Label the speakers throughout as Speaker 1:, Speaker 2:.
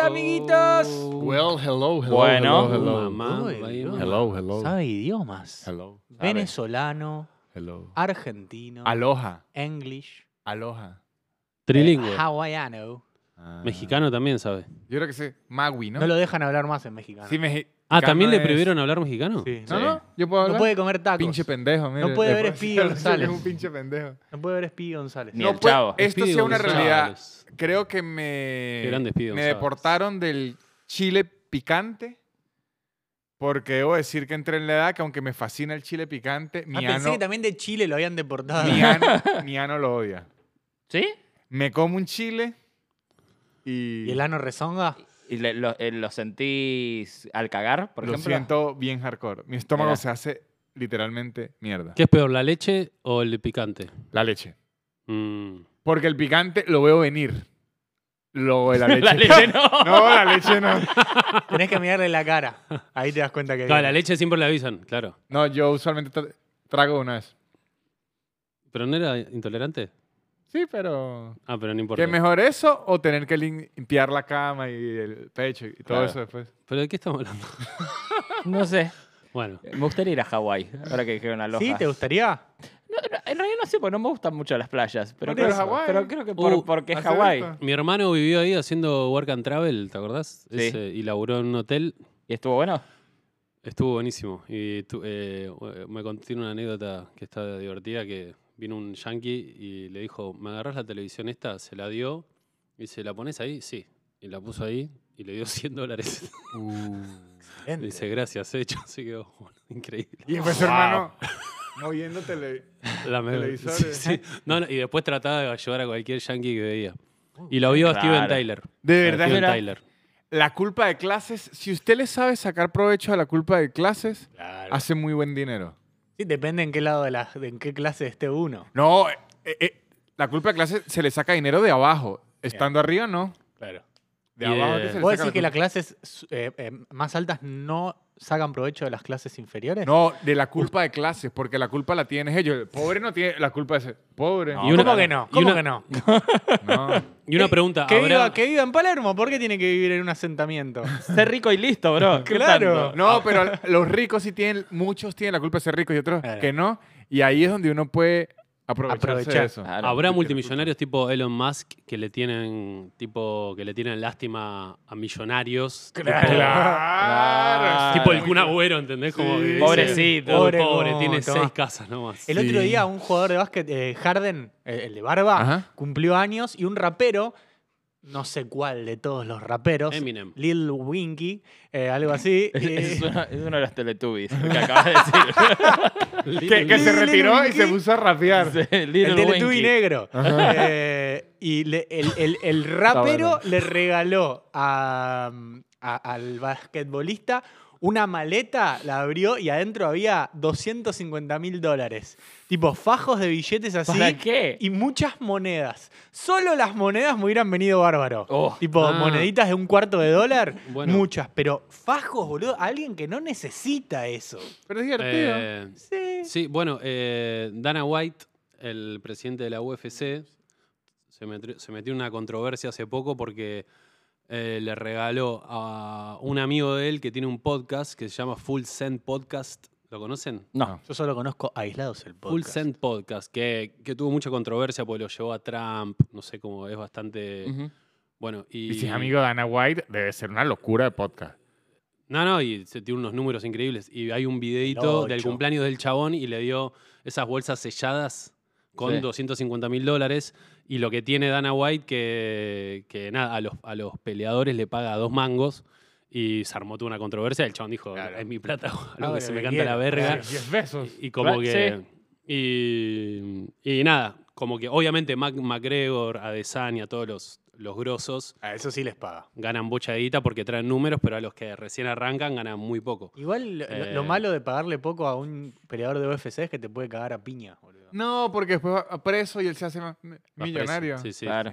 Speaker 1: amiguitos.
Speaker 2: Well, hello, hello.
Speaker 1: Bueno.
Speaker 2: hello, hello.
Speaker 3: Mamá,
Speaker 2: Uy,
Speaker 3: vaya,
Speaker 2: hello, hello.
Speaker 1: Sabe idiomas.
Speaker 2: Hello. Sabe.
Speaker 1: Venezolano,
Speaker 2: Hello.
Speaker 1: argentino,
Speaker 2: Aloha.
Speaker 1: English, eh,
Speaker 2: Aloha.
Speaker 3: Trilingüe.
Speaker 1: hawaiano.
Speaker 2: Ah.
Speaker 3: Mexicano también sabe.
Speaker 2: Yo creo que sí. Magui, ¿no?
Speaker 1: No lo dejan hablar más en mexicano.
Speaker 2: Sí, mexicano
Speaker 3: Ah, ¿también le
Speaker 2: es-
Speaker 3: prohibieron hablar mexicano?
Speaker 1: Sí.
Speaker 2: No,
Speaker 1: No,
Speaker 2: no. Yo puedo hablar.
Speaker 1: puede comer tacos.
Speaker 2: Pinche pendejo, mire.
Speaker 1: puede
Speaker 2: Le
Speaker 1: ver
Speaker 2: puedo
Speaker 1: Speedy
Speaker 2: decir
Speaker 1: González.
Speaker 2: que es un pinche pendejo.
Speaker 1: no puede ver Speedy González.
Speaker 4: Ni
Speaker 2: No
Speaker 4: el
Speaker 2: puede-
Speaker 4: chavo.
Speaker 2: Esto
Speaker 3: Speedy
Speaker 2: sea una
Speaker 3: González.
Speaker 2: realidad. Creo que me.
Speaker 3: Qué grande Speedy
Speaker 2: me
Speaker 3: González.
Speaker 2: deportaron del chile picante. Porque debo decir que entré en la edad que, aunque me fascina el chile picante,
Speaker 1: Ah,
Speaker 2: mi,
Speaker 1: pensé
Speaker 2: ano,
Speaker 1: que también de Chile lo habían deportado.
Speaker 2: mi ano- mi ano lo odia.
Speaker 4: ¿Sí?
Speaker 2: Me como un chile y,
Speaker 1: ¿Y el ano rezonga?
Speaker 4: ¿Y le- lo, eh, lo sentís al cagar, por
Speaker 2: lo
Speaker 4: ejemplo?
Speaker 2: siento bien hardcore. Mi estómago
Speaker 4: Mira.
Speaker 2: se hace literalmente mierda.
Speaker 3: ¿Qué es peor, la leche o el picante?
Speaker 2: La leche.
Speaker 3: Mm.
Speaker 2: Porque el picante lo veo venir. Lo de la leche.
Speaker 4: La leche no.
Speaker 2: No, la leche no.
Speaker 1: Tenés que mirarle la cara. Ahí te das cuenta que.
Speaker 3: Claro, la leche siempre le avisan, claro.
Speaker 2: No, yo usualmente tra- trago una vez.
Speaker 3: ¿Pero no era intolerante?
Speaker 2: Sí, pero...
Speaker 3: Ah, pero no importa.
Speaker 2: ¿Qué mejor eso o tener que lim- limpiar la cama y el pecho y todo
Speaker 4: Claro.
Speaker 2: eso después?
Speaker 3: ¿Pero de qué estamos hablando?
Speaker 4: No sé.
Speaker 3: Bueno,
Speaker 4: Me gustaría ir a Hawái, ahora que dijeron aloha.
Speaker 1: ¿Sí? ¿Te gustaría?
Speaker 4: No, no, en realidad no sé, porque no me gustan mucho las playas. Pero,
Speaker 2: Bueno,
Speaker 4: creo,
Speaker 2: pero Hawái.
Speaker 4: pero creo que por-
Speaker 3: Uh,
Speaker 4: porque es
Speaker 2: hace
Speaker 4: Hawái.
Speaker 2: esto.
Speaker 3: mi hermano vivió ahí haciendo work and travel, ¿te acordás?
Speaker 4: Sí.
Speaker 3: Ese, y laburó en un hotel
Speaker 4: ¿Y estuvo bueno?
Speaker 3: Estuvo buenísimo. Y tu- eh, eh, me conté una anécdota que está divertida, que vino un yankee y le dijo, ¿me agarrás la televisión esta? Se la dio y dice, ¿la pones ahí? Sí. Y la puso ahí y le dio 100 dólares. le dice, gracias, hecho. Así que, bueno, increíble.
Speaker 2: Y pues, hermano, moviendo tele...
Speaker 3: La mejor.
Speaker 2: Televisores.
Speaker 3: Sí, sí. No, no, y después trataba de ayudar a cualquier yankee que veía. Y lo vio a Steven
Speaker 4: Claro.
Speaker 3: Tyler.
Speaker 2: De
Speaker 3: A
Speaker 2: verdad,
Speaker 3: Steven
Speaker 2: era-
Speaker 3: Tyler.
Speaker 2: La culpa de clases, si usted le sabe sacar provecho a la culpa de clases,
Speaker 3: Claro.
Speaker 2: hace muy buen dinero.
Speaker 1: Sí, depende en qué lado de la, de en qué clase esté uno.
Speaker 2: No, eh, eh, la culpa de clases se le saca dinero de abajo. Estando arriba, no.
Speaker 3: claro.
Speaker 2: De
Speaker 3: Y,
Speaker 2: abajo
Speaker 3: eh,
Speaker 2: que se le
Speaker 1: ¿Vos
Speaker 2: saca
Speaker 1: decís que
Speaker 2: la
Speaker 1: las clases eh, eh, más altas no sacan provecho de las clases inferiores?
Speaker 2: culpa. No, de la culpa de clases, porque la culpa la tienes ellos. El pobre no tiene la culpa de ser pobre.
Speaker 4: No.
Speaker 3: Y una-
Speaker 1: ¿Cómo que no?
Speaker 3: y
Speaker 1: ¿Cómo
Speaker 3: una-
Speaker 1: que no?
Speaker 2: No.
Speaker 3: Y una pregunta.
Speaker 1: Que
Speaker 3: ¿habrá-
Speaker 1: viva, que viva en Palermo, ¿por qué tiene que vivir en un asentamiento?
Speaker 4: Ser rico y listo, bro. ¿Qué
Speaker 1: Claro.
Speaker 4: tanto?
Speaker 2: No, pero los ricos sí tienen, muchos tienen la culpa de ser ricos y otros
Speaker 1: Claro.
Speaker 2: que no. Y ahí es donde uno puede aprovecharse
Speaker 1: Aprovechar.
Speaker 2: de eso.
Speaker 4: Claro.
Speaker 3: Habrá multimillonarios tipo Elon Musk que le tienen tipo que le tienen lástima a millonarios. Tipo,
Speaker 2: Claro.
Speaker 3: tipo el Kun Agüero, ¿entendés? Como que dice,
Speaker 4: Pobrecito.
Speaker 3: "Uy,
Speaker 1: Pobre,
Speaker 3: Pobre, tiene
Speaker 1: no, toma".
Speaker 3: seis casas nomás.
Speaker 1: El
Speaker 2: Sí.
Speaker 1: otro día un jugador de básquet, eh, Harden, eh, el de barba,
Speaker 2: Ajá.
Speaker 1: cumplió años y un rapero, no sé cuál de todos los raperos,
Speaker 3: Eminem.
Speaker 1: Lil Winky, eh, algo así. eh,
Speaker 4: Es, es uno, es uno de los Teletubbies que acabas de decir.
Speaker 2: Que, que se retiró y se puso a rapear.
Speaker 4: Sí,
Speaker 1: El
Speaker 4: Little
Speaker 1: Teletubby
Speaker 4: Winky.
Speaker 1: negro. Eh, y le- el, el- el rapero le regaló a, a- al basquetbolista una maleta, la abrió y adentro había 250 mil dólares. Tipo fajos de billetes así.
Speaker 4: ¿Para qué?
Speaker 1: Y muchas monedas. Solo las monedas me hubieran venido bárbaro.
Speaker 4: Oh.
Speaker 1: tipo
Speaker 3: Ah.
Speaker 1: moneditas de un cuarto de dólar.
Speaker 3: Bueno.
Speaker 1: Muchas. Pero fajos, boludo. Alguien que no necesita eso.
Speaker 2: Pero es divertido.
Speaker 3: Eh,
Speaker 1: Sí.
Speaker 3: sí, bueno, eh, Dana White, el presidente de la UFC, se metió, se metió en una controversia hace poco porque eh, le regaló a un amigo de él que tiene un podcast que se llama Full Send Podcast. ¿Lo conocen?
Speaker 4: No.
Speaker 1: Yo solo conozco aislados el
Speaker 3: Full
Speaker 1: podcast.
Speaker 3: Send Podcast, que, que tuvo mucha controversia porque lo llevó a Trump, no sé cómo es bastante.
Speaker 4: Ujú.
Speaker 3: Bueno, y.
Speaker 2: Y si es amigo de Ana White, debe ser una locura de podcast.
Speaker 3: No, no, y se tiene unos números increíbles. Y hay un
Speaker 1: El
Speaker 3: videito del
Speaker 1: ocho.
Speaker 3: cumpleaños del chabón y le dio esas bolsas selladas con
Speaker 4: Sí.
Speaker 3: 250 mil dólares. Y lo que tiene Dana White, que, que nada, a los, a los peleadores le paga dos mangos. Y se armó toda una controversia. El chabón dijo:
Speaker 2: Claro.
Speaker 3: Es mi plata, lo
Speaker 1: Ahora
Speaker 3: que se
Speaker 1: me
Speaker 3: me canta la
Speaker 1: quiero".
Speaker 3: verga.
Speaker 2: 10 besos.
Speaker 3: Y como
Speaker 4: Right,
Speaker 3: que. Y, y nada, como que obviamente Mac, McGregor, Adesanya, todos los, los grosos
Speaker 1: A Ah, eso sí les paga.
Speaker 3: ganan bochadita porque traen números, pero a los que recién arrancan ganan muy poco.
Speaker 1: Igual lo, lo- lo
Speaker 3: Eh.
Speaker 1: malo de pagarle poco a un peleador de UFC es que te puede cagar a piña, boludo.
Speaker 2: No, porque después va a preso y él se hace ma- millonario.
Speaker 3: Sí, sí.
Speaker 4: Claro.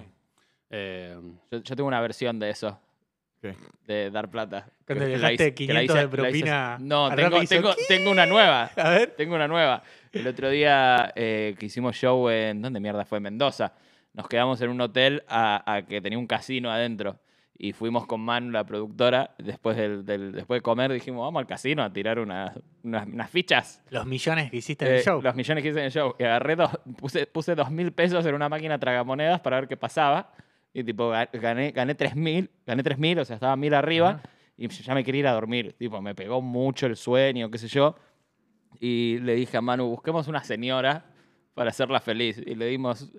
Speaker 3: Eh,
Speaker 4: Yo, yo tengo una versión de eso.
Speaker 2: ¿Qué?
Speaker 4: De dar plata.
Speaker 1: Cuando
Speaker 4: Que-
Speaker 1: le
Speaker 4: que la
Speaker 1: dejaste
Speaker 4: hice- que la
Speaker 1: 500 de
Speaker 4: hice- la hice-
Speaker 1: propina
Speaker 4: No,
Speaker 1: al
Speaker 4: tengo,
Speaker 1: Rappi, hizo,
Speaker 4: tengo,
Speaker 1: "¿Qué?".
Speaker 4: tengo una nueva.
Speaker 1: A ver.
Speaker 4: Tengo una nueva. El otro día eh, que hicimos show en. ¿Dónde mierda fue? Mendoza. Nos quedamos en un hotel a, a que tenía un casino adentro. Y fuimos con Manu, la productora, después, del, del- después de comer dijimos, vamos al casino a tirar unas, unas, unas fichas.
Speaker 1: Los millones que hiciste en
Speaker 4: Eh,
Speaker 1: el show.
Speaker 4: Los millones que hice en el show. Y agarré dos, puse, puse dos mil pesos en una máquina tragamonedas para ver qué pasaba. Y tipo, ga- gané, gané tres mil, gané tres mil, o sea, estaba mil arriba. Y yo ya me quería ir a dormir. Tipo, me pegó mucho el sueño, qué sé yo. Y le dije a Manu, busquemos una señora para hacerla feliz. Y le dimos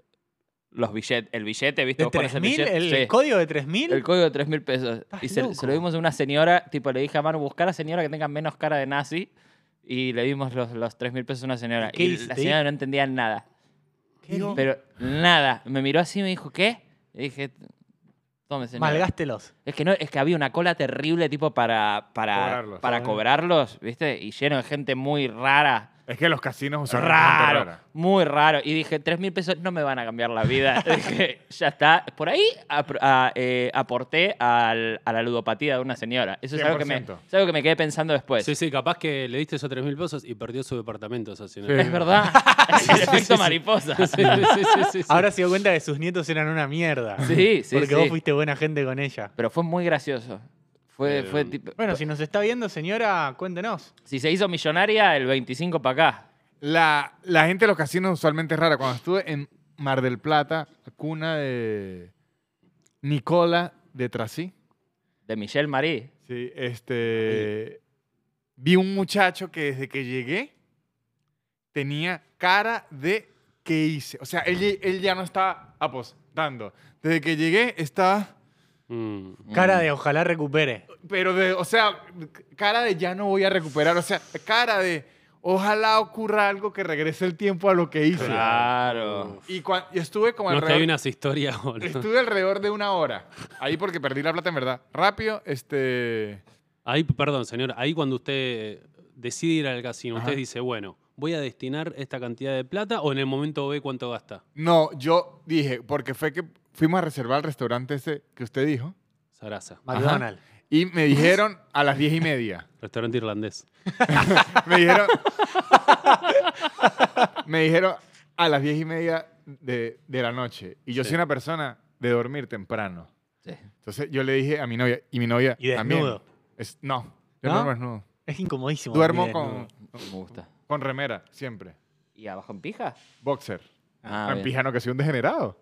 Speaker 4: los billetes, el billete, ¿viste?
Speaker 1: ¿De
Speaker 4: Vos pones
Speaker 1: 3.000?
Speaker 4: billete.
Speaker 1: ¿El
Speaker 4: Sí.
Speaker 1: códio de 3.000?
Speaker 4: El código de 3 mil pesos. Y se, se
Speaker 1: loco.
Speaker 4: lo dimos a una señora, tipo, le dije a Manu, buscar a señora que tenga menos cara de nazi. Y le dimos los, los 3 mil pesos a una señora.
Speaker 1: ¿Y qué
Speaker 4: Y
Speaker 1: hiciste
Speaker 4: la
Speaker 1: ahí?
Speaker 4: señora no entendía nada.
Speaker 1: ¿Qué digo?
Speaker 4: Pero nada. Me miró así y me dijo, ¿qué? Y dije, tome señora.
Speaker 1: Malgástelos.
Speaker 4: Es que, no, es que había una cola terrible, tipo, para, para,
Speaker 2: Cobrarlos.
Speaker 4: para cobrarlos, ¿viste? Y lleno de gente muy rara.
Speaker 2: Es que los casinos son
Speaker 4: Raro,
Speaker 2: gente rara.
Speaker 4: muy raro. Y dije, tres mil pesos no me van a cambiar la vida. dije, ya está. Por ahí apr- a- eh, aporté al- a la ludopatía de una señora. Eso es algo, que me,
Speaker 2: 100%.
Speaker 4: es algo que me quedé pensando después.
Speaker 3: Sí, sí, capaz que le diste esos 3 mil pesos y perdió su departamento esa señora.
Speaker 4: Es verdad. Es el efecto mariposa.
Speaker 3: Sí, sí, sí, sí, sí.
Speaker 1: Ahora se dio cuenta que sus nietos eran una mierda.
Speaker 4: Sí, sí,
Speaker 1: Porque
Speaker 4: sí.
Speaker 1: vos fuiste buena gente con ella.
Speaker 4: Pero fue muy gracioso. Fue,
Speaker 3: Pero-
Speaker 4: fue tipo-
Speaker 1: Bueno, si nos está viendo, señora, cuéntenos.
Speaker 4: si se hizo millonaria, el 25 para acá.
Speaker 2: La, la gente de los casinos usualmente es rara. Cuando estuve en Mar del Plata, cuna de Nicola de Trasí,
Speaker 4: De Michelle Marí.
Speaker 2: sí, este, vi un muchacho que desde que llegué tenía cara de ¿qué hice? O sea, él, ye- él ya no estaba apostando. Desde que llegué estaba,
Speaker 3: Mm.
Speaker 1: Cara de ojalá recupere.
Speaker 2: pero de, o sea, cara de ya no voy a recuperar. O sea, cara de ojalá ocurra algo que regrese el tiempo a lo que hice.
Speaker 4: Mm. Claro.
Speaker 2: Y, cuan- y estuve como
Speaker 3: No es que hay
Speaker 2: alrededor-
Speaker 3: unas historias, boludo.
Speaker 2: Estuve alrededor de una hora. Ahí porque perdí la plata, en verdad. Rápido, este.
Speaker 3: Ahí, perdón, señor, ahí cuando usted eh, decide ir al casino, usted dice, bueno, voy a destinar esta cantidad de plata o en el momento ve cuánto gasta.
Speaker 2: No, yo dije, porque fue que fuimos a reservar el restaurante ese que usted dijo.
Speaker 3: Sarasa,
Speaker 1: McDonald's.
Speaker 2: Y me dijeron a las diez y media.
Speaker 3: restaurante irlandés.
Speaker 2: Me dijeron. me dijeron a las diez y media de, de la noche. Y yo
Speaker 3: Sí.
Speaker 2: soy una persona de dormir temprano.
Speaker 4: Sí.
Speaker 2: Entonces yo le dije a mi novia, y mi novia
Speaker 1: Y
Speaker 2: también.
Speaker 1: desnudo.
Speaker 2: Es- no, yo
Speaker 1: ¿No?
Speaker 2: duermo desnudo.
Speaker 1: Es incomodísimo.
Speaker 2: Duermo
Speaker 1: dormir
Speaker 2: con,
Speaker 1: desnudo.
Speaker 4: Me gusta.
Speaker 2: con remera, siempre.
Speaker 4: ¿Y abajo en pija?
Speaker 2: Boxer.
Speaker 4: Ah,
Speaker 2: No, en
Speaker 4: bien.
Speaker 2: pijano que soy un degenerado.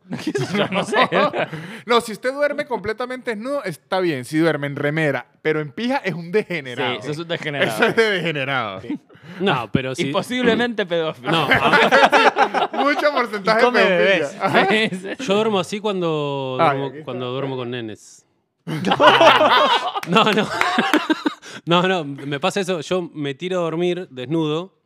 Speaker 4: Yo no sé.
Speaker 2: No, si usted duerme completamente desnudo, está bien. Si duerme en remera, pero en pija es un degenerado.
Speaker 4: Sí, sos un degenerado.
Speaker 2: Eso es de degenerado.
Speaker 3: No, pero sí.
Speaker 4: Y posiblemente pedófilo.
Speaker 3: No, a-
Speaker 2: Mucho porcentaje
Speaker 1: Y come
Speaker 2: de pedofilia.
Speaker 1: bebés.
Speaker 2: Ah,
Speaker 4: Sí, sí.
Speaker 3: yo duermo así cuando
Speaker 2: Ah,
Speaker 3: duermo,
Speaker 2: aquí está.
Speaker 3: cuando duermo con nenes. No, no. No, no, me pasa eso. Yo me tiro a dormir desnudo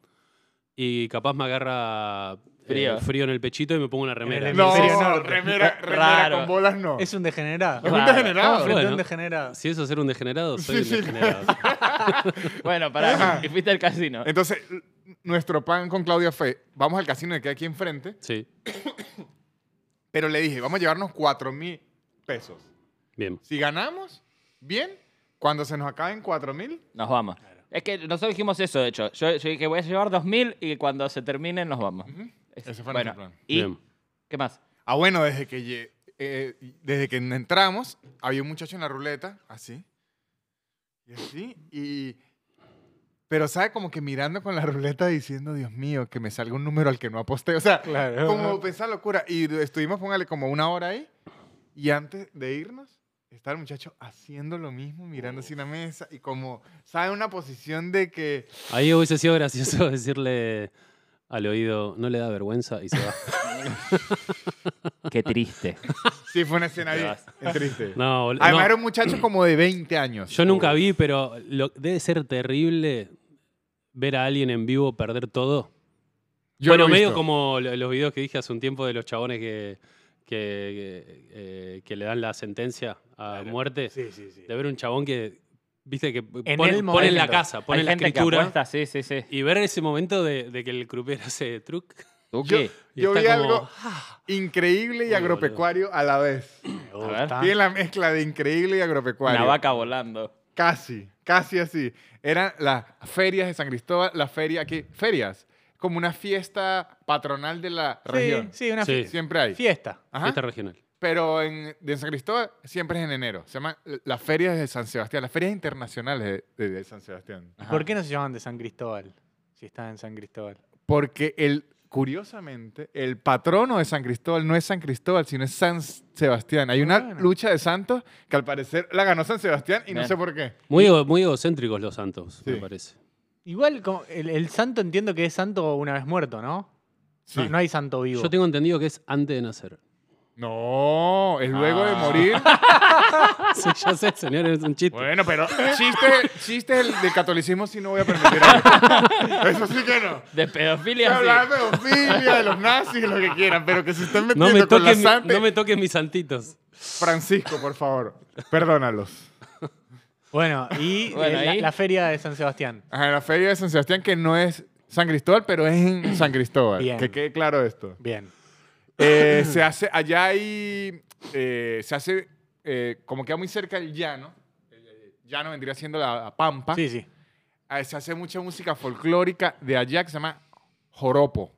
Speaker 3: y capaz me agarra eh,
Speaker 4: Frío.
Speaker 3: frío en el pechito y me pongo una remera.
Speaker 1: hemisferio
Speaker 2: No,
Speaker 1: norte.
Speaker 2: remera, remera
Speaker 4: Raro.
Speaker 2: con bolas no.
Speaker 1: Es un degenerado.
Speaker 2: Es
Speaker 1: Estamos
Speaker 2: un
Speaker 4: Raro.
Speaker 2: degenerado.
Speaker 1: frente a
Speaker 3: Bueno.
Speaker 1: un degenerado.
Speaker 3: Si eso es ser un degenerado, soy
Speaker 2: Sí,
Speaker 3: un
Speaker 2: sí.
Speaker 3: degenerado.
Speaker 4: Bueno,
Speaker 2: Ah.
Speaker 4: pará, y fuiste al casino.
Speaker 2: Entonces, l- nuestro plan con Claudia fue, vamos al casino que queda aquí enfrente,
Speaker 3: Sí,
Speaker 2: pero le dije, vamos a llevarnos 4 mil pesos.
Speaker 3: bien.
Speaker 2: Si ganamos, bien. Cuando se nos acaben 4 mil,
Speaker 4: Nos vamos. Es que nosotros dijimos eso, de hecho. Yo, yo dije, voy a llevar 2.000 y cuando se termine nos vamos. Es-
Speaker 2: Ese fue
Speaker 4: bueno,
Speaker 2: nuestro plan.
Speaker 4: ¿Y
Speaker 3: Bien.
Speaker 4: qué más?
Speaker 2: Ah, bueno, desde que, lle- eh, desde que entramos, había un muchacho en la ruleta, así. Y así, y... Pero, ¿sabe? Como que mirando con la ruleta diciendo, Dios mío, que me salga un número al que no aposté. O sea,
Speaker 1: Claro.
Speaker 2: como pensar locura. Y du- estuvimos, póngale, como una hora ahí. Y antes de irnos, estaba el muchacho haciendo lo mismo, mirando así la mesa. Y como, ¿sabe? Una posición de que...
Speaker 3: Ahí hubiese sido gracioso decirle al oído, no le da vergüenza y se va.
Speaker 4: Qué triste.
Speaker 2: Sí, fue una escena bien, bien triste.
Speaker 3: No, bol-
Speaker 2: Además,
Speaker 3: no.
Speaker 2: era un muchacho como de 20 años.
Speaker 3: Yo nunca vi, pero lo- debe ser terrible ver a alguien en vivo perder todo.
Speaker 2: Yo
Speaker 3: bueno,
Speaker 2: lo he
Speaker 3: medio
Speaker 2: visto.
Speaker 3: como lo- los videos que dije hace un tiempo de los chabones que, que, eh, que le dan la sentencia a muerte.
Speaker 1: Sí, sí, sí.
Speaker 3: De ver un chabón que, viste, que pone-
Speaker 1: el
Speaker 3: ponen,
Speaker 1: momento.
Speaker 3: la casa,
Speaker 4: Hay
Speaker 3: ponen la
Speaker 4: gente que
Speaker 3: escritura.
Speaker 4: apuesta, sí, sí, sí.
Speaker 3: Y ver ese momento de, de que el croupier hace truc.
Speaker 4: ¿Tú
Speaker 2: Yo,
Speaker 4: qué?
Speaker 3: Y
Speaker 2: yo
Speaker 3: está
Speaker 2: vi
Speaker 3: como, ¡Ah!
Speaker 2: algo increíble y
Speaker 3: Uy, Ah.
Speaker 2: agropecuario a la vez.
Speaker 1: Me
Speaker 4: ver.
Speaker 1: gusta.
Speaker 2: Tiene la mezcla de increíble y agropecuario.
Speaker 4: Una vaca volando.
Speaker 2: Casi, casi así. Eran las ferias de San Cristóbal, la feria aquí, ferias, como una fiesta patronal de la
Speaker 1: Sí,
Speaker 2: región.
Speaker 1: sí, una
Speaker 3: Sí.
Speaker 1: fi-
Speaker 2: Siempre hay.
Speaker 1: fiesta.
Speaker 2: Ajá.
Speaker 3: Fiesta regional.
Speaker 2: Pero en, de San Cristóbal siempre es en enero. Se llaman las ferias de San Sebastián, las ferias internacionales de, de- de San Sebastián.
Speaker 1: ¿Y ¿Por qué no se llaman de San Cristóbal? Si están en San Cristóbal.
Speaker 2: Porque el, curiosamente, el patrono de San Cristóbal no es San Cristóbal, sino es San Sebastián. Hay una
Speaker 1: Bueno.
Speaker 2: lucha de santos que al parecer la ganó San Sebastián y no
Speaker 4: Bien.
Speaker 2: sé por qué.
Speaker 3: Muy, ego- muy egocéntricos los santos, me
Speaker 2: Sí.
Speaker 3: parece.
Speaker 1: Igual como el, el santo entiendo que es santo una vez muerto, ¿no?
Speaker 2: Sí.
Speaker 1: No, no hay santo vivo.
Speaker 3: Yo tengo entendido que es antes de nacer.
Speaker 2: No, es luego de
Speaker 4: Ah.
Speaker 2: morir.
Speaker 3: Sí, ya sé, señor, es un chiste.
Speaker 2: Bueno, pero chiste, chiste el del catolicismo sí no voy a permitir. algo. Eso sí que no.
Speaker 4: De
Speaker 2: Estoy
Speaker 4: pedofilia, sí.
Speaker 2: hablando de pedofilia, de los nazis, lo que quieran, pero que se están
Speaker 3: no,
Speaker 2: metiendo
Speaker 3: me
Speaker 2: con la
Speaker 3: toquen, mi-
Speaker 2: santa.
Speaker 3: no me toquen mis santitos.
Speaker 2: Francisco, por favor, perdónalos.
Speaker 1: Bueno, y
Speaker 4: Bueno,
Speaker 1: eh, la,
Speaker 4: ahí-
Speaker 1: la feria de San Sebastián.
Speaker 2: Ajá, la feria de San Sebastián, que no es San Cristóbal, pero es en San Cristóbal.
Speaker 1: Bien.
Speaker 2: Que quede claro esto.
Speaker 1: Bien.
Speaker 2: Eh, se hace, allá hay, eh, se hace, eh, como queda muy cerca el llano, el llano vendría siendo la, la pampa,
Speaker 1: Sí, sí.
Speaker 2: Ah, se hace mucha música folclórica de allá que se llama joropo.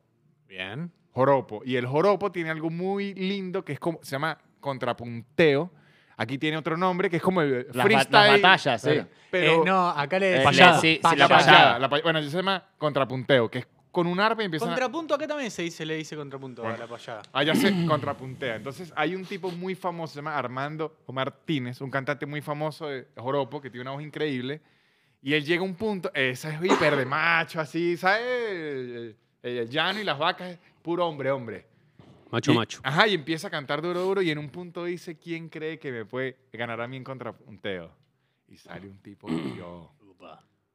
Speaker 1: Bien.
Speaker 2: Joropo. Y el joropo tiene algo muy lindo que es como, se llama contrapunteo. Aquí tiene otro nombre que es como el
Speaker 4: ba-
Speaker 2: freestyle.
Speaker 4: las batallas, sí.
Speaker 2: Claro.
Speaker 1: Pero
Speaker 2: Pero
Speaker 1: no, acá le
Speaker 4: Eh,
Speaker 1: decimos
Speaker 3: payada.
Speaker 4: sí, sí,
Speaker 2: la
Speaker 4: la
Speaker 2: payada,
Speaker 4: payada.
Speaker 2: la pay- bueno, se llama contrapunteo, que es con un arpa y empiezan a-
Speaker 1: Contrapunto acá también se dice, le dice contrapunto a la payada.
Speaker 2: Allá se contrapuntea. Entonces hay un tipo muy famoso, se llama Armando Martínez, un cantante muy famoso de Joropo, que tiene una voz increíble. Y él llega a un punto, esa es hiper de macho, así, ¿sabes? El, el- el llano y las vacas, puro hombre, hombre.
Speaker 3: Macho,
Speaker 2: Y-
Speaker 3: macho.
Speaker 2: Ajá, y empieza a cantar duro, duro, y en un punto dice, ¿quién cree que me puede ganar a mí en contrapunteo? Y sale un tipo, yo,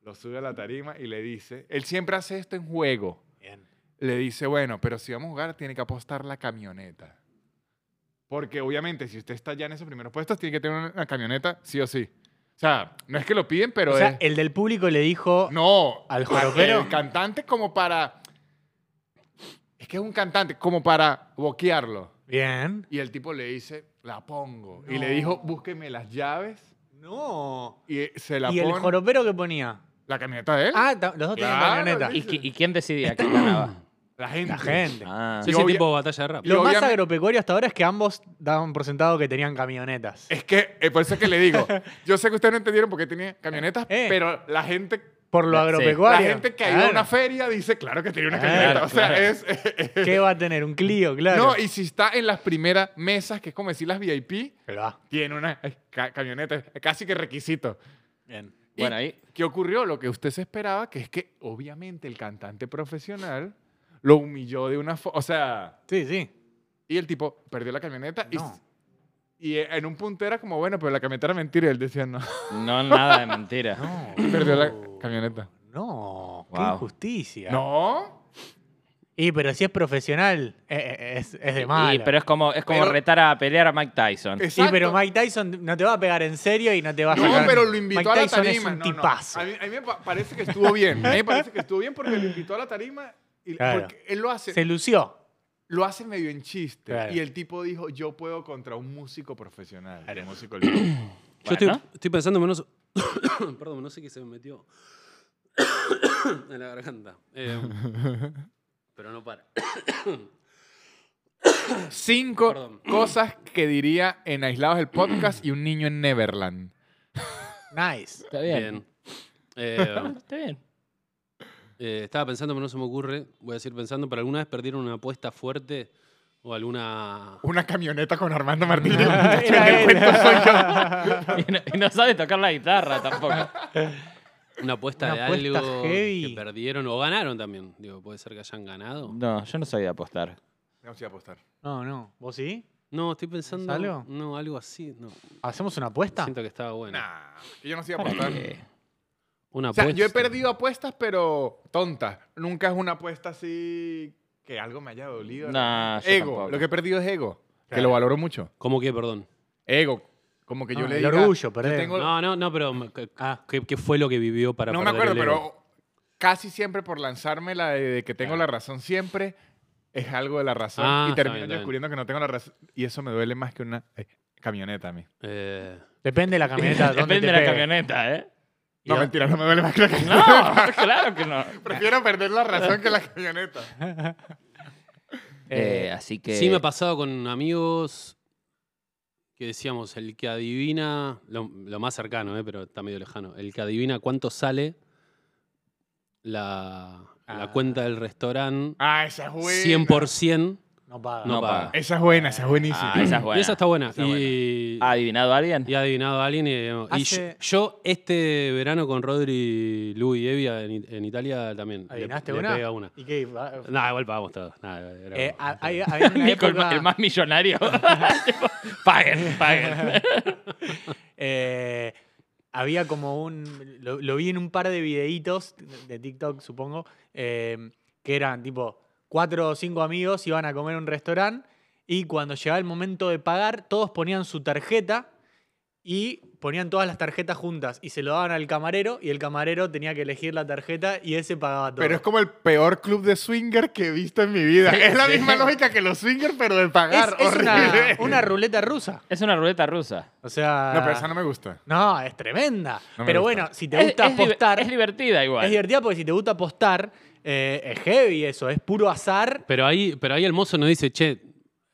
Speaker 2: lo sube a la tarima y le dice, él siempre hace esto en juego.
Speaker 1: Bien.
Speaker 2: Le dice, bueno, pero si vamos a jugar, tiene que apostar la camioneta. Porque obviamente, si usted está ya en esos primeros puestos, tiene que tener una- una camioneta, sí o sí. O sea, no es que lo piden, pero
Speaker 1: o sea,
Speaker 2: es-
Speaker 1: el del público le dijo,
Speaker 2: no,
Speaker 1: ¿Al joropero?
Speaker 2: El cantante como para... Es que es un cantante como para boquearlo.
Speaker 1: bien.
Speaker 2: Y el tipo le dice, la pongo. Y
Speaker 1: No.
Speaker 2: le dijo, búsqueme las llaves.
Speaker 1: No.
Speaker 2: Y eh, se la
Speaker 1: ¿Y el
Speaker 2: pone.
Speaker 1: joropero qué ponía?
Speaker 2: La camioneta de él.
Speaker 1: Ah, ta- los dos tenían
Speaker 2: ¿Eh? Claro,
Speaker 1: camioneta.
Speaker 4: ¿Y, qui- y quién decidía quién ganaba?
Speaker 2: la gente.
Speaker 1: La gente.
Speaker 4: Ah.
Speaker 3: Sí,
Speaker 2: Y
Speaker 3: sí,
Speaker 2: obvia-
Speaker 3: tipo batalla de rap.
Speaker 2: Y
Speaker 1: Lo más
Speaker 2: obviamente-
Speaker 1: agropecuario hasta ahora es que ambos daban por sentado que tenían camionetas.
Speaker 2: Es que, eh, por eso es que le digo, yo sé que ustedes no entendieron por qué tenía camionetas,
Speaker 1: Eh.
Speaker 2: pero la gente,
Speaker 1: Por lo
Speaker 4: Sí.
Speaker 2: la
Speaker 1: agropecuario.
Speaker 2: gente que ha ido a
Speaker 1: Claro. Ah,
Speaker 2: una feria dice, claro que tenía una
Speaker 1: Claro,
Speaker 2: camioneta. o sea,
Speaker 4: claro.
Speaker 2: es... eh,
Speaker 1: ¿Qué va a tener? ¿Un Clio? Claro.
Speaker 2: No, y si está en las primeras mesas, que es como decir las VIP,
Speaker 1: Pero ah, va.
Speaker 2: tiene una eh, ca- camioneta, es casi que requisito.
Speaker 1: Bien.
Speaker 2: Y-
Speaker 4: Bueno, ahí.
Speaker 2: ¿Qué ocurrió? Lo que usted se esperaba, que es que obviamente el cantante profesional lo humilló de una forma, o sea,
Speaker 1: Sí, sí.
Speaker 2: y el tipo perdió la camioneta y-
Speaker 1: No.
Speaker 2: y, eh, en un punto era como, bueno, pero la camioneta era mentira y él decía, no,
Speaker 4: No, nada de mentira.
Speaker 1: No.
Speaker 2: perdió la
Speaker 1: Oh,
Speaker 2: camioneta.
Speaker 1: No, qué
Speaker 4: Wow.
Speaker 1: injusticia.
Speaker 2: No,
Speaker 1: Y pero si es profesional, eh, eh, es, es de
Speaker 4: Y-
Speaker 1: malo.
Speaker 4: pero es como, es como
Speaker 2: Pero-
Speaker 4: retar a pelear a Mike Tyson.
Speaker 1: Sí, pero Mike Tyson no te va a pegar en serio y no te va a
Speaker 2: No,
Speaker 1: sacar.
Speaker 2: pero lo invitó
Speaker 1: Mike
Speaker 2: a la
Speaker 1: Tyson
Speaker 2: tarima.
Speaker 1: Es un
Speaker 2: No, no.
Speaker 1: tipazo.
Speaker 2: A, mí, a mí me pa- parece que estuvo bien. A mí me parece que estuvo bien porque lo invitó a la tarima y
Speaker 1: Claro.
Speaker 2: porque él lo hace,
Speaker 1: Se lució.
Speaker 2: lo hace medio en chiste.
Speaker 1: Claro.
Speaker 2: Y el tipo dijo, yo puedo contra un músico profesional.
Speaker 1: Claro.
Speaker 2: Un músico libre.
Speaker 3: Yo estoy,
Speaker 4: Bueno.
Speaker 3: estoy pensando menos. Perdón, no sé qué se me metió en la garganta. Eh, pero no para.
Speaker 2: Cinco
Speaker 3: Perdón.
Speaker 2: cosas que diría en Aislados el Podcast y un niño en Neverland.
Speaker 1: Nice.
Speaker 4: Está
Speaker 3: Bien.
Speaker 4: bien.
Speaker 3: Eh,
Speaker 4: Está bien.
Speaker 3: eh, estaba pensando, pero no se me ocurre. Voy a seguir pensando, pero alguna vez perdieron una apuesta fuerte o alguna.
Speaker 2: Una camioneta con Armando Martínez.
Speaker 1: Era él.
Speaker 4: Y no, y no sabe tocar la guitarra tampoco.
Speaker 3: Una apuesta
Speaker 1: Una
Speaker 3: de
Speaker 1: apuesta
Speaker 3: algo
Speaker 1: heavy.
Speaker 3: que perdieron o ganaron también. Digo, puede ser que hayan ganado.
Speaker 4: No, yo no soy de apostar.
Speaker 2: Vamos a ir a apostar.
Speaker 1: No, no. ¿Vos sí?
Speaker 3: No, estoy pensando.
Speaker 1: ¿Algo?
Speaker 3: No, algo así. No.
Speaker 1: ¿Hacemos una apuesta?
Speaker 3: Siento que estaba bueno.
Speaker 2: Nah, que yo no soy a apostar.
Speaker 1: Eh,
Speaker 3: Una
Speaker 2: O sea,
Speaker 3: apuesta.
Speaker 2: yo he perdido apuestas, pero tontas. Nunca es una apuesta así que algo me haya dolido.
Speaker 4: Nah, yo
Speaker 2: ego.
Speaker 4: tampoco.
Speaker 2: Lo que he perdido es ego. Que
Speaker 1: Claro.
Speaker 2: lo valoro mucho.
Speaker 3: ¿Cómo que, perdón?
Speaker 2: Ego. Como que yo
Speaker 1: Ah,
Speaker 2: le
Speaker 1: el
Speaker 2: diga...
Speaker 1: orgullo,
Speaker 2: yo
Speaker 1: perder.
Speaker 2: tengo- no
Speaker 3: No, no, no, pero ¿qué- ¿qué, qué fue lo que vivió para
Speaker 2: me
Speaker 3: perder
Speaker 2: acuerdo,
Speaker 3: el ego?
Speaker 2: pero casi siempre por lanzarme la de, de que tengo la razón siempre es algo de la razón.
Speaker 3: Ah,
Speaker 2: y
Speaker 3: está
Speaker 2: termino
Speaker 3: bien, está
Speaker 2: descubriendo que no tengo la razón. Y eso me duele más que una eh, camioneta a mí.
Speaker 3: Eh,
Speaker 1: Depende de la camioneta. dónde
Speaker 4: Depende
Speaker 1: te
Speaker 4: de la
Speaker 1: pegue.
Speaker 4: camioneta, ¿eh?
Speaker 2: No,
Speaker 1: Ya.
Speaker 2: mentira, no me duele más que la
Speaker 4: No,
Speaker 2: camioneta.
Speaker 4: claro que no.
Speaker 2: Prefiero perder la razón que la camioneta.
Speaker 1: Eh,
Speaker 4: Eh, así que.
Speaker 3: Sí, me ha pasado con amigos que decíamos, el que adivina, lo, lo más cercano, eh, pero está medio lejano, el que adivina cuánto sale la, la
Speaker 1: Ah.
Speaker 3: cuenta del restaurante
Speaker 2: Ah, esa es buena.
Speaker 3: 100%
Speaker 1: No paga.
Speaker 3: no
Speaker 4: No
Speaker 3: paga.
Speaker 4: paga.
Speaker 2: Esa es buena, esa es buenísima.
Speaker 4: Ah, esa es buena.
Speaker 3: Y esa está buena.
Speaker 2: Esa
Speaker 3: y,
Speaker 2: Ah.
Speaker 4: ¿Ha adivinado alguien?
Speaker 3: y ha adivinado a alguien. Y, digamos, y yo,
Speaker 1: Hace-
Speaker 3: yo este verano con Rodri, Lu y Evia en, I- en Italia también. le-
Speaker 1: ¿Adivinaste
Speaker 3: le
Speaker 1: una?
Speaker 3: pegué a una.
Speaker 1: ¿Y qué? Va-
Speaker 3: Nah, igual pagamos todos. Nah, era
Speaker 1: Eh,
Speaker 3: broma.
Speaker 1: a- hay- había una
Speaker 4: Nico, el,
Speaker 1: época-
Speaker 4: ma- el más millonario. Tipo, paguen, paguen.
Speaker 1: Eh, había como un. Lo, lo vi en un par de videitos de TikTok, supongo, eh, que eran tipo cuatro o cinco amigos iban a comer a un restaurante y cuando llegaba el momento de pagar, todos ponían su tarjeta y ponían todas las tarjetas juntas y se lo daban al camarero y el camarero tenía que elegir la tarjeta y ese pagaba todo.
Speaker 2: Pero es como el peor club de swinger que he visto en mi vida. Es la
Speaker 4: Sí.
Speaker 2: misma lógica que los swingers, pero de pagar.
Speaker 1: Es- es una,
Speaker 2: Horrible.
Speaker 1: una ruleta rusa.
Speaker 4: Es una ruleta rusa.
Speaker 1: O sea.
Speaker 2: No, pero esa no me gusta.
Speaker 1: No, es tremenda.
Speaker 2: No me
Speaker 1: pero
Speaker 2: gusta.
Speaker 1: bueno, si te gusta
Speaker 4: es, es diver-
Speaker 1: apostar.
Speaker 4: Es divertida igual.
Speaker 1: Es divertida porque si te gusta apostar, eh, es heavy eso, es puro azar.
Speaker 3: Pero ahí, pero ahí el mozo nos dice, che.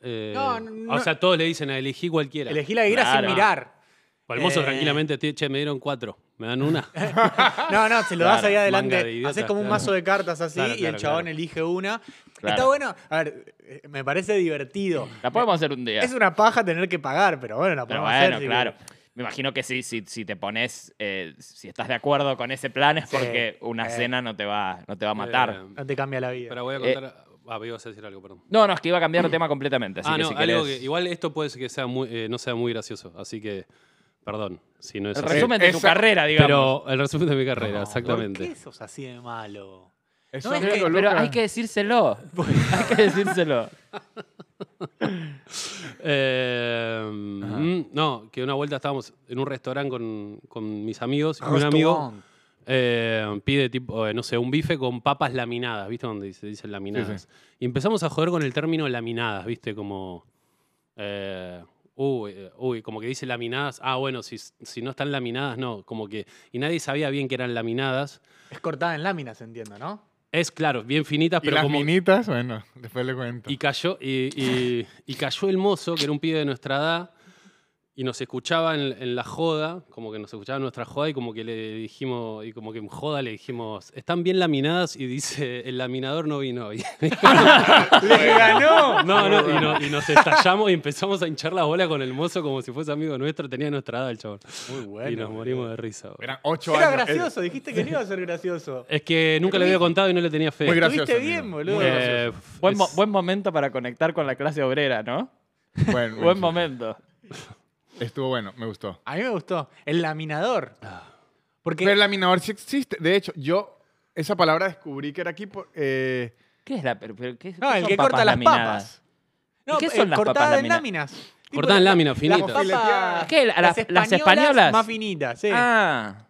Speaker 3: eh,
Speaker 1: No, no-
Speaker 3: o sea, todos le dicen, elegí cualquiera.
Speaker 1: Elegí la guira
Speaker 4: Claro.
Speaker 1: sin mirar.
Speaker 3: O el mozo
Speaker 1: Eh.
Speaker 3: tranquilamente, "Tie- che, me dieron cuatro. ¿Me dan una?
Speaker 1: No, no, se lo das ahí
Speaker 3: Claro, manga de
Speaker 1: adelante.
Speaker 3: idiota,
Speaker 1: Haces como un
Speaker 3: claro.
Speaker 1: mazo de cartas así
Speaker 3: Claro,
Speaker 1: y el
Speaker 3: claro,
Speaker 1: chabón
Speaker 3: claro.
Speaker 1: elige una.
Speaker 4: Claro.
Speaker 1: Está bueno. A ver, eh, me parece divertido.
Speaker 4: La podemos hacer un día.
Speaker 1: Es una paja tener que pagar, pero bueno, la
Speaker 4: Pero
Speaker 1: podemos
Speaker 4: bueno,
Speaker 1: hacer. si
Speaker 4: claro.
Speaker 1: querés.
Speaker 4: Me imagino que sí, si, si te pones, eh, si estás de acuerdo con ese plan es
Speaker 1: Sí.
Speaker 4: porque una
Speaker 1: Eh.
Speaker 4: cena no te va, no te va a matar.
Speaker 3: Eh,
Speaker 1: No te cambia la vida.
Speaker 3: pero voy a contar. ah, ibas a decir algo, perdón.
Speaker 4: No, no, es que iba a cambiar de tema completamente. Así
Speaker 3: ah,
Speaker 4: que
Speaker 3: no,
Speaker 4: si
Speaker 3: algo
Speaker 4: querés-
Speaker 3: que. Igual esto puede ser que sea muy, eh, no sea muy gracioso, así que. Perdón, si no es
Speaker 4: El
Speaker 3: así.
Speaker 4: resumen de tu
Speaker 2: Esa-
Speaker 4: carrera, digamos.
Speaker 3: Pero el resumen de mi carrera,
Speaker 1: No, ¿Por
Speaker 3: exactamente.
Speaker 1: qué sos así de malo?
Speaker 2: Es
Speaker 1: No, es
Speaker 2: amigo,
Speaker 1: que-
Speaker 4: Pero
Speaker 2: Luca.
Speaker 4: hay que decírselo. hay que decírselo.
Speaker 3: Eh, mm, no, que una vuelta estábamos en un restaurante con, con mis amigos y un
Speaker 1: Restaurant.
Speaker 3: amigo eh, pide tipo, eh, no sé, un bife con papas laminadas, ¿viste? Donde se dicen laminadas. Y empezamos a joder con el término laminadas, ¿viste? Como. eh, uy, eh, uy, como que dice laminadas. Ah, bueno, si, si no están laminadas, no. Como que. Y nadie sabía bien que eran laminadas.
Speaker 1: Es cortada en láminas, entiendo, ¿no?
Speaker 3: Es claro, bien finitas,
Speaker 2: Y
Speaker 3: pero
Speaker 2: las
Speaker 3: como.
Speaker 2: minitas, bueno, después le cuento.
Speaker 3: Y cayó, y, y- y cayó el mozo, que era un pibe de nuestra edad, y nos escuchaba en, en la joda, como que nos escuchaba en nuestra joda, y como que le dijimos, y como que en joda le dijimos, están bien laminadas, y dice, el laminador no vino hoy.
Speaker 1: ¡Le ganó!
Speaker 3: no, no, y, no- y nos estallamos y empezamos a hinchar la bola con el mozo como si fuese amigo nuestro, tenía nuestra edad el chabón.
Speaker 1: Muy
Speaker 3: y nos
Speaker 1: bueno.
Speaker 3: morimos de risa. boludo.
Speaker 2: Eran ocho
Speaker 1: Era
Speaker 2: años.
Speaker 1: gracioso, dijiste que no iba a ser gracioso.
Speaker 3: Es que nunca le había contado y no le tenía fe.
Speaker 2: Muy gra-
Speaker 1: Estuviste
Speaker 2: gracioso,
Speaker 1: bien,
Speaker 2: amigo.
Speaker 1: boludo.
Speaker 2: Muy
Speaker 3: Eh,
Speaker 4: Buen, mo-
Speaker 3: es-
Speaker 4: buen momento para conectar con la clase obrera, ¿no?
Speaker 2: Eh, bueno,
Speaker 4: Buen
Speaker 2: sí.
Speaker 4: momento.
Speaker 2: Estuvo bueno, me gustó.
Speaker 1: A mí me gustó. El laminador. Porque
Speaker 2: Pero el laminador sí existe. De hecho, yo esa palabra descubrí que era aquí por, eh,
Speaker 4: ¿Qué es la pero, pero qué,
Speaker 1: No,
Speaker 4: qué
Speaker 1: el
Speaker 4: son
Speaker 1: que
Speaker 4: papas
Speaker 1: corta las
Speaker 4: laminadas?
Speaker 1: papas. No,
Speaker 4: ¿Y qué
Speaker 1: eh,
Speaker 4: son las papas
Speaker 1: cortadas en
Speaker 4: lamina-
Speaker 1: láminas. Tipo
Speaker 3: Cortadas en
Speaker 1: la-
Speaker 3: láminas finitas.
Speaker 1: Las papas,
Speaker 2: Fileteadas.
Speaker 4: ¿Qué? La- las- las españolas?
Speaker 1: Más finitas, sí.
Speaker 4: Ah,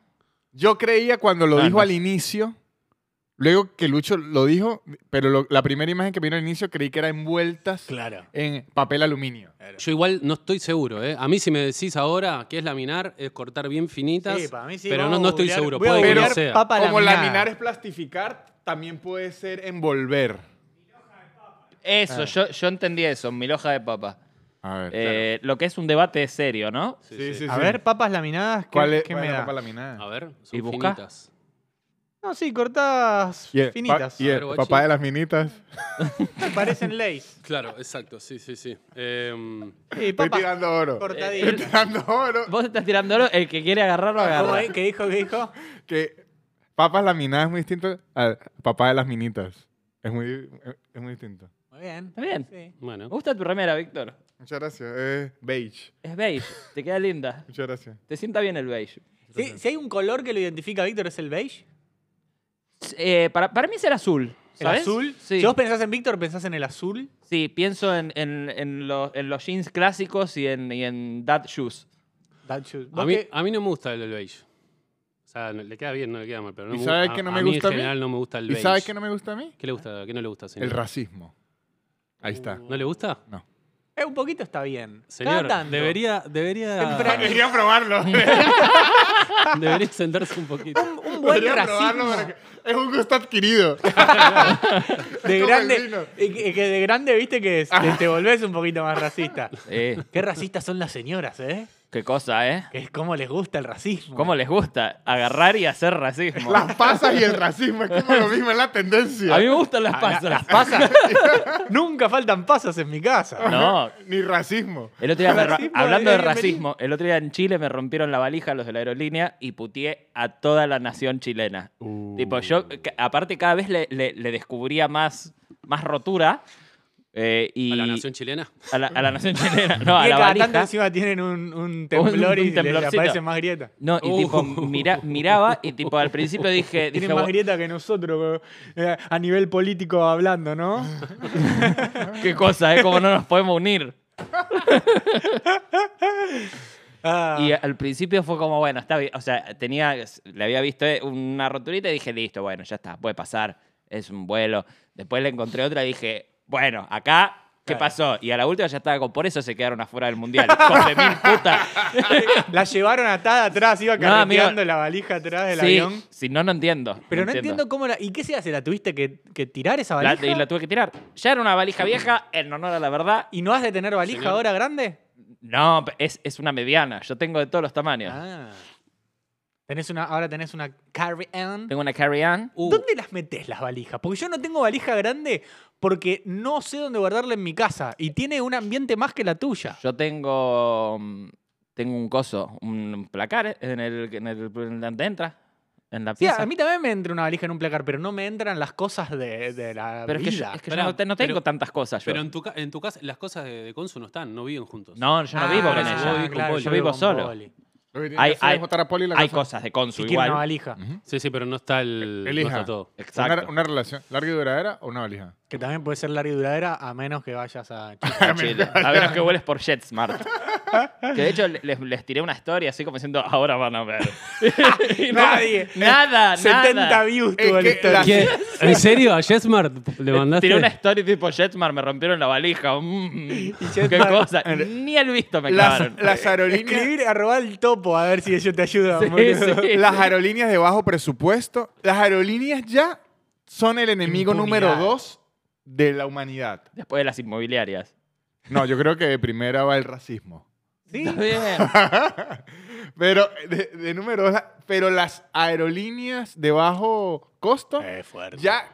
Speaker 2: Yo creía cuando lo
Speaker 4: Ah,
Speaker 2: dijo
Speaker 4: no.
Speaker 2: al inicio, luego que Lucho lo dijo, pero lo- la primera imagen que vino al inicio creí que era envueltas
Speaker 1: Claro.
Speaker 2: en papel aluminio.
Speaker 3: Yo igual no estoy seguro, ¿eh? A mí si me decís ahora que es laminar, es cortar bien finitas,
Speaker 1: Sí, para mí sí,
Speaker 3: pero
Speaker 1: vamos
Speaker 3: no, no
Speaker 1: a
Speaker 3: estoy
Speaker 1: googlear-
Speaker 3: seguro.
Speaker 1: voy a
Speaker 3: Puede que no
Speaker 2: googlear
Speaker 3: sea.
Speaker 1: papa
Speaker 2: Como
Speaker 1: laminada.
Speaker 2: laminar es plastificar, también puede ser envolver.
Speaker 1: Ah.
Speaker 4: eso, yo, yo entendí eso, mi hoja de papa.
Speaker 2: A ver.
Speaker 4: Eh, Lo que es un debate serio, ¿no?
Speaker 2: claro. sí, sí, sí.
Speaker 1: A ver, papas laminadas, ¿qué,
Speaker 2: ¿cuál es,
Speaker 1: qué
Speaker 2: cuál
Speaker 1: me
Speaker 2: es la
Speaker 1: da?
Speaker 2: papa laminada?
Speaker 3: A ver,
Speaker 4: ¿Y
Speaker 3: son
Speaker 4: busca?
Speaker 3: finitas.
Speaker 1: No, sí, cortadas
Speaker 2: Y el,
Speaker 1: finitas.
Speaker 2: pa- y el
Speaker 3: A ver, guachi.
Speaker 2: papá de las minitas.
Speaker 1: Me parecen leis.
Speaker 3: Claro, exacto, sí, sí, sí. Em,
Speaker 1: Sí,
Speaker 2: Estoy
Speaker 1: papas
Speaker 2: tirando oro. Estoy
Speaker 1: cortaditas.
Speaker 2: tirando oro.
Speaker 4: Vos estás tirando oro, el que quiere agarrarlo,
Speaker 1: Ah, ¿Cómo
Speaker 4: agarra.
Speaker 1: es? ¿Qué dijo? ¿Qué dijo?
Speaker 2: que papas laminadas es muy distinto al papá de las minitas. Es muy, es muy distinto.
Speaker 1: Muy bien.
Speaker 4: Está bien.
Speaker 1: Sí.
Speaker 3: bueno.
Speaker 4: Me gusta tu remera, Víctor.
Speaker 2: Muchas gracias. Eh, beige.
Speaker 4: Es beige, te queda linda.
Speaker 2: Muchas gracias.
Speaker 4: Te sienta bien el beige.
Speaker 1: Si, si hay un color que lo identifica a Víctor, ¿es el beige?
Speaker 4: Eh, para, para mí es el azul.
Speaker 1: ¿El
Speaker 4: ¿sabes?
Speaker 1: azul?
Speaker 4: Sí.
Speaker 1: Si vos pensás en Víctor, pensás en el azul.
Speaker 4: Sí, pienso en, en- en los, en los jeans clásicos y en, y en dad shoes.
Speaker 1: That should-
Speaker 3: A
Speaker 1: ¿Vos
Speaker 3: mí,
Speaker 1: qué-
Speaker 3: a mí no me gusta el beige. O sea, no- le queda bien, no le queda mal, pero no
Speaker 2: ¿Y
Speaker 3: me
Speaker 2: sabes
Speaker 3: gu-
Speaker 2: que
Speaker 3: a-
Speaker 2: no
Speaker 3: a
Speaker 2: me
Speaker 3: mí
Speaker 2: gusta a
Speaker 3: en
Speaker 2: mí?
Speaker 3: general no me gusta el
Speaker 2: ¿Y
Speaker 3: beige.
Speaker 2: sabes qué no me gusta a mí?
Speaker 3: ¿Qué le gusta? ¿Qué no le gusta, señor?
Speaker 2: El racismo. Ahí está.
Speaker 3: ¿No le gusta?
Speaker 2: No.
Speaker 1: Eh, un poquito está bien.
Speaker 3: Señor,
Speaker 1: Cada tanto.
Speaker 3: debería, debería,
Speaker 1: Temprano.
Speaker 2: Quería probarlo.
Speaker 3: debería sentarse un poquito.
Speaker 1: Un un buen
Speaker 2: Podría probarlo
Speaker 1: racismo.
Speaker 2: para que- Es un gusto adquirido.
Speaker 1: De
Speaker 2: como el
Speaker 1: grande,
Speaker 2: vino.
Speaker 1: eh, que que de grande, viste que te, te volvés un poquito más racista.
Speaker 4: Sí,
Speaker 1: Qué racistas son las señoras, ¿eh?
Speaker 4: qué cosa, ¿eh?
Speaker 1: Que es cómo les gusta el racismo.
Speaker 4: ¿Cómo les gusta agarrar y hacer racismo?
Speaker 2: Las pasas y el racismo es como lo mismo, es la tendencia.
Speaker 4: A mí me gustan las
Speaker 1: Ah, la-
Speaker 4: pasas.
Speaker 1: Las pasas. Nunca faltan pasas en mi casa.
Speaker 4: No,
Speaker 2: Ni racismo.
Speaker 4: El otro día, me ro-
Speaker 1: Racismo
Speaker 4: hablando
Speaker 1: de
Speaker 4: de
Speaker 1: bienvenido.
Speaker 4: racismo, el otro día en Chile me rompieron la valija los de la aerolínea y putié a toda la nación chilena. Tipo,
Speaker 2: Mm.
Speaker 4: yo, ca- aparte, cada vez le, le- le descubría más, más rotura. eh, y
Speaker 3: A la nación chilena.
Speaker 4: a la- a la nación chilena, no, a
Speaker 1: que
Speaker 4: la
Speaker 1: cada tanto
Speaker 4: valija.
Speaker 1: encima tienen un, un temblor y
Speaker 4: un
Speaker 1: les- les
Speaker 4: temblorcito.
Speaker 1: aparecen más grietas.
Speaker 4: No, y tipo, mira, miraba y tipo, al principio dije, dije
Speaker 1: Tienen más
Speaker 4: "Bu-
Speaker 1: grieta que nosotros eh, a nivel político hablando, ¿no?
Speaker 4: qué cosa, ¿eh? Cómo no nos podemos unir.
Speaker 1: Ah,
Speaker 4: Y al principio fue como, bueno, está bien. O sea, tenía, le había visto eh, una roturita y dije, listo, bueno, ya está, puede pasar, es un vuelo. Después le encontré otra y dije, bueno, acá, ¿qué pasó? Y a la última ya estaba con, por eso se quedaron afuera del mundial. Hijos de mil putas.
Speaker 1: la llevaron atada atrás, iba
Speaker 4: No, amigo.
Speaker 1: carreteando la valija atrás del
Speaker 4: sí,
Speaker 1: avión.
Speaker 4: sí, no, no entiendo.
Speaker 1: Pero no entiendo cómo la. ¿Y qué se hace? ¿La tuviste que, que tirar esa
Speaker 4: La-
Speaker 1: valija?
Speaker 4: y la tuve que tirar. Ya era una valija vieja, en honor a la verdad.
Speaker 1: ¿Y no has de tener valija
Speaker 3: Señor.
Speaker 1: ahora grande?
Speaker 4: No, es, es una mediana. Yo tengo de todos los tamaños.
Speaker 1: Ah. Tenés una, ahora tenés una carry-on.
Speaker 4: Tengo una carry-on.
Speaker 1: ¿Dónde las metes las valijas? Porque yo no tengo valija grande porque no sé dónde guardarla en mi casa. Y tiene un ambiente más que la tuya.
Speaker 4: Yo tengo. mm, Tengo un coso, un placar eh, en el, en el en donde entra. En la
Speaker 1: Sí,
Speaker 4: pieza.
Speaker 1: a mí también me entra una valija en un placar, pero no me entran las cosas de, de la
Speaker 4: pero es que, yo,
Speaker 1: vida.
Speaker 4: es que yo
Speaker 3: Pará,
Speaker 4: no, te- no tengo
Speaker 3: pero-
Speaker 4: tantas cosas. Yo.
Speaker 3: Pero en tu, ca- en tu casa las cosas de, de Consu no están, no viven juntos.
Speaker 4: no, yo no
Speaker 1: Ah,
Speaker 4: vivo
Speaker 3: por
Speaker 4: con
Speaker 3: eso
Speaker 4: ella.
Speaker 3: voy con Poli.
Speaker 1: yo
Speaker 4: Yo vivo
Speaker 1: con
Speaker 4: solo.
Speaker 1: Poli.
Speaker 2: Lo que tiene
Speaker 4: Hay-
Speaker 2: que hacer es
Speaker 4: hay-
Speaker 2: botar a Poli la
Speaker 4: Hay
Speaker 2: cosa.
Speaker 4: cosas de Consu
Speaker 1: Si quiero una
Speaker 4: igual.
Speaker 1: valija.
Speaker 3: Sí, sí, pero no está el.
Speaker 2: Elija.
Speaker 3: No está todo.
Speaker 2: Una,
Speaker 4: Exacto.
Speaker 2: una relación larga y duradera o una valija.
Speaker 1: Que también puede ser larga y duradera a menos que vayas a...
Speaker 4: A Chile. A ver, es que hueles por JetSmart. que de hecho le- les, les tiré una historia así como diciendo, ahora van a ver. Y no-
Speaker 1: Nadie.
Speaker 4: Nada,
Speaker 1: 70
Speaker 4: nada.
Speaker 1: views
Speaker 2: Es
Speaker 1: tuvo la
Speaker 2: que
Speaker 1: historia.
Speaker 2: las-
Speaker 3: ¿Qué? ¿En serio? ¿A Jessmart le mandaste?
Speaker 4: Tiré una historia tipo JetSmart, me rompieron la valija. mm, qué
Speaker 1: JetSmart-
Speaker 4: cosa. Ni el visto me
Speaker 2: Las,
Speaker 4: clavaron.
Speaker 1: eh,
Speaker 2: las aerolíneas
Speaker 1: Escribir, arroba el topo, a ver si ellos te ayudan.
Speaker 4: Sí,
Speaker 1: boludo.
Speaker 4: sí.
Speaker 2: las aerolíneas de bajo presupuesto, las aerolíneas ya son el enemigo
Speaker 1: Impunidad.
Speaker 2: número dos de la humanidad.
Speaker 4: Después de las inmobiliarias.
Speaker 2: No, yo creo que de primera va el racismo.
Speaker 1: Sí.
Speaker 4: Está bien.
Speaker 2: Pero de, de número dos, pero las aerolíneas de bajo costo
Speaker 1: Eh, fuerte.
Speaker 2: ya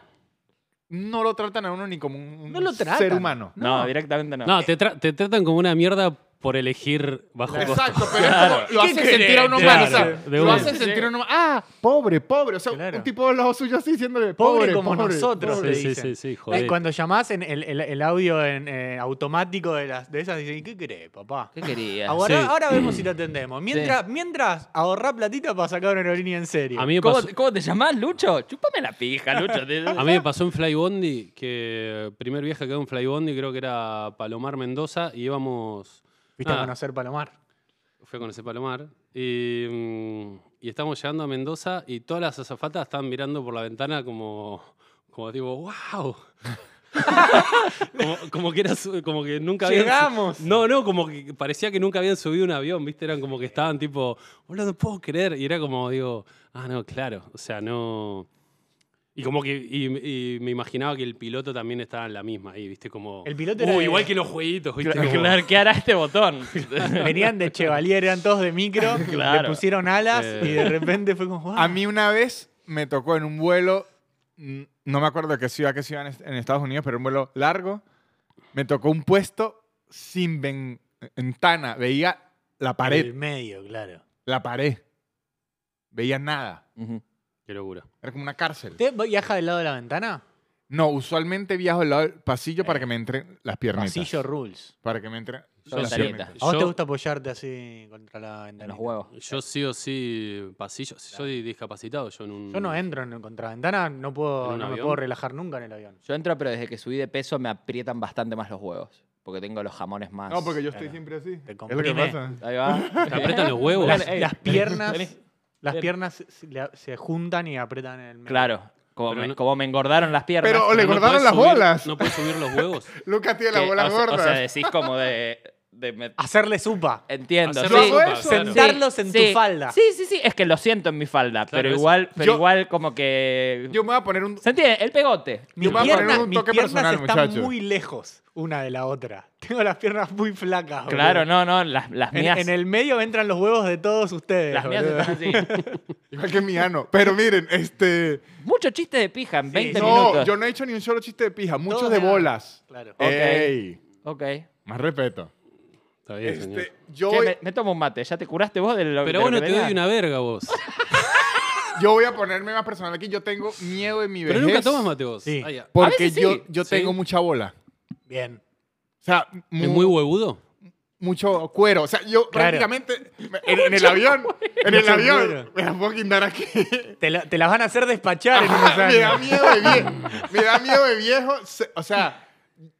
Speaker 2: no lo tratan a uno ni como un, un
Speaker 1: No lo
Speaker 2: ser
Speaker 1: tratan.
Speaker 2: humano.
Speaker 4: No, directamente no.
Speaker 3: No, te, tra- te tratan como una mierda por elegir bajo costo.
Speaker 2: Exacto, pero es como, lo
Speaker 1: ¿Qué
Speaker 2: hacen
Speaker 1: querés?
Speaker 2: sentir a uno
Speaker 1: Claro,
Speaker 2: mal. O sea,
Speaker 3: de
Speaker 2: lo
Speaker 3: una.
Speaker 2: hacen sentir a uno mal. Ah, pobre, pobre. O sea,
Speaker 1: Claro.
Speaker 2: un tipo al lado suyo así diciéndole
Speaker 1: Pobre
Speaker 2: pobre,
Speaker 1: como
Speaker 2: pobre,
Speaker 1: nosotros.
Speaker 2: pobre.
Speaker 1: te
Speaker 3: Sí, sí,
Speaker 1: dicen.
Speaker 3: sí, sí,
Speaker 1: Eh,
Speaker 3: joder.
Speaker 1: cuando llamás en el, el- el audio en, eh, automático de, las, de esas, dicen, ¿qué querés, papá?
Speaker 4: ¿Qué querías?
Speaker 1: Ahora,
Speaker 3: Sí.
Speaker 1: ahora vemos si lo atendemos. Mientras, mientras ahorrá platita para sacar una aerolínea en serio.
Speaker 3: A mí me
Speaker 4: ¿Cómo,
Speaker 3: pasó-
Speaker 4: te- cómo te llamás, Lucho? Chúpame la pija, Lucho.
Speaker 3: A mí me pasó en Flybondi, que primer viaje que hago en Flybondi creo que era Palomar Mendoza y íbamos...
Speaker 1: Viste a
Speaker 3: nada,
Speaker 1: conocer Palomar.
Speaker 3: Fui a conocer Palomar y, mm, y estamos llegando a Mendoza y todas las azafatas estaban mirando por la ventana como, como tipo, wow. como, como que era su- como que nunca habían-
Speaker 1: Llegamos.
Speaker 3: no no como que parecía que nunca habían subido un avión viste eran como que estaban tipo boludo no puedo creer y era como digo ah no claro o sea no y como que y, y me imaginaba que el piloto también estaba en la misma ahí viste como
Speaker 1: El piloto era
Speaker 3: "Uh,
Speaker 1: de-
Speaker 3: igual que los jueguitos viste como-
Speaker 4: Claro, ¿qué hará este botón?
Speaker 1: Venían de Chevalier, eran todos de micro, le
Speaker 4: Claro.
Speaker 1: pusieron alas
Speaker 3: Eh.
Speaker 1: y de repente fue como, "Ah, "Wow".
Speaker 2: A mí una vez me tocó en un vuelo, mm, no me acuerdo de qué ciudad, qué ciudad en est- en Estados Unidos, pero un vuelo largo, me tocó un puesto sin ven- ventana, veía la
Speaker 1: El
Speaker 2: pared,
Speaker 1: medio, claro.
Speaker 2: la pared, veía nada,
Speaker 4: Ujú.
Speaker 3: qué locura
Speaker 2: era como una cárcel.
Speaker 1: ¿Usted viaja del lado de la ventana?
Speaker 2: No, usualmente viajo al lado del pasillo para que me entren las piernitas.
Speaker 1: Eh. Pasillo rules.
Speaker 2: Para que me entren
Speaker 3: Yo
Speaker 2: las
Speaker 4: salita.
Speaker 2: piernitas.
Speaker 1: ¿A vos te
Speaker 3: Yo-
Speaker 1: gusta apoyarte así contra la
Speaker 4: En
Speaker 1: ventana?
Speaker 4: los huevos.
Speaker 3: Yo sí o sí pasillo. Yo soy discapacitado, yo en un...
Speaker 1: Yo no entro en contra la ventana, no,
Speaker 3: Mm. ¿En
Speaker 1: puedo,
Speaker 3: un
Speaker 1: no me
Speaker 3: avión?
Speaker 1: puedo relajar nunca en el avión.
Speaker 4: Yo entro, pero desde que subí de peso me aprietan bastante más los huevos. Porque tengo los jamones más.
Speaker 2: No, porque yo estoy
Speaker 1: Claro.
Speaker 2: siempre así. Es lo que
Speaker 1: comprime.
Speaker 2: pasa.
Speaker 4: Ahí va.
Speaker 3: Te aprietan los huevos.
Speaker 1: Las,
Speaker 4: Ey,
Speaker 1: las
Speaker 4: vení,
Speaker 1: piernas,
Speaker 4: vení.
Speaker 1: las
Speaker 4: Ven.
Speaker 1: piernas se- se, le- se juntan y apretan en el medio.
Speaker 4: Claro. Como
Speaker 3: Pero
Speaker 4: me,
Speaker 3: no-
Speaker 4: como me engordaron las piernas.
Speaker 2: Pero Oh, le
Speaker 3: Pero no
Speaker 2: gordaron
Speaker 3: podés
Speaker 2: las
Speaker 3: subir-
Speaker 2: bolas.
Speaker 3: No puedes subir los huevos.
Speaker 2: Lucas tiene
Speaker 4: que-
Speaker 2: las bolas
Speaker 4: o sea-
Speaker 2: gordas.
Speaker 4: O sea, decís como de. de me-
Speaker 1: Hacerle supa.
Speaker 4: Entiendo,
Speaker 3: Hacer
Speaker 4: sí.
Speaker 2: la
Speaker 4: sí,
Speaker 2: sopa, claro.
Speaker 1: Sentarlos en tu
Speaker 4: sí.
Speaker 1: falda.
Speaker 4: Sí, sí, sí. Es que lo siento en mi falda,
Speaker 3: Claro,
Speaker 4: pero
Speaker 3: eso.
Speaker 4: igual, pero
Speaker 2: Yo-
Speaker 4: igual como que.
Speaker 2: Yo me voy a poner un.
Speaker 4: ¿Se entiende? El pegote.
Speaker 1: Mis
Speaker 2: Yo me voy a poner
Speaker 1: piernas,
Speaker 2: un
Speaker 1: mis
Speaker 2: toque
Speaker 1: piernas
Speaker 2: personal,
Speaker 1: están
Speaker 2: muchacho.
Speaker 1: muy lejos una de la otra. Tengo las piernas muy flacas. boludo.
Speaker 4: Claro, no, no. Las, las
Speaker 1: En,
Speaker 4: mías.
Speaker 1: en el medio entran los huevos de todos ustedes.
Speaker 4: las mías
Speaker 1: boludo.
Speaker 4: están así.
Speaker 2: Igual que mi ano. Pero miren, este.
Speaker 4: Mucho chiste de pija en 20
Speaker 2: No,
Speaker 4: minutos.
Speaker 2: yo no he hecho ni un solo chiste de pija, muchos
Speaker 1: Todos
Speaker 2: de
Speaker 1: de ano.
Speaker 2: bolas.
Speaker 1: Claro.
Speaker 4: Ok.
Speaker 2: Ey,
Speaker 4: Ok.
Speaker 2: más respeto.
Speaker 3: Está bien, señor.
Speaker 2: Este, yo,
Speaker 4: Che,
Speaker 2: voy,
Speaker 4: me, me tomo un mate. ¿Ya te curaste vos de lo
Speaker 3: Pero
Speaker 4: de
Speaker 3: vos
Speaker 4: lo
Speaker 3: no
Speaker 4: que
Speaker 3: te
Speaker 4: venía?
Speaker 3: doy una verga, vos.
Speaker 2: yo voy a ponerme más personal aquí. Yo tengo miedo de mi vejez.
Speaker 3: Pero nunca tomas mate vos.
Speaker 1: Sí.
Speaker 3: Ah, ya.
Speaker 4: A
Speaker 2: Porque
Speaker 4: veces sí.
Speaker 2: yo, yo
Speaker 3: Sí.
Speaker 2: tengo mucha bola.
Speaker 1: Bien.
Speaker 2: O sea,
Speaker 3: ¿Es
Speaker 2: mu-
Speaker 3: muy huevudo?
Speaker 2: mucho cuero. O sea, yo
Speaker 1: Claro.
Speaker 2: prácticamente en, en el avión, en el
Speaker 1: Mucho
Speaker 2: avión,
Speaker 1: cuero.
Speaker 2: me la puedo guindar aquí.
Speaker 1: Te, la- te las van a hacer despachar en unos
Speaker 2: me da
Speaker 1: años.
Speaker 2: miedo de viejo. Me da miedo de viejo. Se- O sea,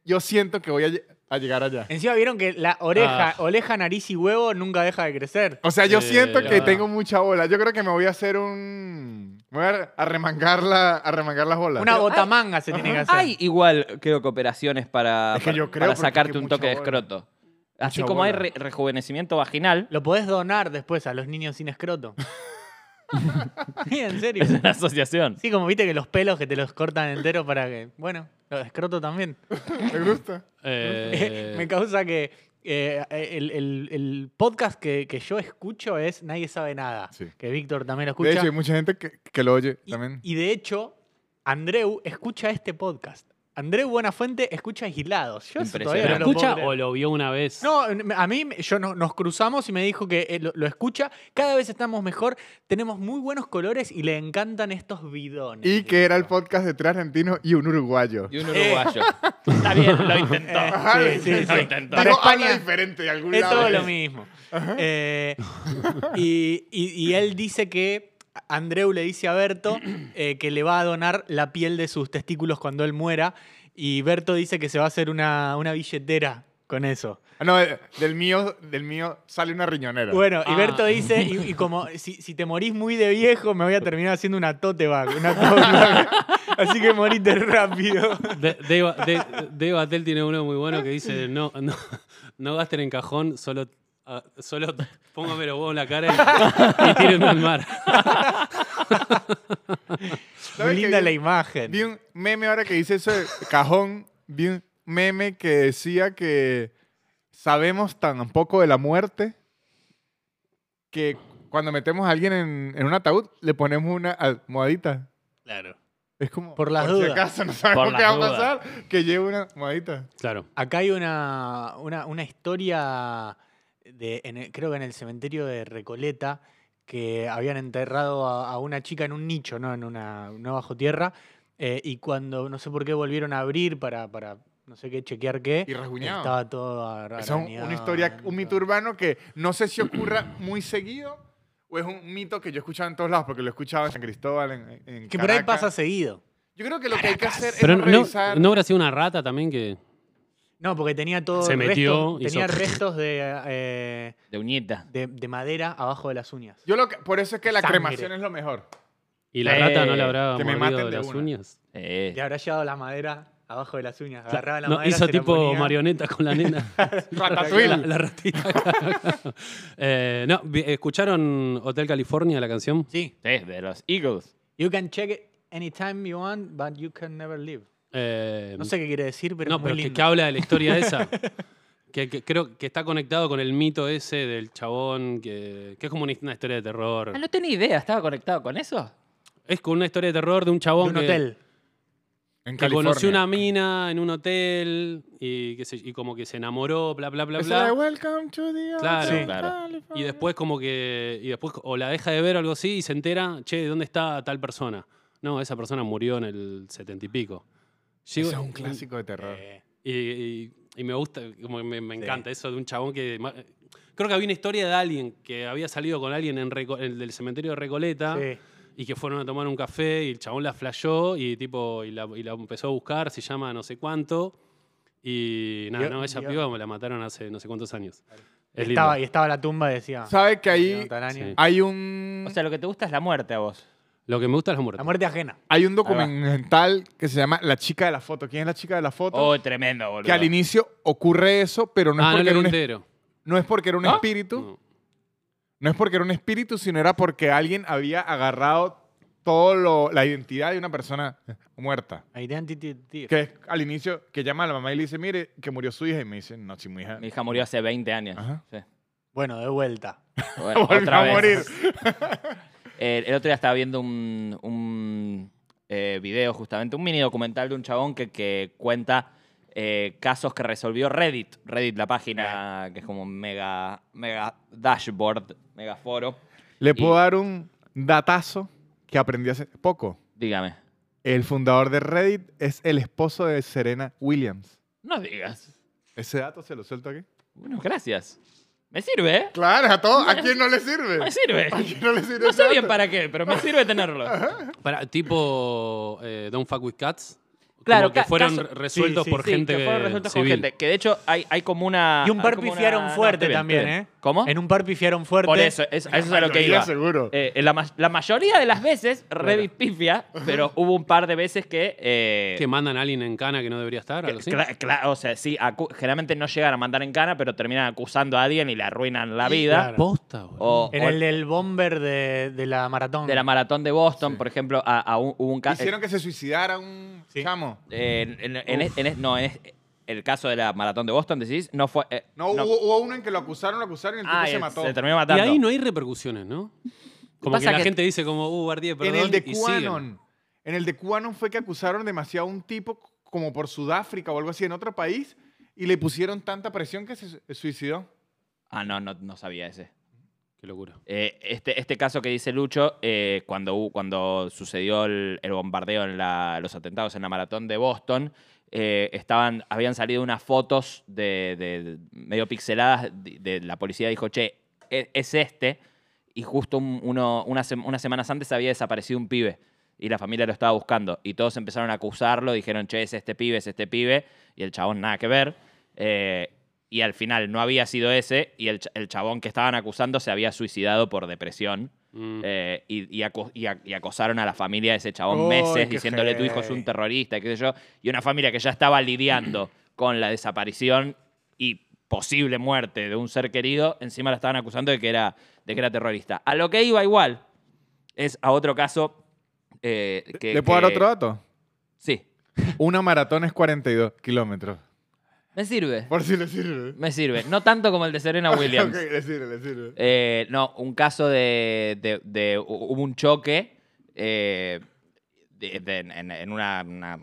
Speaker 2: yo siento que voy a, lle- a llegar allá.
Speaker 1: Encima vieron que la oreja,
Speaker 3: Ah.
Speaker 1: oreja, nariz y huevo nunca deja de crecer.
Speaker 2: O sea, yo
Speaker 3: Eh,
Speaker 2: siento
Speaker 3: la
Speaker 2: que
Speaker 3: verdad.
Speaker 2: tengo mucha bola. Yo creo que me voy a hacer un. Me voy a arremangar, la, a remangar las bolas.
Speaker 1: Una
Speaker 2: Pero-
Speaker 1: botamanga se tiene que hacer.
Speaker 4: Hay igual, creo que operaciones para,
Speaker 2: Es que yo
Speaker 4: para-
Speaker 2: creo
Speaker 4: para
Speaker 2: porque
Speaker 4: sacarte
Speaker 2: hay
Speaker 4: un
Speaker 2: mucha
Speaker 4: toque de
Speaker 2: bola.
Speaker 4: escroto. Así
Speaker 2: Mucha
Speaker 4: como hay
Speaker 2: bola.
Speaker 4: re- rejuvenecimiento vaginal,
Speaker 1: Lo podés donar después a los niños sin escroto. Sí, en serio.
Speaker 4: es una asociación.
Speaker 1: Sí, como viste que los pelos que te los cortan entero para que. Bueno, los escroto también.
Speaker 2: Me gusta.
Speaker 3: Eh,
Speaker 1: Me causa que eh, el, el- el podcast que, que yo escucho es Nadie sabe nada.
Speaker 2: Sí.
Speaker 1: Que Víctor también lo
Speaker 2: De
Speaker 1: escucha.
Speaker 2: hecho, hay mucha gente que, que lo oye
Speaker 1: y,
Speaker 2: también.
Speaker 1: y de hecho, Andreu escucha este podcast. Andreu Buenafuente escucha Aislados. Yo eso todavía
Speaker 3: ¿Pero
Speaker 1: no lo puedo
Speaker 3: escucha
Speaker 1: creer.
Speaker 3: o lo vio una vez?
Speaker 1: No, a mí yo no- nos cruzamos y me dijo que eh, lo, lo escucha. Cada vez estamos mejor, tenemos muy buenos colores y le encantan estos bidones.
Speaker 2: Y que era el podcast de tres argentinos y un uruguayo.
Speaker 4: Y un uruguayo. Está bien, lo intentó.
Speaker 2: Ajá,
Speaker 1: Eh, sí, sí,
Speaker 4: Lo
Speaker 1: sí.
Speaker 4: intentó.
Speaker 1: Para
Speaker 2: Digo, habla
Speaker 1: España
Speaker 2: diferente de algún
Speaker 1: es
Speaker 2: lado.
Speaker 1: todo lo mismo. Eh, y, y- y él dice que Andreu le dice a Berto eh, que le va a donar la piel de sus testículos cuando él muera. Y Berto dice que se va a hacer una, una billetera con eso.
Speaker 2: Ah, No, eh, del mío, del mío sale una riñonera.
Speaker 1: Bueno, y
Speaker 3: Ah.
Speaker 1: Berto dice, y, y como si, si te morís muy de viejo, me voy a terminar haciendo una tote bag, una tote bag. Así que morite rápido.
Speaker 3: De- Dave, Dave- Dave Attell tiene uno muy bueno que dice: No, no, no gasten en cajón, solo, ah, solo póngame los huevos en la cara y, y tírenme al mar.
Speaker 1: Muy
Speaker 2: ¿Sabes qué
Speaker 1: linda
Speaker 2: vi?
Speaker 1: la imagen.
Speaker 2: Vi un meme ahora que dice eso de cajón. Vi un meme que decía que sabemos tan poco de la muerte que cuando metemos a alguien en, en un ataúd le ponemos una almohadita.
Speaker 1: Claro.
Speaker 2: Es como.
Speaker 1: Por las
Speaker 2: Si
Speaker 1: dudas.
Speaker 2: acaso no sabemos
Speaker 4: Por
Speaker 2: qué
Speaker 4: las
Speaker 2: va a pasar, que lleve una almohadita.
Speaker 3: Claro.
Speaker 1: Acá hay una, una, una historia, de, en el- creo que en el cementerio de Recoleta, que habían enterrado a, a una chica en un nicho, ¿no? En una, no bajo tierra. eh, y cuando, no sé por qué, volvieron a abrir para, para no sé qué, chequear qué.
Speaker 2: Y rasguñado.
Speaker 1: Estaba todo ar-
Speaker 2: Esa Es un- una historia, un
Speaker 1: arañado.
Speaker 2: mito urbano que no sé si ocurra muy seguido o es un mito que yo he escuchado en todos lados porque lo he escuchado en San Cristóbal, en, en
Speaker 1: Que por ahí
Speaker 2: Caracas.
Speaker 1: pasa seguido.
Speaker 2: Yo creo que lo que hay que hacer
Speaker 3: Pero
Speaker 2: es
Speaker 3: no,
Speaker 2: revisar.
Speaker 3: no habrá sido una rata también que.
Speaker 1: No, porque tenía todo.
Speaker 3: Se metió,
Speaker 1: restos, tenía
Speaker 3: hizo-
Speaker 1: restos de, eh,
Speaker 4: De uñita.
Speaker 1: de, de madera abajo de las uñas.
Speaker 2: Yo lo que- por eso es que la
Speaker 1: Sangre.
Speaker 2: cremación es lo mejor.
Speaker 3: ¿Y la
Speaker 4: Eh,
Speaker 3: rata no le habrá
Speaker 2: que me maten
Speaker 3: mordido
Speaker 2: de
Speaker 3: las
Speaker 2: una.
Speaker 3: uñas?
Speaker 4: Eh,
Speaker 1: Le habrá llevado la madera abajo de las uñas.
Speaker 3: Claro,
Speaker 1: Agarraba la
Speaker 3: no,
Speaker 1: madera.
Speaker 3: hizo
Speaker 1: se la
Speaker 3: tipo
Speaker 1: ponía.
Speaker 3: marioneta con la nena.
Speaker 2: Ratatouille.
Speaker 3: La, la ratita. Eh, no, vi- ¿Escucharon Hotel California, la canción?
Speaker 1: Sí.
Speaker 4: sí, de los Eagles.
Speaker 1: You can check it anytime you want, but you can never leave.
Speaker 3: Eh,
Speaker 1: No sé qué quiere decir, pero
Speaker 3: no,
Speaker 1: es muy
Speaker 3: pero que,
Speaker 1: lindo.
Speaker 3: que habla de la historia esa. Que, que creo que está conectado con el mito ese del chabón, que, que es como una, una historia de terror.
Speaker 4: Ah, no tenía idea, estaba conectado con eso.
Speaker 3: Es con una historia de terror de un
Speaker 1: De
Speaker 3: chabón
Speaker 1: un
Speaker 3: que,
Speaker 1: hotel.
Speaker 2: En
Speaker 3: que conoció
Speaker 2: California.
Speaker 3: una mina en un hotel y, que se- y como que se enamoró, bla, bla, bla,
Speaker 2: Esa de
Speaker 3: bla.
Speaker 2: Welcome to the
Speaker 3: Claro.
Speaker 2: Ocean
Speaker 1: Sí.
Speaker 4: Claro.
Speaker 3: Y
Speaker 2: California.
Speaker 3: después como que... Y después o la deja de ver o algo así y se entera, che, ¿dónde está tal persona? No, esa persona murió en el setenta y pico. Llego-
Speaker 2: Ese es un clásico de terror.
Speaker 1: Eh,
Speaker 3: Y, y- y me gusta, como que me, me encanta eso de un chabón que... ma- Creo que había una historia de alguien que había salido con alguien en Reco- el del cementerio de Recoleta
Speaker 1: sí.
Speaker 3: y que fueron a tomar un café y el chabón la flashó y tipo y la, y la empezó a buscar, se llama no sé cuánto. Y nada,
Speaker 1: Yo-
Speaker 3: no, ella
Speaker 1: yo-
Speaker 3: piba me la mataron hace no sé cuántos años. Es lindo.
Speaker 1: Estaba, y estaba la tumba y decía.
Speaker 2: ¿Sabe que
Speaker 1: "Leonardo
Speaker 2: ahí
Speaker 1: Talaño".
Speaker 3: Sí.
Speaker 2: hay un.
Speaker 4: O sea, lo que te gusta es la muerte a vos.
Speaker 3: Lo que me gusta es la muerte.
Speaker 1: La muerte ajena.
Speaker 2: Hay un
Speaker 4: va.
Speaker 2: documental que se llama La chica de la foto. ¿Quién es la chica de la foto?
Speaker 4: Oh, tremendo, boludo.
Speaker 2: que al inicio ocurre eso, pero no es
Speaker 3: ah, no
Speaker 2: porque
Speaker 3: lo vi
Speaker 2: era un,
Speaker 3: entero.
Speaker 2: no es porque era un
Speaker 4: ¿Ah?
Speaker 2: espíritu.
Speaker 3: No.
Speaker 2: No es porque era un espíritu, sino era porque alguien había agarrado toda la identidad de una persona muerta.
Speaker 1: Identity Thief.
Speaker 2: Que es al inicio, que llama a la mamá y le dice, mire, que murió su hija. Y me dice, no, si mi hija...
Speaker 4: Mi hija murió hace 20 años.
Speaker 2: Ajá.
Speaker 4: Sí.
Speaker 1: Bueno, de vuelta.
Speaker 4: Bueno,
Speaker 2: volvió
Speaker 4: otra
Speaker 2: a
Speaker 4: vez.
Speaker 2: morir.
Speaker 4: El, el otro día estaba viendo un, un, eh, video, justamente, un mini documental de un chabón que, que cuenta eh, casos que resolvió Reddit. Reddit, la página
Speaker 2: Ah.
Speaker 4: que es como un mega, mega dashboard, mega foro.
Speaker 2: Le puedo
Speaker 4: Y-
Speaker 2: dar un datazo que aprendí hace poco.
Speaker 4: Dígame.
Speaker 2: El fundador de Reddit es el esposo de Serena Williams.
Speaker 4: No digas.
Speaker 2: Ese dato se lo suelto aquí.
Speaker 4: Bueno, gracias. Me sirve, ¿eh?
Speaker 2: Claro, a todos. ¿A quién no le sirve?
Speaker 4: Me sirve.
Speaker 2: ¿A quién no le sirve?
Speaker 4: No
Speaker 2: ese
Speaker 4: sé bien
Speaker 2: dato?
Speaker 4: para qué, pero me sirve tenerlo.
Speaker 3: Para, tipo eh, Don't Fuck With Cats.
Speaker 4: Claro,
Speaker 3: Como que
Speaker 4: ca-
Speaker 3: fueron
Speaker 4: caso-
Speaker 3: resueltos
Speaker 1: Sí, sí,
Speaker 3: por
Speaker 4: Sí,
Speaker 3: gente
Speaker 4: que fueron resueltos con
Speaker 3: civil.
Speaker 4: gente. Que de hecho hay, hay como una.
Speaker 1: Y un
Speaker 4: hay
Speaker 1: par
Speaker 4: Ah, como una-
Speaker 1: pifiaron
Speaker 4: no,
Speaker 1: fuerte
Speaker 4: estoy bien,
Speaker 1: también,
Speaker 4: estoy bien.
Speaker 1: ¿eh?
Speaker 4: ¿Cómo?
Speaker 1: En un par pifiaron fuerte.
Speaker 4: Por eso, es- eso es a lo que
Speaker 2: Mayoría
Speaker 4: iba.
Speaker 2: seguro.
Speaker 4: Eh, en la, ma- la mayoría de las veces Reddit pifia, pero hubo un par de veces que. eh,
Speaker 3: Que mandan a alguien en cana que no debería estar. algo así.
Speaker 4: cla- cla- o sea, sí, acu- generalmente no llegan a mandar en cana, pero terminan acusando a alguien y le arruinan la vida.
Speaker 1: claro.
Speaker 3: Posta, boludo.
Speaker 4: O,
Speaker 1: En
Speaker 4: o
Speaker 1: el, del bomber de, de la maratón.
Speaker 4: de la maratón de Boston, por ejemplo, a, a un, hubo un caso.
Speaker 2: Hicieron que se suicidara un
Speaker 1: Sí.
Speaker 2: chamo.
Speaker 4: en, en- en- en- no, en el caso de la maratón de Boston, decís, no fue. eh,
Speaker 2: No, Hubo, hubo uno en que lo acusaron, lo acusaron y el tipo
Speaker 4: Ah,
Speaker 2: se
Speaker 4: el-
Speaker 2: mató.
Speaker 4: se terminó
Speaker 3: Y
Speaker 4: matando.
Speaker 3: ahí no hay repercusiones, ¿no? Como que
Speaker 4: Pasa
Speaker 3: la
Speaker 4: que-
Speaker 3: gente dice como, uh, Bardier, perdón,
Speaker 2: en el de
Speaker 3: y siguen.
Speaker 2: QAnon. En el de QAnon fue que acusaron demasiado a un tipo como por Sudáfrica o algo así en otro país y le pusieron tanta presión que se su- suicidó.
Speaker 4: Ah, no, no, no sabía ese.
Speaker 3: Qué locura.
Speaker 4: Eh, este, este caso que dice Lucho, eh, cuando, hu- cuando sucedió el, el bombardeo en la- los atentados en la maratón de Boston, eh, estaban, habían salido unas fotos de, de- medio pixeladas de, de la policía dijo, che, e- es este. Y justo un- uno, una sem- unas semanas antes había desaparecido un pibe y la familia lo estaba buscando. Y todos empezaron a acusarlo, dijeron, che, es este pibe, es este pibe. Y el chabón nada que ver. Eh, y al final no había sido ese y el, ch- el chabón que estaban acusando se había suicidado por depresión.
Speaker 3: Mm.
Speaker 4: Eh, y, y acu- y a- y acosaron a la familia de ese chabón
Speaker 1: Uy,
Speaker 4: meses
Speaker 1: qué
Speaker 4: diciéndole tu hijo es
Speaker 1: heavy".
Speaker 4: un terrorista, qué sé yo. Y una familia que ya estaba lidiando con la desaparición y posible muerte de un ser querido, encima la estaban acusando de que era, de que era terrorista. A lo que iba igual es a otro caso eh, que...
Speaker 2: ¿Le puedo dar
Speaker 4: que-
Speaker 2: otro dato?
Speaker 4: Sí.
Speaker 2: Una maratón es 42 kilómetros.
Speaker 4: Me sirve.
Speaker 2: Por si le sirve.
Speaker 4: Me sirve. No tanto como el de Serena Ah, Williams.
Speaker 2: Ok, le sirve, le sirve.
Speaker 4: Eh, no, un caso de, de- de- hu- Hubo un choque eh, de- de- en, en una, una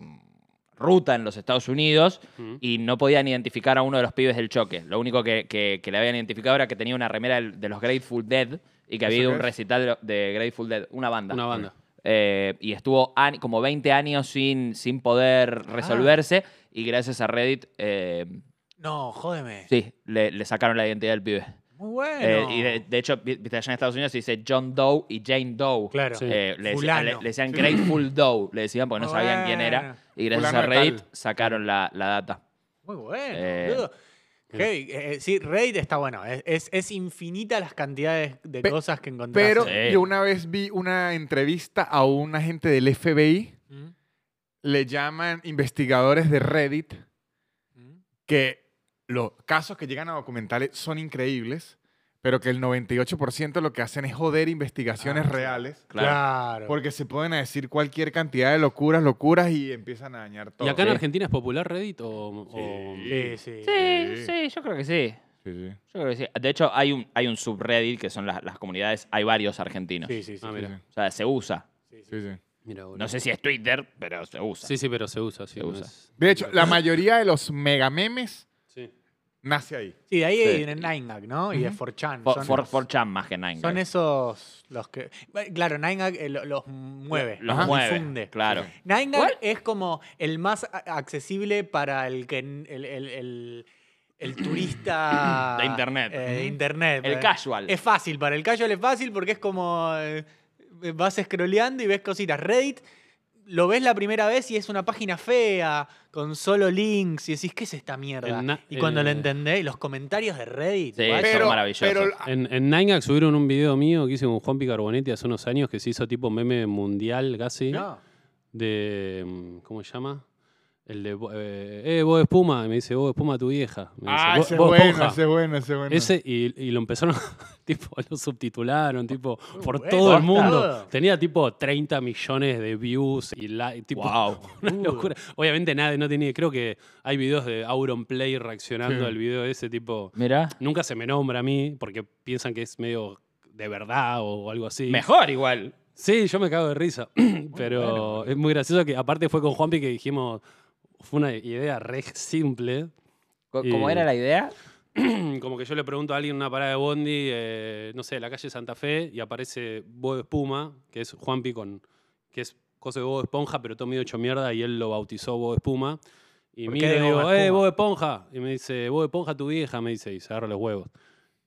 Speaker 4: ruta en los Estados Unidos y no podían identificar a uno de los pibes del choque. Lo único que, que- que le habían identificado era que tenía una remera del- de los Grateful Dead y que había
Speaker 2: ¿Eso
Speaker 4: ido a
Speaker 2: qué
Speaker 4: un
Speaker 2: es?
Speaker 4: recital de, lo- de Grateful Dead, una banda.
Speaker 3: Una banda.
Speaker 4: Eh, y estuvo an- como 20 años sin, sin poder
Speaker 2: Ah.
Speaker 4: resolverse y gracias a Reddit, eh,
Speaker 1: No, jódeme.
Speaker 4: sí, le- le sacaron la identidad del pibe.
Speaker 1: Muy bueno.
Speaker 4: Eh, y de, de hecho, vi- viste, allá en Estados Unidos se dice John Doe y Jane Doe.
Speaker 1: Claro.
Speaker 3: Sí.
Speaker 4: Eh, le, dec-
Speaker 1: Fulano.
Speaker 4: le- le decían Grateful Doe, le decían porque no sabían quién era. Y gracias
Speaker 2: Fulano de
Speaker 4: a Reddit
Speaker 2: tal.
Speaker 4: sacaron la, la data.
Speaker 1: Muy bueno,
Speaker 4: Eh,
Speaker 1: boludo. Heavy. Eh, sí, Reddit está bueno. Es, es, es infinita las cantidades de
Speaker 2: Pe-
Speaker 1: cosas que encontrás.
Speaker 2: Pero
Speaker 4: Sí.
Speaker 2: yo una vez vi una entrevista a un agente del FBI,
Speaker 1: Mm,
Speaker 2: le llaman investigadores de Reddit,
Speaker 1: mm.
Speaker 2: que los casos que llegan a documentales son increíbles, pero que el 98% lo que hacen es joder investigaciones
Speaker 1: Ah, claro.
Speaker 2: reales.
Speaker 4: Claro.
Speaker 1: Claro.
Speaker 2: Porque se pueden a decir cualquier cantidad de locuras, locuras y empiezan a dañar todo.
Speaker 3: ¿Y acá en
Speaker 4: Sí.
Speaker 3: Argentina es popular Reddit o...? o-
Speaker 1: Sí, sí.
Speaker 4: Sí,
Speaker 2: Sí.
Speaker 4: sí, yo creo que sí.
Speaker 2: Sí, sí.
Speaker 4: Yo creo que sí. De hecho, hay un, hay un subreddit que son las, las comunidades, hay varios argentinos.
Speaker 1: Sí, sí, sí.
Speaker 3: Ah,
Speaker 2: Sí,
Speaker 3: mira.
Speaker 2: sí,
Speaker 4: O sea, se usa.
Speaker 1: sí, sí.
Speaker 2: sí, sí.
Speaker 3: Mira, boludo.
Speaker 4: No sé si es Twitter, pero se usa.
Speaker 3: Sí, sí, pero se usa. Sí,
Speaker 4: Se
Speaker 3: no
Speaker 4: usa.
Speaker 3: es-
Speaker 2: De hecho, la mayoría de los megamemes
Speaker 3: Sí.
Speaker 2: nace ahí.
Speaker 1: Sí, de ahí
Speaker 4: Sí.
Speaker 1: viene Nine Gag, ¿no? Y de 4chan.
Speaker 4: For,
Speaker 1: Son-
Speaker 4: for- 4chan más que Nine.
Speaker 1: Son
Speaker 4: creo.
Speaker 1: esos los que. Bueno, Claro, Nine Gag eh, lo- los mueve,
Speaker 4: Los
Speaker 1: los
Speaker 4: mueve,
Speaker 1: difunde.
Speaker 4: Claro.
Speaker 1: Nine
Speaker 4: ¿Cuál?
Speaker 1: Gag es como el más a- accesible para el que n- el, el- el- el turista
Speaker 4: De internet.
Speaker 1: eh, de internet.
Speaker 4: El
Speaker 1: Eh,
Speaker 4: casual.
Speaker 1: Es fácil, para el casual es fácil porque es como eh, vas scrolleando y ves cositas. Reddit lo ves la primera vez y es una página fea, con solo links, y decís, ¿qué es esta mierda?
Speaker 3: En na-
Speaker 1: y cuando lo
Speaker 3: eh,
Speaker 1: entendés, los comentarios de Reddit, guacho.
Speaker 4: Sí, son
Speaker 2: Pero,
Speaker 4: maravillosos.
Speaker 2: pero
Speaker 3: En, en Nine Gag subieron un video mío que hice con Juan Picarbonetti hace unos años que se hizo tipo meme mundial casi. De. mm, ¿Cómo se llama? El de. Bo- Eh, eh, Bob Espuma. Y me dice, Bob Espuma, tu vieja. Me
Speaker 2: Ah,
Speaker 3: dice, "Bo-
Speaker 2: ese es
Speaker 3: Bob
Speaker 2: bueno,
Speaker 3: Esponja".
Speaker 2: ese es bueno, ese es bueno.
Speaker 3: Ese, y, y lo empezaron, tipo, lo subtitularon, tipo, por
Speaker 1: bueno,
Speaker 3: todo el
Speaker 1: posta.
Speaker 3: mundo. Tenía, tipo, 30 millones de views y like, tipo,
Speaker 4: Wow.
Speaker 3: una locura. Obviamente nadie, no tenía, creo que hay videos de Auron Play reaccionando
Speaker 2: Sí.
Speaker 3: al video ese, tipo,
Speaker 4: Mira.
Speaker 3: nunca se me nombra a mí porque piensan que es medio de verdad o algo así.
Speaker 4: Mejor igual.
Speaker 3: Sí, yo me cago de risa. Pero es muy gracioso que aparte fue con Juanpi que dijimos, fue una idea re simple.
Speaker 4: Co-
Speaker 3: Y-
Speaker 4: ¿Cómo era la idea?
Speaker 3: Como que yo le pregunto a alguien en una parada de Bondi, eh, no sé, la calle Santa Fe, y aparece Bob Espuma, que es Juanpi con. que es cosa de Bob Esponja, pero todo medio hecho mierda, y él lo bautizó Bob Espuma. Y
Speaker 1: ¿Por
Speaker 3: miro
Speaker 1: qué
Speaker 3: y
Speaker 1: de Bob
Speaker 3: digo, ¡eh,
Speaker 1: Esponja?
Speaker 3: Bob Esponja! Y me dice, Bob Esponja tu vieja, me dice, y se agarra los huevos.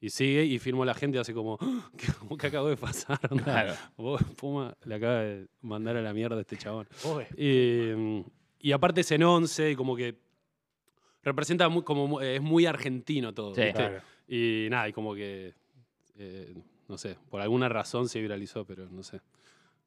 Speaker 3: Y sigue y firmó la gente y hace como, "Ah, ¿qué, qué acabo de pasar? Onda,
Speaker 4: Claro.
Speaker 3: Bob Espuma le acaba de mandar a la mierda a este chabón.
Speaker 1: Pobre.
Speaker 3: Y, Eh, y aparte es en 11 y como que representa muy, como mu- eh, es muy argentino todo.
Speaker 4: Sí.
Speaker 3: ¿viste?
Speaker 2: Claro.
Speaker 3: Y nada, y como que eh, no sé, por alguna razón se viralizó, pero no sé.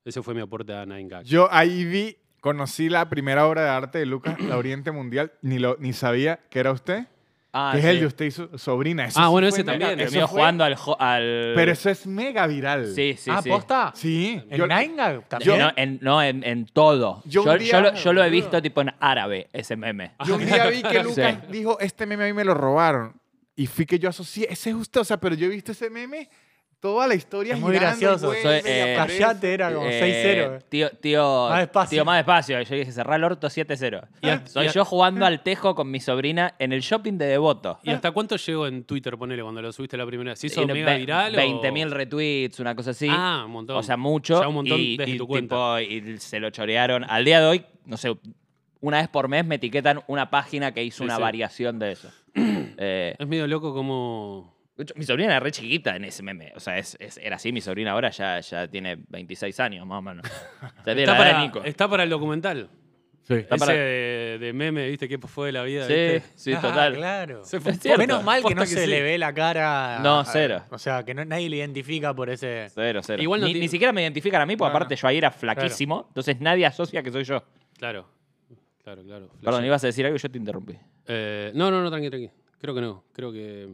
Speaker 3: Ese fue mi aporte a Nine Gag.
Speaker 2: Yo ahí vi, conocí la primera obra de arte de Lucas, La Oriente Mundial, ni, lo, ni sabía que era usted,
Speaker 4: Ah,
Speaker 2: que es el
Speaker 4: sí.
Speaker 2: de usted y su sobrina. Eso
Speaker 3: Ah,
Speaker 2: sí
Speaker 3: bueno,
Speaker 2: fue
Speaker 3: ese
Speaker 2: mega-
Speaker 3: también,
Speaker 4: Que
Speaker 2: eso
Speaker 4: mío
Speaker 2: fue-
Speaker 4: jugando al, jo- al-
Speaker 2: Pero eso es mega viral.
Speaker 4: Sí, sí,
Speaker 1: ah,
Speaker 4: sí.
Speaker 1: ¿posta?
Speaker 2: Sí.
Speaker 1: ¿En
Speaker 2: yo-
Speaker 1: Nine Gag
Speaker 2: Yo-
Speaker 1: también?
Speaker 4: no, en, no, en- en todo.
Speaker 2: Yo
Speaker 4: Yo,
Speaker 2: un
Speaker 4: yo
Speaker 2: día-
Speaker 4: lo, yo lo he visto tipo en árabe, ese meme.
Speaker 1: Ah,
Speaker 2: Yo un día vi que
Speaker 4: Sí.
Speaker 2: Lucas dijo, este meme a mí me lo robaron. Y fui que yo asocié, ese es usted, o sea, pero yo he visto ese meme, toda la historia
Speaker 1: Es muy
Speaker 2: girando y
Speaker 1: gracioso.
Speaker 2: vuelve
Speaker 4: Soy,
Speaker 2: y
Speaker 4: eh,
Speaker 2: aparece.
Speaker 1: Callate, este era como
Speaker 4: Eh,
Speaker 1: 6-0.
Speaker 4: Tío, tío,
Speaker 1: Más despacio.
Speaker 4: tío, más despacio. Yo dije, cerrá el orto 7-0.
Speaker 3: Y a-
Speaker 4: Soy
Speaker 3: y a-
Speaker 4: yo jugando al tejo con mi sobrina en el shopping de Devoto.
Speaker 3: ¿Y hasta cuánto llegó en Twitter, ponele, cuando lo subiste la primera vez? ¿Se hizo
Speaker 4: Y no-
Speaker 3: mega
Speaker 4: ve-
Speaker 3: viral? o-
Speaker 4: 20.000 retweets, una cosa así.
Speaker 3: Ah, un montón.
Speaker 4: O sea, mucho.
Speaker 3: Ya un montón
Speaker 4: y,
Speaker 3: desde
Speaker 4: y
Speaker 3: tu cuenta.
Speaker 4: tipo, y se lo chorearon. Al día de hoy, no sé, una vez por mes me etiquetan una página que hizo
Speaker 3: Sí,
Speaker 4: una
Speaker 3: sí.
Speaker 4: variación de eso. Eh,
Speaker 3: Es medio loco como...
Speaker 4: de hecho, mi sobrina era re chiquita en ese meme. O sea, es- es- era así. Mi sobrina ahora ya, ya tiene 26 años, más o menos. Ya tiene
Speaker 3: Está
Speaker 4: la edad de
Speaker 3: para,
Speaker 4: eh,
Speaker 3: este,
Speaker 4: Nico.
Speaker 3: está para el documental.
Speaker 4: Está
Speaker 3: Ese
Speaker 4: para-
Speaker 3: de, de meme, ¿viste? ¿Qué fue de la vida?
Speaker 4: Sí,
Speaker 3: ¿viste?
Speaker 4: sí,
Speaker 1: Ah,
Speaker 4: total.
Speaker 1: claro.
Speaker 3: Se fue-
Speaker 4: Es cierto.
Speaker 1: Menos mal que
Speaker 3: Posta
Speaker 1: no se
Speaker 3: sí.
Speaker 1: le ve la cara.
Speaker 4: No, cero.
Speaker 1: O sea, que no- nadie le identifica por ese.
Speaker 4: Cero, cero.
Speaker 3: Igual no
Speaker 4: ni,
Speaker 3: tiene-
Speaker 4: ni siquiera me identifican a mí, porque
Speaker 2: No,
Speaker 4: aparte yo ahí era flaquísimo. Entonces nadie asocia que soy yo.
Speaker 3: Claro, claro, claro.
Speaker 4: Perdón,
Speaker 3: Flashé.
Speaker 4: ibas a decir algo y yo te interrumpí.
Speaker 3: Eh, no, no, no, tranqui, tranqui. Creo que no. Creo que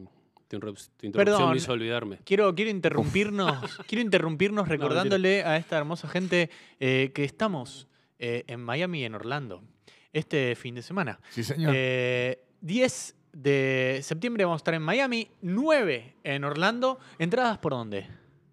Speaker 3: tu, interrup- tu interrupción
Speaker 1: Perdón.
Speaker 3: me hizo olvidarme.
Speaker 1: Quiero, quiero interrumpirnos, quiero interrumpirnos recordándole a esta hermosa gente eh, que estamos eh, en Miami y en Orlando este fin de semana.
Speaker 2: Sí, señor.
Speaker 1: Eh, 10 de septiembre vamos a estar en Miami, 9 en Orlando. ¿Entradas por dónde?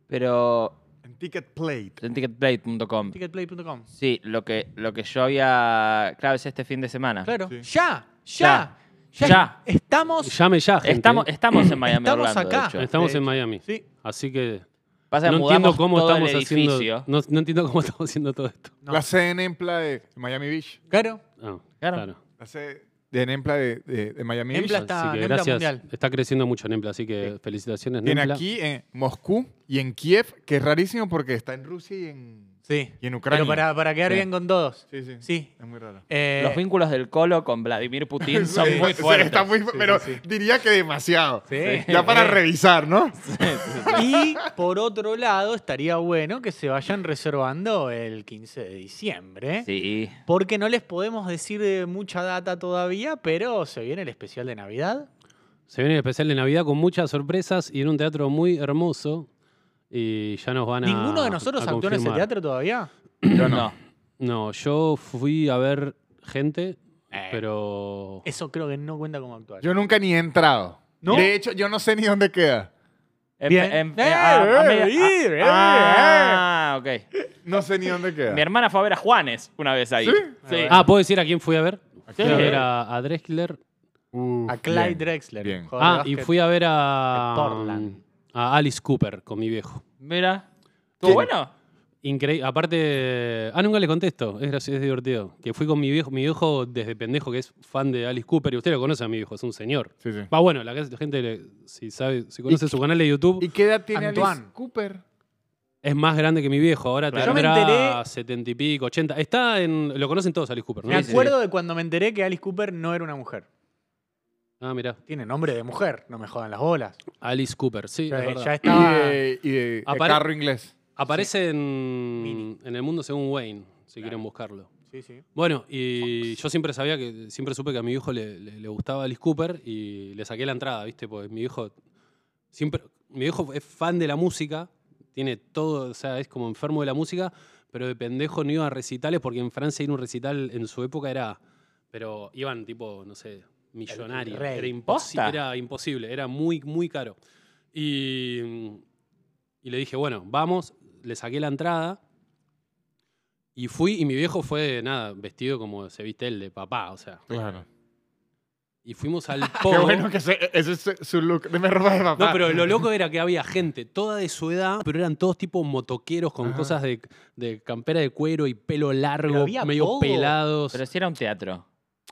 Speaker 4: Pero
Speaker 2: En Ticket Plate.
Speaker 4: en ticketplate.com.
Speaker 1: Ticketplay.com.
Speaker 4: Sí, lo que, lo que yo había. Claro, es este fin de semana.
Speaker 1: Claro.
Speaker 2: Sí.
Speaker 1: Ya, ya, ya,
Speaker 4: Ya.
Speaker 1: Estamos,
Speaker 3: Llame ya, gente. ¿eh?
Speaker 4: Estamos, estamos en Miami,
Speaker 1: Estamos
Speaker 4: Orlando, de
Speaker 1: acá.
Speaker 4: hecho.
Speaker 3: Estamos
Speaker 1: de
Speaker 3: en
Speaker 1: hecho.
Speaker 3: Miami.
Speaker 1: sí.
Speaker 3: Así que
Speaker 4: Pasa que
Speaker 3: no
Speaker 4: mudamos
Speaker 3: entiendo cómo
Speaker 4: todo el
Speaker 3: estamos haciendo.
Speaker 4: edificio.
Speaker 3: No, no entiendo cómo estamos haciendo todo esto.
Speaker 1: No.
Speaker 2: La sede en Empla de Miami Beach.
Speaker 1: Claro.
Speaker 3: Ah,
Speaker 4: Claro.
Speaker 3: claro.
Speaker 2: La sede de Nempla de, de- de Miami
Speaker 1: Nempla
Speaker 2: Beach.
Speaker 1: está-
Speaker 3: así que
Speaker 1: Nempla
Speaker 3: gracias.
Speaker 1: Mundial.
Speaker 3: Está creciendo mucho Nempla, así que felicitaciones,
Speaker 2: Tiene
Speaker 3: Nempla.
Speaker 2: aquí en Moscú y en Kiev, que es rarísimo porque está en Rusia y en,
Speaker 1: Sí.
Speaker 2: y en Ucrania.
Speaker 1: Pero para, para quedar
Speaker 2: Sí.
Speaker 1: bien con todos.
Speaker 2: Sí, sí,
Speaker 1: Sí.
Speaker 2: Es muy raro.
Speaker 1: Eh,
Speaker 4: Los vínculos del Colo con Vladimir Putin son
Speaker 2: Sí,
Speaker 4: muy
Speaker 2: sí,
Speaker 4: fuertes.
Speaker 2: está muy fu-
Speaker 1: Sí,
Speaker 2: pero
Speaker 1: sí, sí.
Speaker 2: diría que demasiado.
Speaker 1: Sí.
Speaker 2: Ya para
Speaker 1: Sí.
Speaker 2: revisar, ¿no?
Speaker 1: Y por otro lado, estaría bueno que se vayan reservando el 15 de diciembre.
Speaker 4: Sí.
Speaker 1: Porque no les podemos decir eh, mucha data todavía, pero se viene el especial de Navidad.
Speaker 3: Se viene el especial de Navidad con muchas sorpresas y en un teatro muy hermoso. Y ya nos van a.
Speaker 1: ¿Ninguno de nosotros
Speaker 3: a
Speaker 1: actuó en ese
Speaker 3: confirmar.
Speaker 1: teatro todavía?
Speaker 4: Yo no.
Speaker 3: No, yo fui a ver gente,
Speaker 1: Eh.
Speaker 3: pero.
Speaker 1: Eso creo que no cuenta como actuar.
Speaker 2: Yo nunca ni he entrado.
Speaker 1: ¿No?
Speaker 2: De hecho, yo no sé ni dónde queda.
Speaker 4: En-
Speaker 1: Bien.
Speaker 4: en-
Speaker 1: Eh,
Speaker 4: ah, a
Speaker 1: eh,
Speaker 4: mí-
Speaker 1: eh,
Speaker 4: ah, ah, ok.
Speaker 2: No sé ni dónde queda.
Speaker 4: Mi hermana fue a ver a Juanes una vez ahí.
Speaker 2: ¿Sí?
Speaker 4: Sí.
Speaker 3: Ah, ¿puedo decir a quién Uh, fui a ver?
Speaker 2: Aquí
Speaker 3: Fui
Speaker 4: Sí.
Speaker 3: a
Speaker 2: la
Speaker 3: ver
Speaker 2: veo.
Speaker 3: a, a Drexler
Speaker 2: Uf,
Speaker 1: A Clyde
Speaker 2: bien.
Speaker 1: Drexler.
Speaker 2: Bien.
Speaker 1: jugador de
Speaker 3: Ah, y
Speaker 1: básquet.
Speaker 3: fui a ver a,
Speaker 1: de Portland.
Speaker 3: a Alice Cooper con mi viejo.
Speaker 4: Mira. ¿Estuvo
Speaker 2: Sí.
Speaker 4: bueno?
Speaker 3: Increíble. Aparte, ah, nunca le contesto. Es gracioso, es divertido. Que fui con mi viejo, mi viejo desde pendejo que es fan de Alice Cooper y usted lo conoce a mi viejo, es un señor.
Speaker 2: Sí, sí.
Speaker 3: Va bueno, la, la gente le- si sabe, si conoce su canal de YouTube,
Speaker 2: ¿Y qué edad tiene Alice
Speaker 1: Antoine.
Speaker 2: Cooper?
Speaker 3: Es más grande que mi viejo, ahora
Speaker 1: Claro. Yo me
Speaker 3: tendrá
Speaker 1: enteré-
Speaker 3: 70 y pico, 80. Está en. Lo conocen todos, Alice Cooper, ¿no?
Speaker 1: Me
Speaker 4: sí.
Speaker 1: acuerdo de cuando me enteré que Alice Cooper no era una mujer.
Speaker 3: Ah, mirá.
Speaker 1: Tiene nombre de mujer, no me jodan las bolas.
Speaker 3: Alice Cooper, sí.
Speaker 1: Ya-
Speaker 3: es verdad.
Speaker 1: ya
Speaker 2: Y
Speaker 1: estaba.
Speaker 2: de, y de- de
Speaker 3: Apare-
Speaker 2: carro inglés.
Speaker 3: Aparece en,
Speaker 1: Mini.
Speaker 3: en el mundo según Wayne, si quieren buscarlo.
Speaker 1: Sí, sí.
Speaker 3: Bueno, y yo siempre sabía que, siempre supe que a mi hijo le, le- le gustaba Alice Cooper y le saqué la entrada, ¿viste? Porque mi hijo siempre, mi hijo es fan de la música, tiene todo, o sea, es como enfermo de la música, pero de pendejo no iba a recitales porque en Francia ir a un recital en su época era, pero iban tipo, no sé, millonarios,
Speaker 1: rey.
Speaker 3: era, imposi-
Speaker 4: ¿Posta?
Speaker 3: era imposible, era muy, muy caro. Y, y le dije, bueno, vamos, le saqué la entrada. Y fui, y mi viejo fue, nada, vestido como se viste el de papá, o sea.
Speaker 2: Claro.
Speaker 3: Y fuimos al
Speaker 2: Qué
Speaker 3: pogo.
Speaker 2: bueno que se- ese es su- su look de me ropa de papá.
Speaker 3: No, pero lo loco era que había gente, toda de su edad, pero eran todos tipo motoqueros con
Speaker 2: Ajá.
Speaker 3: cosas de, de campera de cuero y pelo largo,
Speaker 1: Pero había
Speaker 3: medio
Speaker 1: pogo.
Speaker 3: pelados.
Speaker 4: Pero si era un teatro.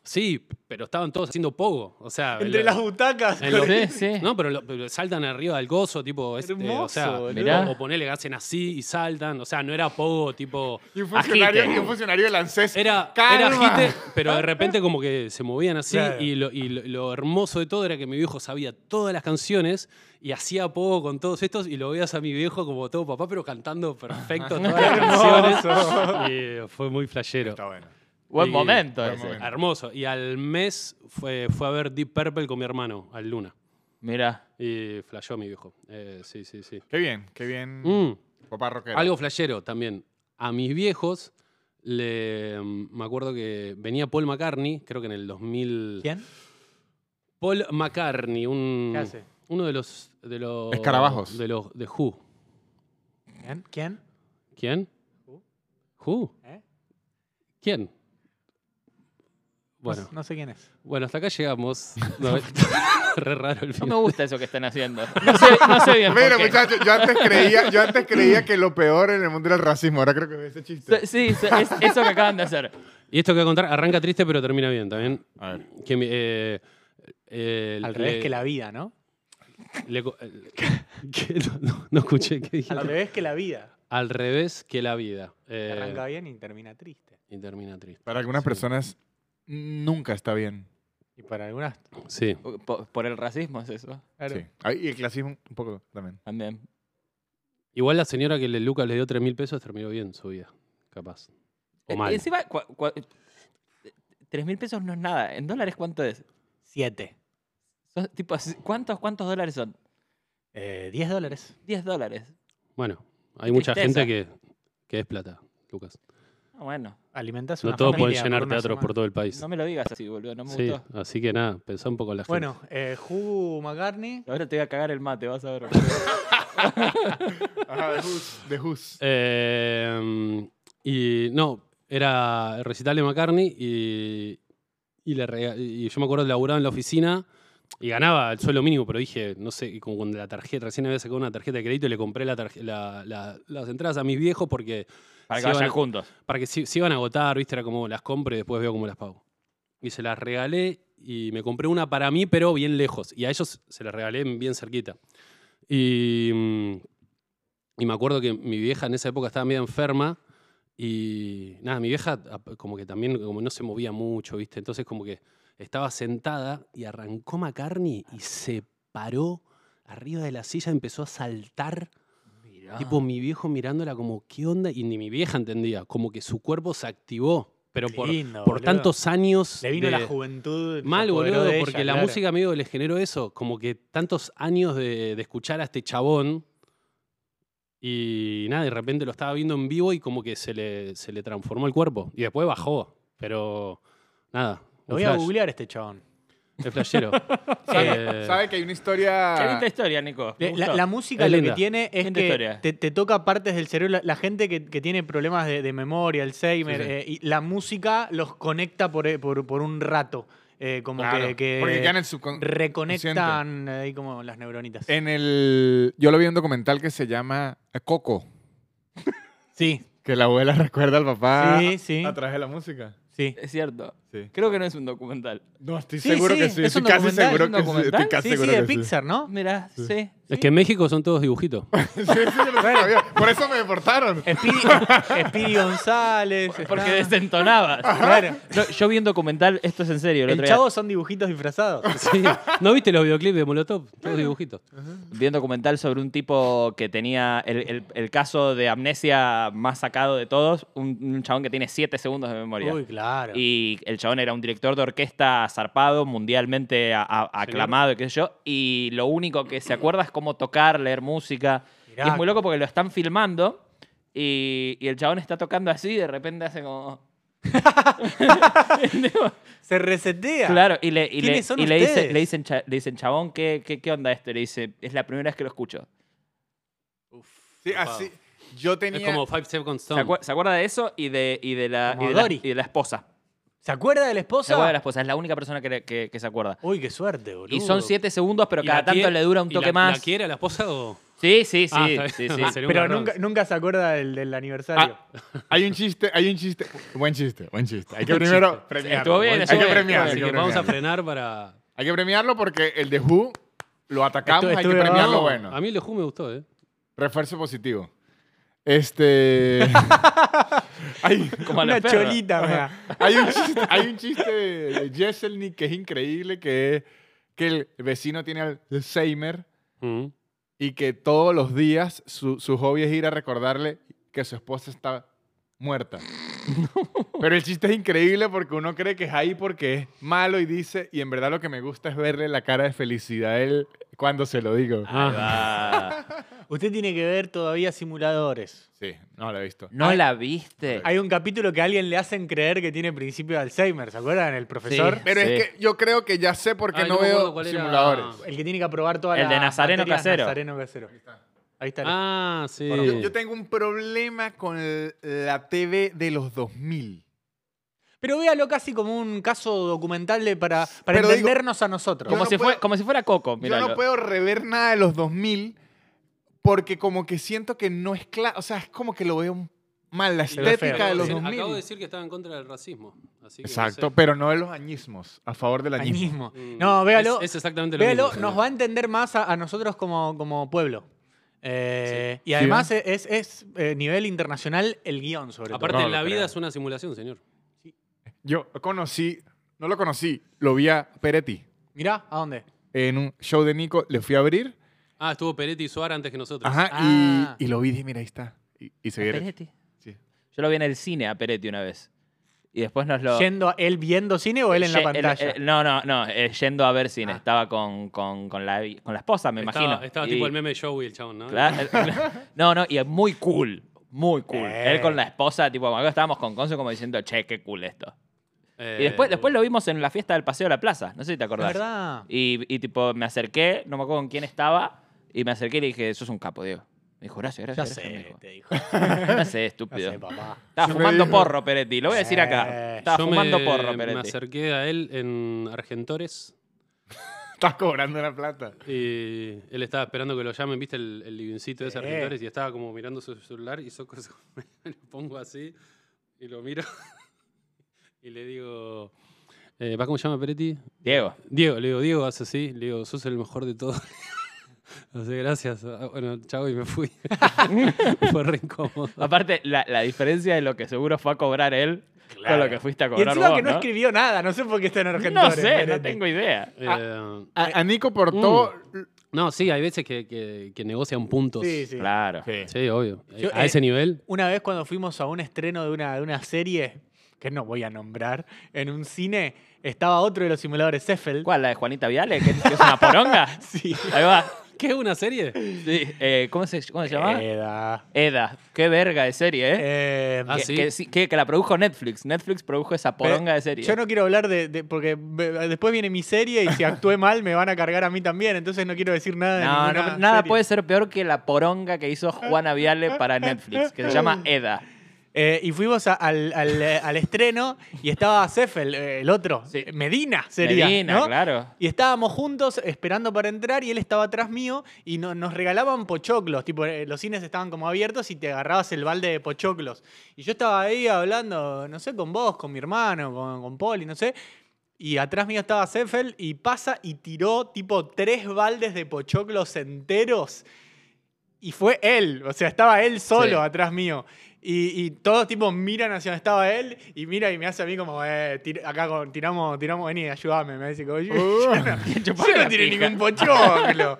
Speaker 3: Sí, pero estaban todos haciendo pogo. O sea,
Speaker 1: Entre
Speaker 3: la-
Speaker 1: las butacas.
Speaker 3: en
Speaker 1: con-
Speaker 3: los-
Speaker 4: Sí, sí.
Speaker 3: No, pero, lo- pero saltan arriba del gozo, tipo. Este,
Speaker 1: Hermoso,
Speaker 3: o sea,
Speaker 1: boludo.
Speaker 4: Mirá.
Speaker 3: o ponele que hacen así y saltan. O sea, no era pogo, tipo.
Speaker 2: Y un funcionario,
Speaker 4: Agite.
Speaker 2: y un funcionario del ANSES.
Speaker 3: Era,
Speaker 2: ¡Calma!
Speaker 3: era hit, pero de repente como que se movían así
Speaker 1: Claro.
Speaker 3: y, lo, y lo- lo hermoso de todo era que mi viejo sabía todas las canciones y hacía poco con todos estos y lo veías a mi viejo como todo papá, pero cantando perfecto todas las canciones. Y eh, fue muy flashero.
Speaker 2: Está bueno.
Speaker 4: Buen
Speaker 3: Y-
Speaker 4: momento
Speaker 2: buen
Speaker 4: ese.
Speaker 2: momento.
Speaker 3: Hermoso. Y al mes fue, fue a ver Deep Purple con mi hermano, al Luna.
Speaker 4: Mira,
Speaker 3: Y flashó mi viejo. Eh, sí, sí, sí.
Speaker 2: Qué bien, qué bien.
Speaker 3: Mm.
Speaker 2: Papá rockero.
Speaker 3: Algo flashero también. A mis viejos, le, mm, me acuerdo que venía Paul McCartney, creo que en el 2000.
Speaker 1: ¿Quién?
Speaker 3: Paul McCartney, un,
Speaker 1: ¿Qué hace?
Speaker 3: uno de los, de los...
Speaker 2: Escarabajos.
Speaker 3: De los de Who.
Speaker 1: ¿Quién? ¿Quién?
Speaker 3: ¿Quién?
Speaker 1: Who.
Speaker 3: Who.
Speaker 1: ¿Eh?
Speaker 3: ¿Quién?
Speaker 1: No-
Speaker 3: Bueno,
Speaker 1: No sé quién es.
Speaker 3: bueno, hasta acá llegamos. No, re raro el
Speaker 4: no
Speaker 3: final.
Speaker 4: me gusta eso que están haciendo. No sé, no sé bien por
Speaker 2: Mira,
Speaker 4: qué.
Speaker 2: muchachos, yo antes creía, yo antes creía que lo peor en el mundo era el racismo. Ahora creo que es ese chiste.
Speaker 4: Sí, Sí, sí, es eso que acaban de hacer.
Speaker 3: Y esto que voy a contar arranca triste pero termina bien también.
Speaker 2: A ver.
Speaker 3: Que mi- eh, eh,
Speaker 1: Al
Speaker 3: le-
Speaker 1: revés que la vida, ¿no?
Speaker 3: le co- eh, que- no, no- no escuché qué dije.
Speaker 1: Al revés que la vida.
Speaker 3: Al revés que la vida. Eh,
Speaker 1: Arranca bien y termina triste.
Speaker 3: y termina triste.
Speaker 2: Para algunas
Speaker 3: Sí.
Speaker 2: personas nunca está bien.
Speaker 1: Y para algunas.
Speaker 3: Sí.
Speaker 4: Por, por el racismo es eso.
Speaker 1: Claro.
Speaker 2: Sí. Ah, Y el clasismo un poco también.
Speaker 4: También.
Speaker 3: Igual la señora que le, Lucas le dio 3 mil pesos terminó bien su vida, capaz. O
Speaker 4: Eh,
Speaker 3: mal.
Speaker 4: Encima, cua- cua- tres mil pesos no es nada. ¿En dólares cuánto es?
Speaker 1: Siete.
Speaker 4: Son tipo, ¿cuántos, ¿Cuántos dólares son?
Speaker 1: Eh, diez dólares.
Speaker 4: 10 dólares.
Speaker 3: Bueno, hay mucha
Speaker 4: tristeza.
Speaker 3: gente que, que es plata, Lucas.
Speaker 4: Ah, bueno,
Speaker 1: Alimentas
Speaker 3: No
Speaker 1: una
Speaker 3: todos pueden
Speaker 1: familia
Speaker 3: llenar
Speaker 1: por una
Speaker 3: teatros por
Speaker 1: semana.
Speaker 3: todo el país.
Speaker 4: no me lo digas así, boludo. No me
Speaker 3: sí,
Speaker 4: gustó.
Speaker 3: así que nada, pensá un poco en la
Speaker 1: Bueno,
Speaker 3: gente.
Speaker 1: eh, Hugh McCartney.
Speaker 4: Ahora te voy a cagar el mate, vas a ver.
Speaker 2: Ajá, de Who's. De Who's.
Speaker 3: Eh, y no, era el recital de McCartney y, y, le rega- y yo me acuerdo que laburaba en la oficina y ganaba el sueldo mínimo, pero dije, no sé, y como cuando la tarjeta, recién había sacado una tarjeta de crédito y le compré la tarje- la- la- las entradas a mis viejos porque
Speaker 4: Para
Speaker 3: Sí,
Speaker 4: que vayan
Speaker 3: bueno.
Speaker 4: juntos.
Speaker 3: para que se, se iban a agotar, ¿viste? Era como las compro y después veo cómo las pago. Y se las regalé y me compré una para mí, pero bien lejos. Y a ellos se las regalé bien cerquita. Y, mm, y me acuerdo que mi vieja en esa época estaba medio enferma. Y nada, mi vieja ap- como que también como no se movía mucho, ¿viste? Entonces como que estaba sentada y arrancó McCartney y se paró arriba de la silla, empezó a saltar. Tipo, mi viejo mirándola como, ¿qué onda? Y ni mi vieja entendía, como que su cuerpo se activó, pero
Speaker 1: Qué
Speaker 3: por,
Speaker 1: lindo,
Speaker 3: por
Speaker 1: Ah, boludo.
Speaker 3: tantos años...
Speaker 1: Le vino
Speaker 3: de-
Speaker 1: la juventud. se
Speaker 3: Mal,
Speaker 1: apoderó
Speaker 3: boludo,
Speaker 1: de ella,
Speaker 3: porque la
Speaker 1: claro.
Speaker 3: música amigo le generó eso, como que tantos años de, de escuchar a este chabón y nada, de repente lo estaba viendo en vivo y como que se le, se le transformó el cuerpo y después bajó, pero nada.
Speaker 1: Lo
Speaker 3: un
Speaker 1: voy a
Speaker 3: flash,
Speaker 1: googlear este chabón.
Speaker 3: Es flashero.
Speaker 2: ¿Sabe,
Speaker 3: Eh,
Speaker 2: sabe que hay una
Speaker 4: Qué linda
Speaker 2: historia.
Speaker 4: historia, Nico. Me
Speaker 1: Le- La,
Speaker 4: gustó.
Speaker 1: la música
Speaker 3: Es
Speaker 1: lo que
Speaker 3: linda.
Speaker 1: tiene es
Speaker 4: Linda
Speaker 1: que
Speaker 4: historia.
Speaker 1: te, te toca partes del cerebro. La, la gente que, que tiene problemas de, de memoria, Alzheimer,
Speaker 2: Sí, sí.
Speaker 1: eh, y la música los conecta por, eh, por, por un rato. Eh, como
Speaker 2: Claro,
Speaker 1: que, que
Speaker 2: porque quedan en su con-
Speaker 1: reconectan ahí como las neuronitas.
Speaker 2: En el. Yo lo vi en un documental que se llama Coco.
Speaker 1: sí,
Speaker 2: Que la abuela recuerda al papá
Speaker 1: Sí, sí.
Speaker 2: Ah, a través de la música.
Speaker 1: sí.
Speaker 4: Es cierto.
Speaker 2: Sí.
Speaker 4: Creo que no es un documental.
Speaker 2: No, estoy
Speaker 1: Sí,
Speaker 2: eh, seguro
Speaker 1: sí,
Speaker 2: que sí.
Speaker 1: es
Speaker 2: Estoy
Speaker 1: un
Speaker 2: casi
Speaker 1: documental,
Speaker 2: seguro
Speaker 4: es un
Speaker 2: que sí. Estoy
Speaker 4: documental.
Speaker 2: casi
Speaker 1: sí, sí,
Speaker 2: seguro
Speaker 1: de
Speaker 2: que sí.
Speaker 1: Pixar, ¿no?
Speaker 4: Mira, sí.
Speaker 3: Es que en México son todos dibujitos.
Speaker 2: Sí, sí, yo lo sabía. Por eso me deportaron.
Speaker 1: Speedy, Speedy González.
Speaker 4: Porque
Speaker 1: está-
Speaker 4: desentonaba.
Speaker 1: Claro.
Speaker 4: No, yo vi un documental, esto es en serio, el,
Speaker 1: El
Speaker 4: otro día.
Speaker 1: chavo son dibujitos disfrazados.
Speaker 3: Sí. ¿No viste los videoclips de Molotov? Todos dibujitos.
Speaker 4: Vi un documental sobre un tipo que tenía el, el- el caso de amnesia más sacado de todos, un, un chabón que tiene 7 segundos de memoria.
Speaker 1: Uy, claro.
Speaker 4: Y el chabón era un director de orquesta zarpado, mundialmente a- a- aclamado, y qué sé yo. Y lo único que se acuerda es cómo tocar, leer música.
Speaker 1: Mirá.
Speaker 4: Y es muy loco porque lo están filmando y, y el chabón está tocando así y de repente hace como...
Speaker 1: Se resetea.
Speaker 4: Claro, y le, y le,
Speaker 1: ¿Quiénes son
Speaker 4: y le dice-
Speaker 1: ustedes?
Speaker 4: le dicen, cha- le dicen, chabón, ¿qué, qué, qué onda esto? Y le dice, es la primera vez que lo escucho.
Speaker 2: Sí, así. Yo tenía.
Speaker 3: Es como Five Seconds
Speaker 4: ¿Se,
Speaker 3: Stone.
Speaker 4: acuer- se acuerda de eso y de, y de, la, y
Speaker 1: Como
Speaker 4: de, la,
Speaker 1: Dory.
Speaker 4: y de la esposa?
Speaker 1: ¿Se acuerda de la esposa?
Speaker 4: Se acuerda de la esposa, es la única persona que, le- que- que se acuerda.
Speaker 1: Uy, qué suerte, boludo.
Speaker 4: Y son siete segundos, pero
Speaker 3: ¿Y
Speaker 4: cada
Speaker 3: la tie-
Speaker 4: tanto le dura un
Speaker 3: y
Speaker 4: toque
Speaker 3: la-
Speaker 4: más.
Speaker 3: ¿La quiere a la esposa o...?
Speaker 4: Sí, sí, sí.
Speaker 3: Ah, está
Speaker 4: sí,
Speaker 3: bien.
Speaker 4: sí.
Speaker 3: Ah, sería un
Speaker 1: Pero
Speaker 3: garrón.
Speaker 1: nunca, nunca se acuerda del, del aniversario.
Speaker 2: Ah, hay un chiste, hay un chiste. Buen chiste, buen chiste. Hay que primero premiarlo.
Speaker 4: Estuvo bien,
Speaker 2: Hay
Speaker 4: estuvo
Speaker 2: que
Speaker 4: bien,
Speaker 2: premiarlo.
Speaker 4: estuvo
Speaker 2: hay
Speaker 3: Así
Speaker 2: que
Speaker 3: que vamos a
Speaker 2: premiarlo.
Speaker 3: frenar para...
Speaker 2: Hay que premiarlo porque el de Who lo atacamos,
Speaker 1: Estuve-
Speaker 2: hay que
Speaker 1: estuve-
Speaker 2: premiar lo
Speaker 1: no,
Speaker 2: bueno.
Speaker 3: A mí el de Who me gustó, ¿eh?
Speaker 2: Refuerzo positivo. Este. hay,
Speaker 4: Como a los
Speaker 1: Una
Speaker 4: perros.
Speaker 1: cholita, me da.
Speaker 2: hay un chiste, hay un chiste de Jesselnik que es increíble: que es que el vecino tiene Alzheimer
Speaker 3: Mm.
Speaker 2: y que todos los días su, su hobby es ir a recordarle que su esposa está muerta. Pero el chiste es increíble porque uno cree que es ahí porque es malo y dice, y en verdad lo que me gusta es verle la cara de felicidad a él cuando se lo digo.
Speaker 3: Ah,
Speaker 4: Ah,
Speaker 1: Usted tiene que ver todavía simuladores.
Speaker 2: Sí, no lo he visto.
Speaker 4: no la viste.
Speaker 1: Hay un capítulo que a alguien le hacen creer que tiene principio de Alzheimer, ¿se acuerdan? El profesor.
Speaker 4: Sí.
Speaker 2: Pero es que yo creo que ya sé por qué
Speaker 3: Ay,
Speaker 2: no,
Speaker 3: no me acuerdo
Speaker 2: veo
Speaker 3: cuál era.
Speaker 2: simuladores.
Speaker 1: El que tiene que aprobar toda
Speaker 4: El
Speaker 1: la
Speaker 4: de Nazareno
Speaker 1: materias
Speaker 4: Casero.
Speaker 1: Nazareno Casero. Ahí está.
Speaker 3: ah, sí.
Speaker 2: Yo, yo tengo un problema con la TV de los 2000.
Speaker 1: Pero véalo casi como un caso documental de- para, para
Speaker 2: Pero digo-
Speaker 1: entendernos a nosotros.
Speaker 2: Yo
Speaker 4: como,
Speaker 2: no
Speaker 4: si
Speaker 2: puedo-
Speaker 4: fue, como si fuera
Speaker 2: Yo
Speaker 4: Coco, míralo.
Speaker 2: no puedo rever nada de los 2000 porque como que siento que no es claro, o sea, es como que lo veo mal, la
Speaker 1: ve
Speaker 2: estética
Speaker 1: feo.
Speaker 2: de los
Speaker 1: Sí,
Speaker 3: Acabo
Speaker 2: 2000.
Speaker 3: de decir que estaba en contra del racismo. Así que no
Speaker 2: Exacto,
Speaker 3: sé.
Speaker 2: pero no de los añismos, a favor del
Speaker 1: Ahí
Speaker 2: añismo.
Speaker 1: mismo.
Speaker 3: Mm,
Speaker 1: No, véalo.
Speaker 3: Es, es exactamente lo
Speaker 1: Véalo,
Speaker 3: mismo.
Speaker 1: nos va a entender más a, a nosotros como, como pueblo. Eh, Y además es, es, eh, nivel internacional el guión, sobre
Speaker 3: Aparte,
Speaker 2: No, no
Speaker 3: la vida
Speaker 2: creo.
Speaker 3: es una simulación, señor.
Speaker 2: Yo conocí, no lo conocí, lo vi a Peretti
Speaker 1: todo. Mirá, ¿a dónde?
Speaker 2: en un show de Nico, le fui a abrir,
Speaker 3: Ah, estuvo Peretti y Suar antes que nosotros.
Speaker 2: ajá,
Speaker 1: Ah.
Speaker 2: y, y lo vi y dije, mira, ahí está. Y, y
Speaker 4: A
Speaker 2: seguí derecho.
Speaker 4: Peretti.
Speaker 2: Sí.
Speaker 4: Yo lo vi en el cine a Peretti una vez. Y después nos lo...
Speaker 1: ¿Yendo a él viendo cine o él en la
Speaker 4: Ye- el-
Speaker 1: pantalla?
Speaker 4: el- no, no, no, eh, yendo a ver cine.
Speaker 1: Ah.
Speaker 4: Estaba con, con, con la, con la esposa, me
Speaker 3: Estaba-
Speaker 4: imagino.
Speaker 3: Estaba
Speaker 4: Y-
Speaker 3: tipo el meme de Joey, el chabón, ¿no?
Speaker 4: Claro, el- el- no, no, y es muy cool. Muy cool.
Speaker 1: Eh.
Speaker 4: Él con la esposa, tipo, cuando estábamos con Conce como diciendo, che, qué cool esto.
Speaker 3: Eh,
Speaker 4: y después, después lo vimos en la fiesta del Paseo de la Plaza, no sé si te
Speaker 1: Es
Speaker 4: acordás.
Speaker 1: verdad.
Speaker 4: Y, y tipo, me acerqué, no me acuerdo con quién estaba, y me acerqué y le dije, sos un capo, Diego. Me dijo, gracias,
Speaker 1: Ya
Speaker 4: gracias. gracias",
Speaker 1: sé,
Speaker 4: me
Speaker 1: te dijo.
Speaker 4: dijo. Ya sé,
Speaker 1: Ya sé,
Speaker 4: estúpido.
Speaker 1: papá.
Speaker 4: Estaba
Speaker 2: Se me
Speaker 4: fumando
Speaker 2: dijo.
Speaker 4: porro, Peretti, lo voy a decir acá.
Speaker 1: Eh.
Speaker 4: Estaba
Speaker 3: Yo
Speaker 4: fumando
Speaker 3: me,
Speaker 4: porro,
Speaker 3: Me
Speaker 4: Peretti.
Speaker 3: acerqué a él en Argentores
Speaker 2: Estás cobrando la plata.
Speaker 3: y él estaba esperando que lo llamen, viste el, el livingcito de ese
Speaker 1: Sí.
Speaker 3: Argentores y estaba como mirando su celular y yo cosa- me lo pongo así y lo miro y le digo, eh, ¿va cómo se llama Peretti?
Speaker 4: Diego.
Speaker 3: Diego, le digo, Diego, hace así, le digo, sos el mejor de todos. No sé, gracias. Ah, Bueno, chao y me fui. Fue re incómodo.
Speaker 4: Aparte, la, la diferencia de lo que seguro fue a cobrar él con
Speaker 1: Claro.
Speaker 4: lo que fuiste a
Speaker 1: Y
Speaker 4: cobrar
Speaker 1: encima
Speaker 4: vos,
Speaker 1: que no,
Speaker 4: ¿no?
Speaker 1: escribió nada, no sé por qué está en Argentina.
Speaker 4: No sé, no tengo idea.
Speaker 1: Ah.
Speaker 3: Eh,
Speaker 2: A, a Nico por todo...
Speaker 3: no, sí, hay veces que, que- que negocian puntos.
Speaker 1: Sí, sí.
Speaker 4: Claro.
Speaker 3: Sí, obvio. Eh,
Speaker 1: Yo,
Speaker 3: a
Speaker 1: eh,
Speaker 3: ese nivel.
Speaker 1: Una vez cuando fuimos a un estreno de una, de una serie, que no voy a nombrar, en un cine estaba otro de los simuladores, Seffel.
Speaker 4: ¿Cuál? ¿La de Juanita Viale? ¿Que que es una poronga?
Speaker 1: Sí.
Speaker 4: Ahí va.
Speaker 3: ¿Qué es una serie?
Speaker 4: Sí, eh, ¿Cómo se, cómo se llamaba?
Speaker 1: Eda.
Speaker 4: Eda. Qué verga de serie, ¿eh?
Speaker 1: Eh,
Speaker 3: Ah,
Speaker 4: que,
Speaker 3: sí.
Speaker 4: que sí- que- que la produjo Netflix. Netflix produjo esa
Speaker 1: Pero
Speaker 4: poronga de serie.
Speaker 1: Yo no quiero hablar de, de- porque be- después viene mi serie y si actué mal me van a cargar a mí también, entonces no quiero decir nada de
Speaker 4: No,
Speaker 1: ninguna
Speaker 4: no, nada pues.
Speaker 1: serie.
Speaker 4: puede ser peor que la poronga que hizo Juana Viale para Netflix, que se llama Eda.
Speaker 1: Eh, y fuimos a- al, al, eh, al estreno y estaba Cef, el, el otro.
Speaker 4: Sí.
Speaker 1: Medina sería.
Speaker 4: Medina,
Speaker 1: ¿no?
Speaker 4: claro.
Speaker 1: Y estábamos juntos esperando para entrar y él estaba atrás mío y no- nos regalaban pochoclos. Tipo, eh, los cines estaban como abiertos y te agarrabas el balde de pochoclos. Y yo estaba ahí hablando, no sé, con vos, con mi hermano, con, con Poli, no sé. Y atrás mío estaba Seffel y pasa y tiró tipo tres baldes de pochoclos enteros. Y fue él, o sea, estaba él solo
Speaker 3: Sí.
Speaker 1: atrás mío. Y, y todos tipo miran hacia donde estaba él y mira y me hace a mí como, eh, tir- acá con- tiramos, tiramos, vení, ayúdame. Me dice, como, yo, yo no, yo
Speaker 4: Chupame
Speaker 1: no
Speaker 4: la
Speaker 1: tiré
Speaker 4: pija.
Speaker 1: ningún pochoclo.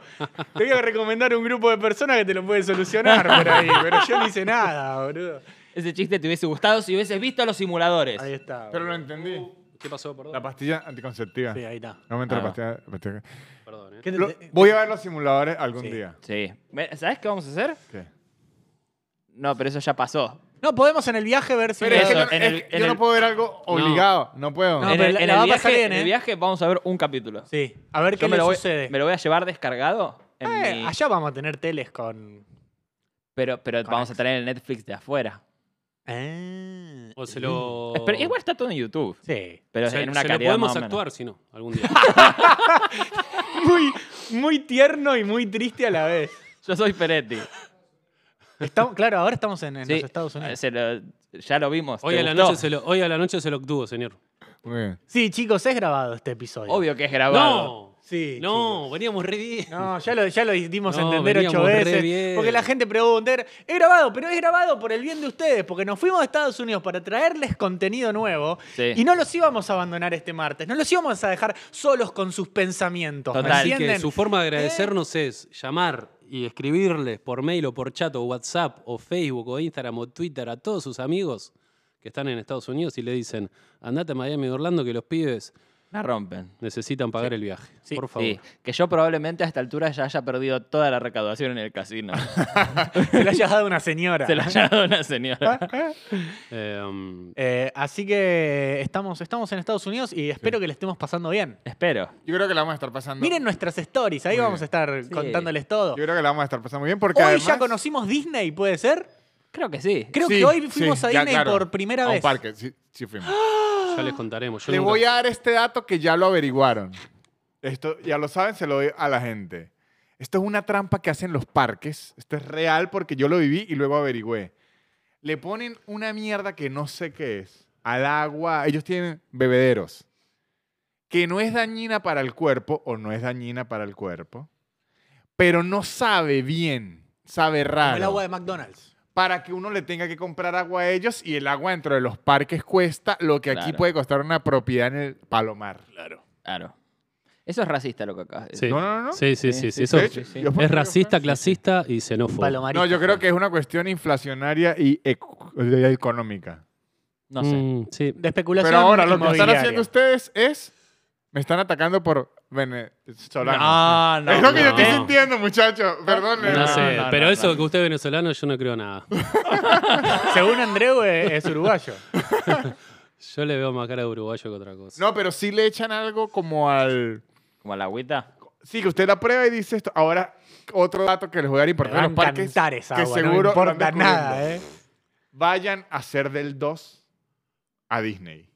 Speaker 1: Te voy a recomendar un grupo de personas que te lo puede solucionar por ahí, pero yo no hice nada, boludo.
Speaker 4: Ese chiste te hubiese gustado si hubieses visto los simuladores.
Speaker 1: Ahí está.
Speaker 2: Pero lo
Speaker 1: boludo.
Speaker 2: entendí.
Speaker 3: ¿Qué pasó? Perdón.
Speaker 2: La pastilla anticonceptiva.
Speaker 1: Sí, ahí está.
Speaker 2: No me entra
Speaker 4: Ah.
Speaker 2: la pastilla. la pastilla.
Speaker 3: Perdón, ¿eh?
Speaker 1: ¿Qué te-
Speaker 2: Lo- voy a ver los simuladores algún
Speaker 1: Sí.
Speaker 2: día.
Speaker 4: Sí. Me- ¿Sabes qué vamos a hacer?
Speaker 2: ¿Qué?
Speaker 4: No, pero eso ya pasó.
Speaker 1: No, podemos en el viaje ver si...
Speaker 2: Pero es que
Speaker 4: eso,
Speaker 2: yo, no-
Speaker 4: en
Speaker 2: es
Speaker 4: el-
Speaker 2: que
Speaker 4: en
Speaker 2: yo
Speaker 4: el-
Speaker 2: no puedo ver algo obligado. No, puedo.
Speaker 1: No,
Speaker 4: en
Speaker 1: pero
Speaker 4: el,
Speaker 1: la-
Speaker 4: en
Speaker 1: la
Speaker 4: el
Speaker 1: va a
Speaker 4: viaje,
Speaker 1: pasar bien,
Speaker 4: en el
Speaker 1: ¿eh?
Speaker 4: viaje vamos a ver un capítulo.
Speaker 1: Sí, a ver
Speaker 4: Yo
Speaker 1: qué
Speaker 4: me
Speaker 1: le
Speaker 4: lo, voy,
Speaker 1: sucede.
Speaker 4: me lo voy a llevar descargado. en
Speaker 1: Eh,
Speaker 4: mi-
Speaker 1: Allá vamos a tener teles con...
Speaker 4: Pero, pero
Speaker 1: Con
Speaker 4: vamos a
Speaker 1: X.
Speaker 4: tener el Netflix de afuera.
Speaker 1: Ah.
Speaker 3: O se lo.
Speaker 4: Espera, Eh, igual está todo en YouTube.
Speaker 1: Sí.
Speaker 4: Pero
Speaker 3: Oh. se,
Speaker 4: en una
Speaker 3: se lo
Speaker 4: calidad
Speaker 3: podemos
Speaker 4: más o menos. Ah,
Speaker 3: actuar, si no, algún día.
Speaker 1: Muy, muy tierno y muy triste a la vez.
Speaker 4: Yo soy Peretti.
Speaker 1: Estamos, claro, ahora estamos en, en
Speaker 4: Sí,
Speaker 1: los Estados Unidos.
Speaker 4: se lo- ya lo vimos.
Speaker 3: Hoy
Speaker 4: ¿te
Speaker 3: a, la
Speaker 4: gustó?
Speaker 3: noche se lo, hoy a la noche se lo obtuvo, señor.
Speaker 2: Muy bien.
Speaker 1: Sí, chicos, es grabado este episodio.
Speaker 4: Obvio que es grabado.
Speaker 3: ¡No!
Speaker 1: Sí.
Speaker 3: No,
Speaker 1: chicos.
Speaker 3: veníamos re bien.
Speaker 1: No, ya lo, ya lo dimos
Speaker 3: No,
Speaker 1: a entender ocho
Speaker 3: veníamos re
Speaker 1: veces.
Speaker 3: bien.
Speaker 1: Porque la gente pregunta, he grabado, pero es grabado por el bien de ustedes, porque nos fuimos a Estados Unidos para traerles contenido nuevo
Speaker 4: Sí.
Speaker 1: y no los íbamos a abandonar este martes, no los íbamos a dejar solos con sus pensamientos. ¿me
Speaker 4: Total.
Speaker 3: Así que
Speaker 1: entienden?
Speaker 3: su forma de agradecernos es llamar y escribirles por mail o por chat o WhatsApp o Facebook o Instagram o Twitter a todos sus amigos que están en Estados Unidos y le dicen, andate a Miami o Orlando que los pibes
Speaker 4: La rompen.
Speaker 3: necesitan pagar el viaje.
Speaker 1: Sí.
Speaker 3: por favor.
Speaker 4: Sí, que yo probablemente a esta altura ya haya perdido toda la recaudación en el casino.
Speaker 1: Se la hayas dado una señora.
Speaker 4: se la haya dado una
Speaker 3: Ah.
Speaker 4: señora.
Speaker 3: Eh, um,
Speaker 1: Eh, así que estamos, estamos en Estados Unidos y espero que le estemos pasando bien.
Speaker 4: Espero.
Speaker 2: Yo creo que la vamos a estar pasando.
Speaker 1: Miren nuestras stories, ahí
Speaker 2: Muy
Speaker 1: vamos a
Speaker 2: bien.
Speaker 1: estar
Speaker 4: Sí.
Speaker 1: contándoles todo.
Speaker 2: Yo creo que la vamos a estar pasando muy bien porque
Speaker 1: Hoy
Speaker 2: además-
Speaker 1: ya conocimos Disney, ¿puede ser?
Speaker 4: Creo que sí.
Speaker 1: Creo
Speaker 2: Sí,
Speaker 1: que hoy fuimos
Speaker 2: sí,
Speaker 1: a
Speaker 2: ya,
Speaker 1: Disney
Speaker 2: claro.
Speaker 1: por primera
Speaker 2: a un
Speaker 1: vez.
Speaker 2: parque, sí, sí fuimos.
Speaker 3: ya les contaremos. Yo
Speaker 2: Le
Speaker 3: nunca-
Speaker 2: voy a dar este dato que ya lo averiguaron. Esto ya lo saben, se lo doy a la gente. Esto es una trampa que hacen los parques. Esto es real porque yo lo viví y luego averigüé. Le ponen una mierda que no sé qué es al agua. Ellos tienen bebederos que no es dañina para el cuerpo o no es dañina para el cuerpo, pero no sabe bien, sabe
Speaker 1: Como
Speaker 2: raro
Speaker 1: el agua de McDonald's.
Speaker 2: para que uno le tenga que comprar agua a ellos y el agua dentro de los parques cuesta lo que aquí
Speaker 4: Claro.
Speaker 2: puede costar una propiedad en el Palomar. Eh, Claro.
Speaker 4: Claro. Eso es racista lo que acabas de
Speaker 3: Sí.
Speaker 4: decir.
Speaker 2: No, no, no, no.
Speaker 3: Sí, sí, sí. sí,
Speaker 4: Sí,
Speaker 3: eso
Speaker 4: sí,
Speaker 3: es
Speaker 4: sí.
Speaker 3: racista, clasista y xenófobo.
Speaker 1: Palomarito.
Speaker 2: No, yo creo que es una cuestión inflacionaria y eco- económica.
Speaker 4: No sé.
Speaker 3: Mm, sí.
Speaker 1: De especulación.
Speaker 2: Pero ahora lo que están
Speaker 1: inmobiliaria.
Speaker 2: haciendo ustedes es... Me están atacando por venezolano.
Speaker 1: No, no.
Speaker 2: es lo que yo
Speaker 1: no. Eh,
Speaker 2: estoy sintiendo, muchachos. Perdón.
Speaker 3: No,
Speaker 1: No,
Speaker 3: sé,
Speaker 1: no, no,
Speaker 3: pero
Speaker 1: no,
Speaker 3: eso
Speaker 1: no.
Speaker 3: que usted es venezolano, yo no creo nada.
Speaker 1: Según Andreu, es, es uruguayo.
Speaker 3: Yo le veo más cara de uruguayo que otra cosa.
Speaker 2: No, pero sí le echan algo como al...
Speaker 4: Como la agüita.
Speaker 2: Sí, que usted la prueba y dice esto. Ahora, otro dato que les voy a dar importante
Speaker 1: Me va a
Speaker 2: a los parques.
Speaker 1: encantar esa
Speaker 2: que
Speaker 1: agua,
Speaker 2: seguro
Speaker 1: no
Speaker 2: lo
Speaker 1: me importa
Speaker 2: han descubierto.
Speaker 1: nada, ¿eh?
Speaker 2: Vayan a hacer del 2 a Disney.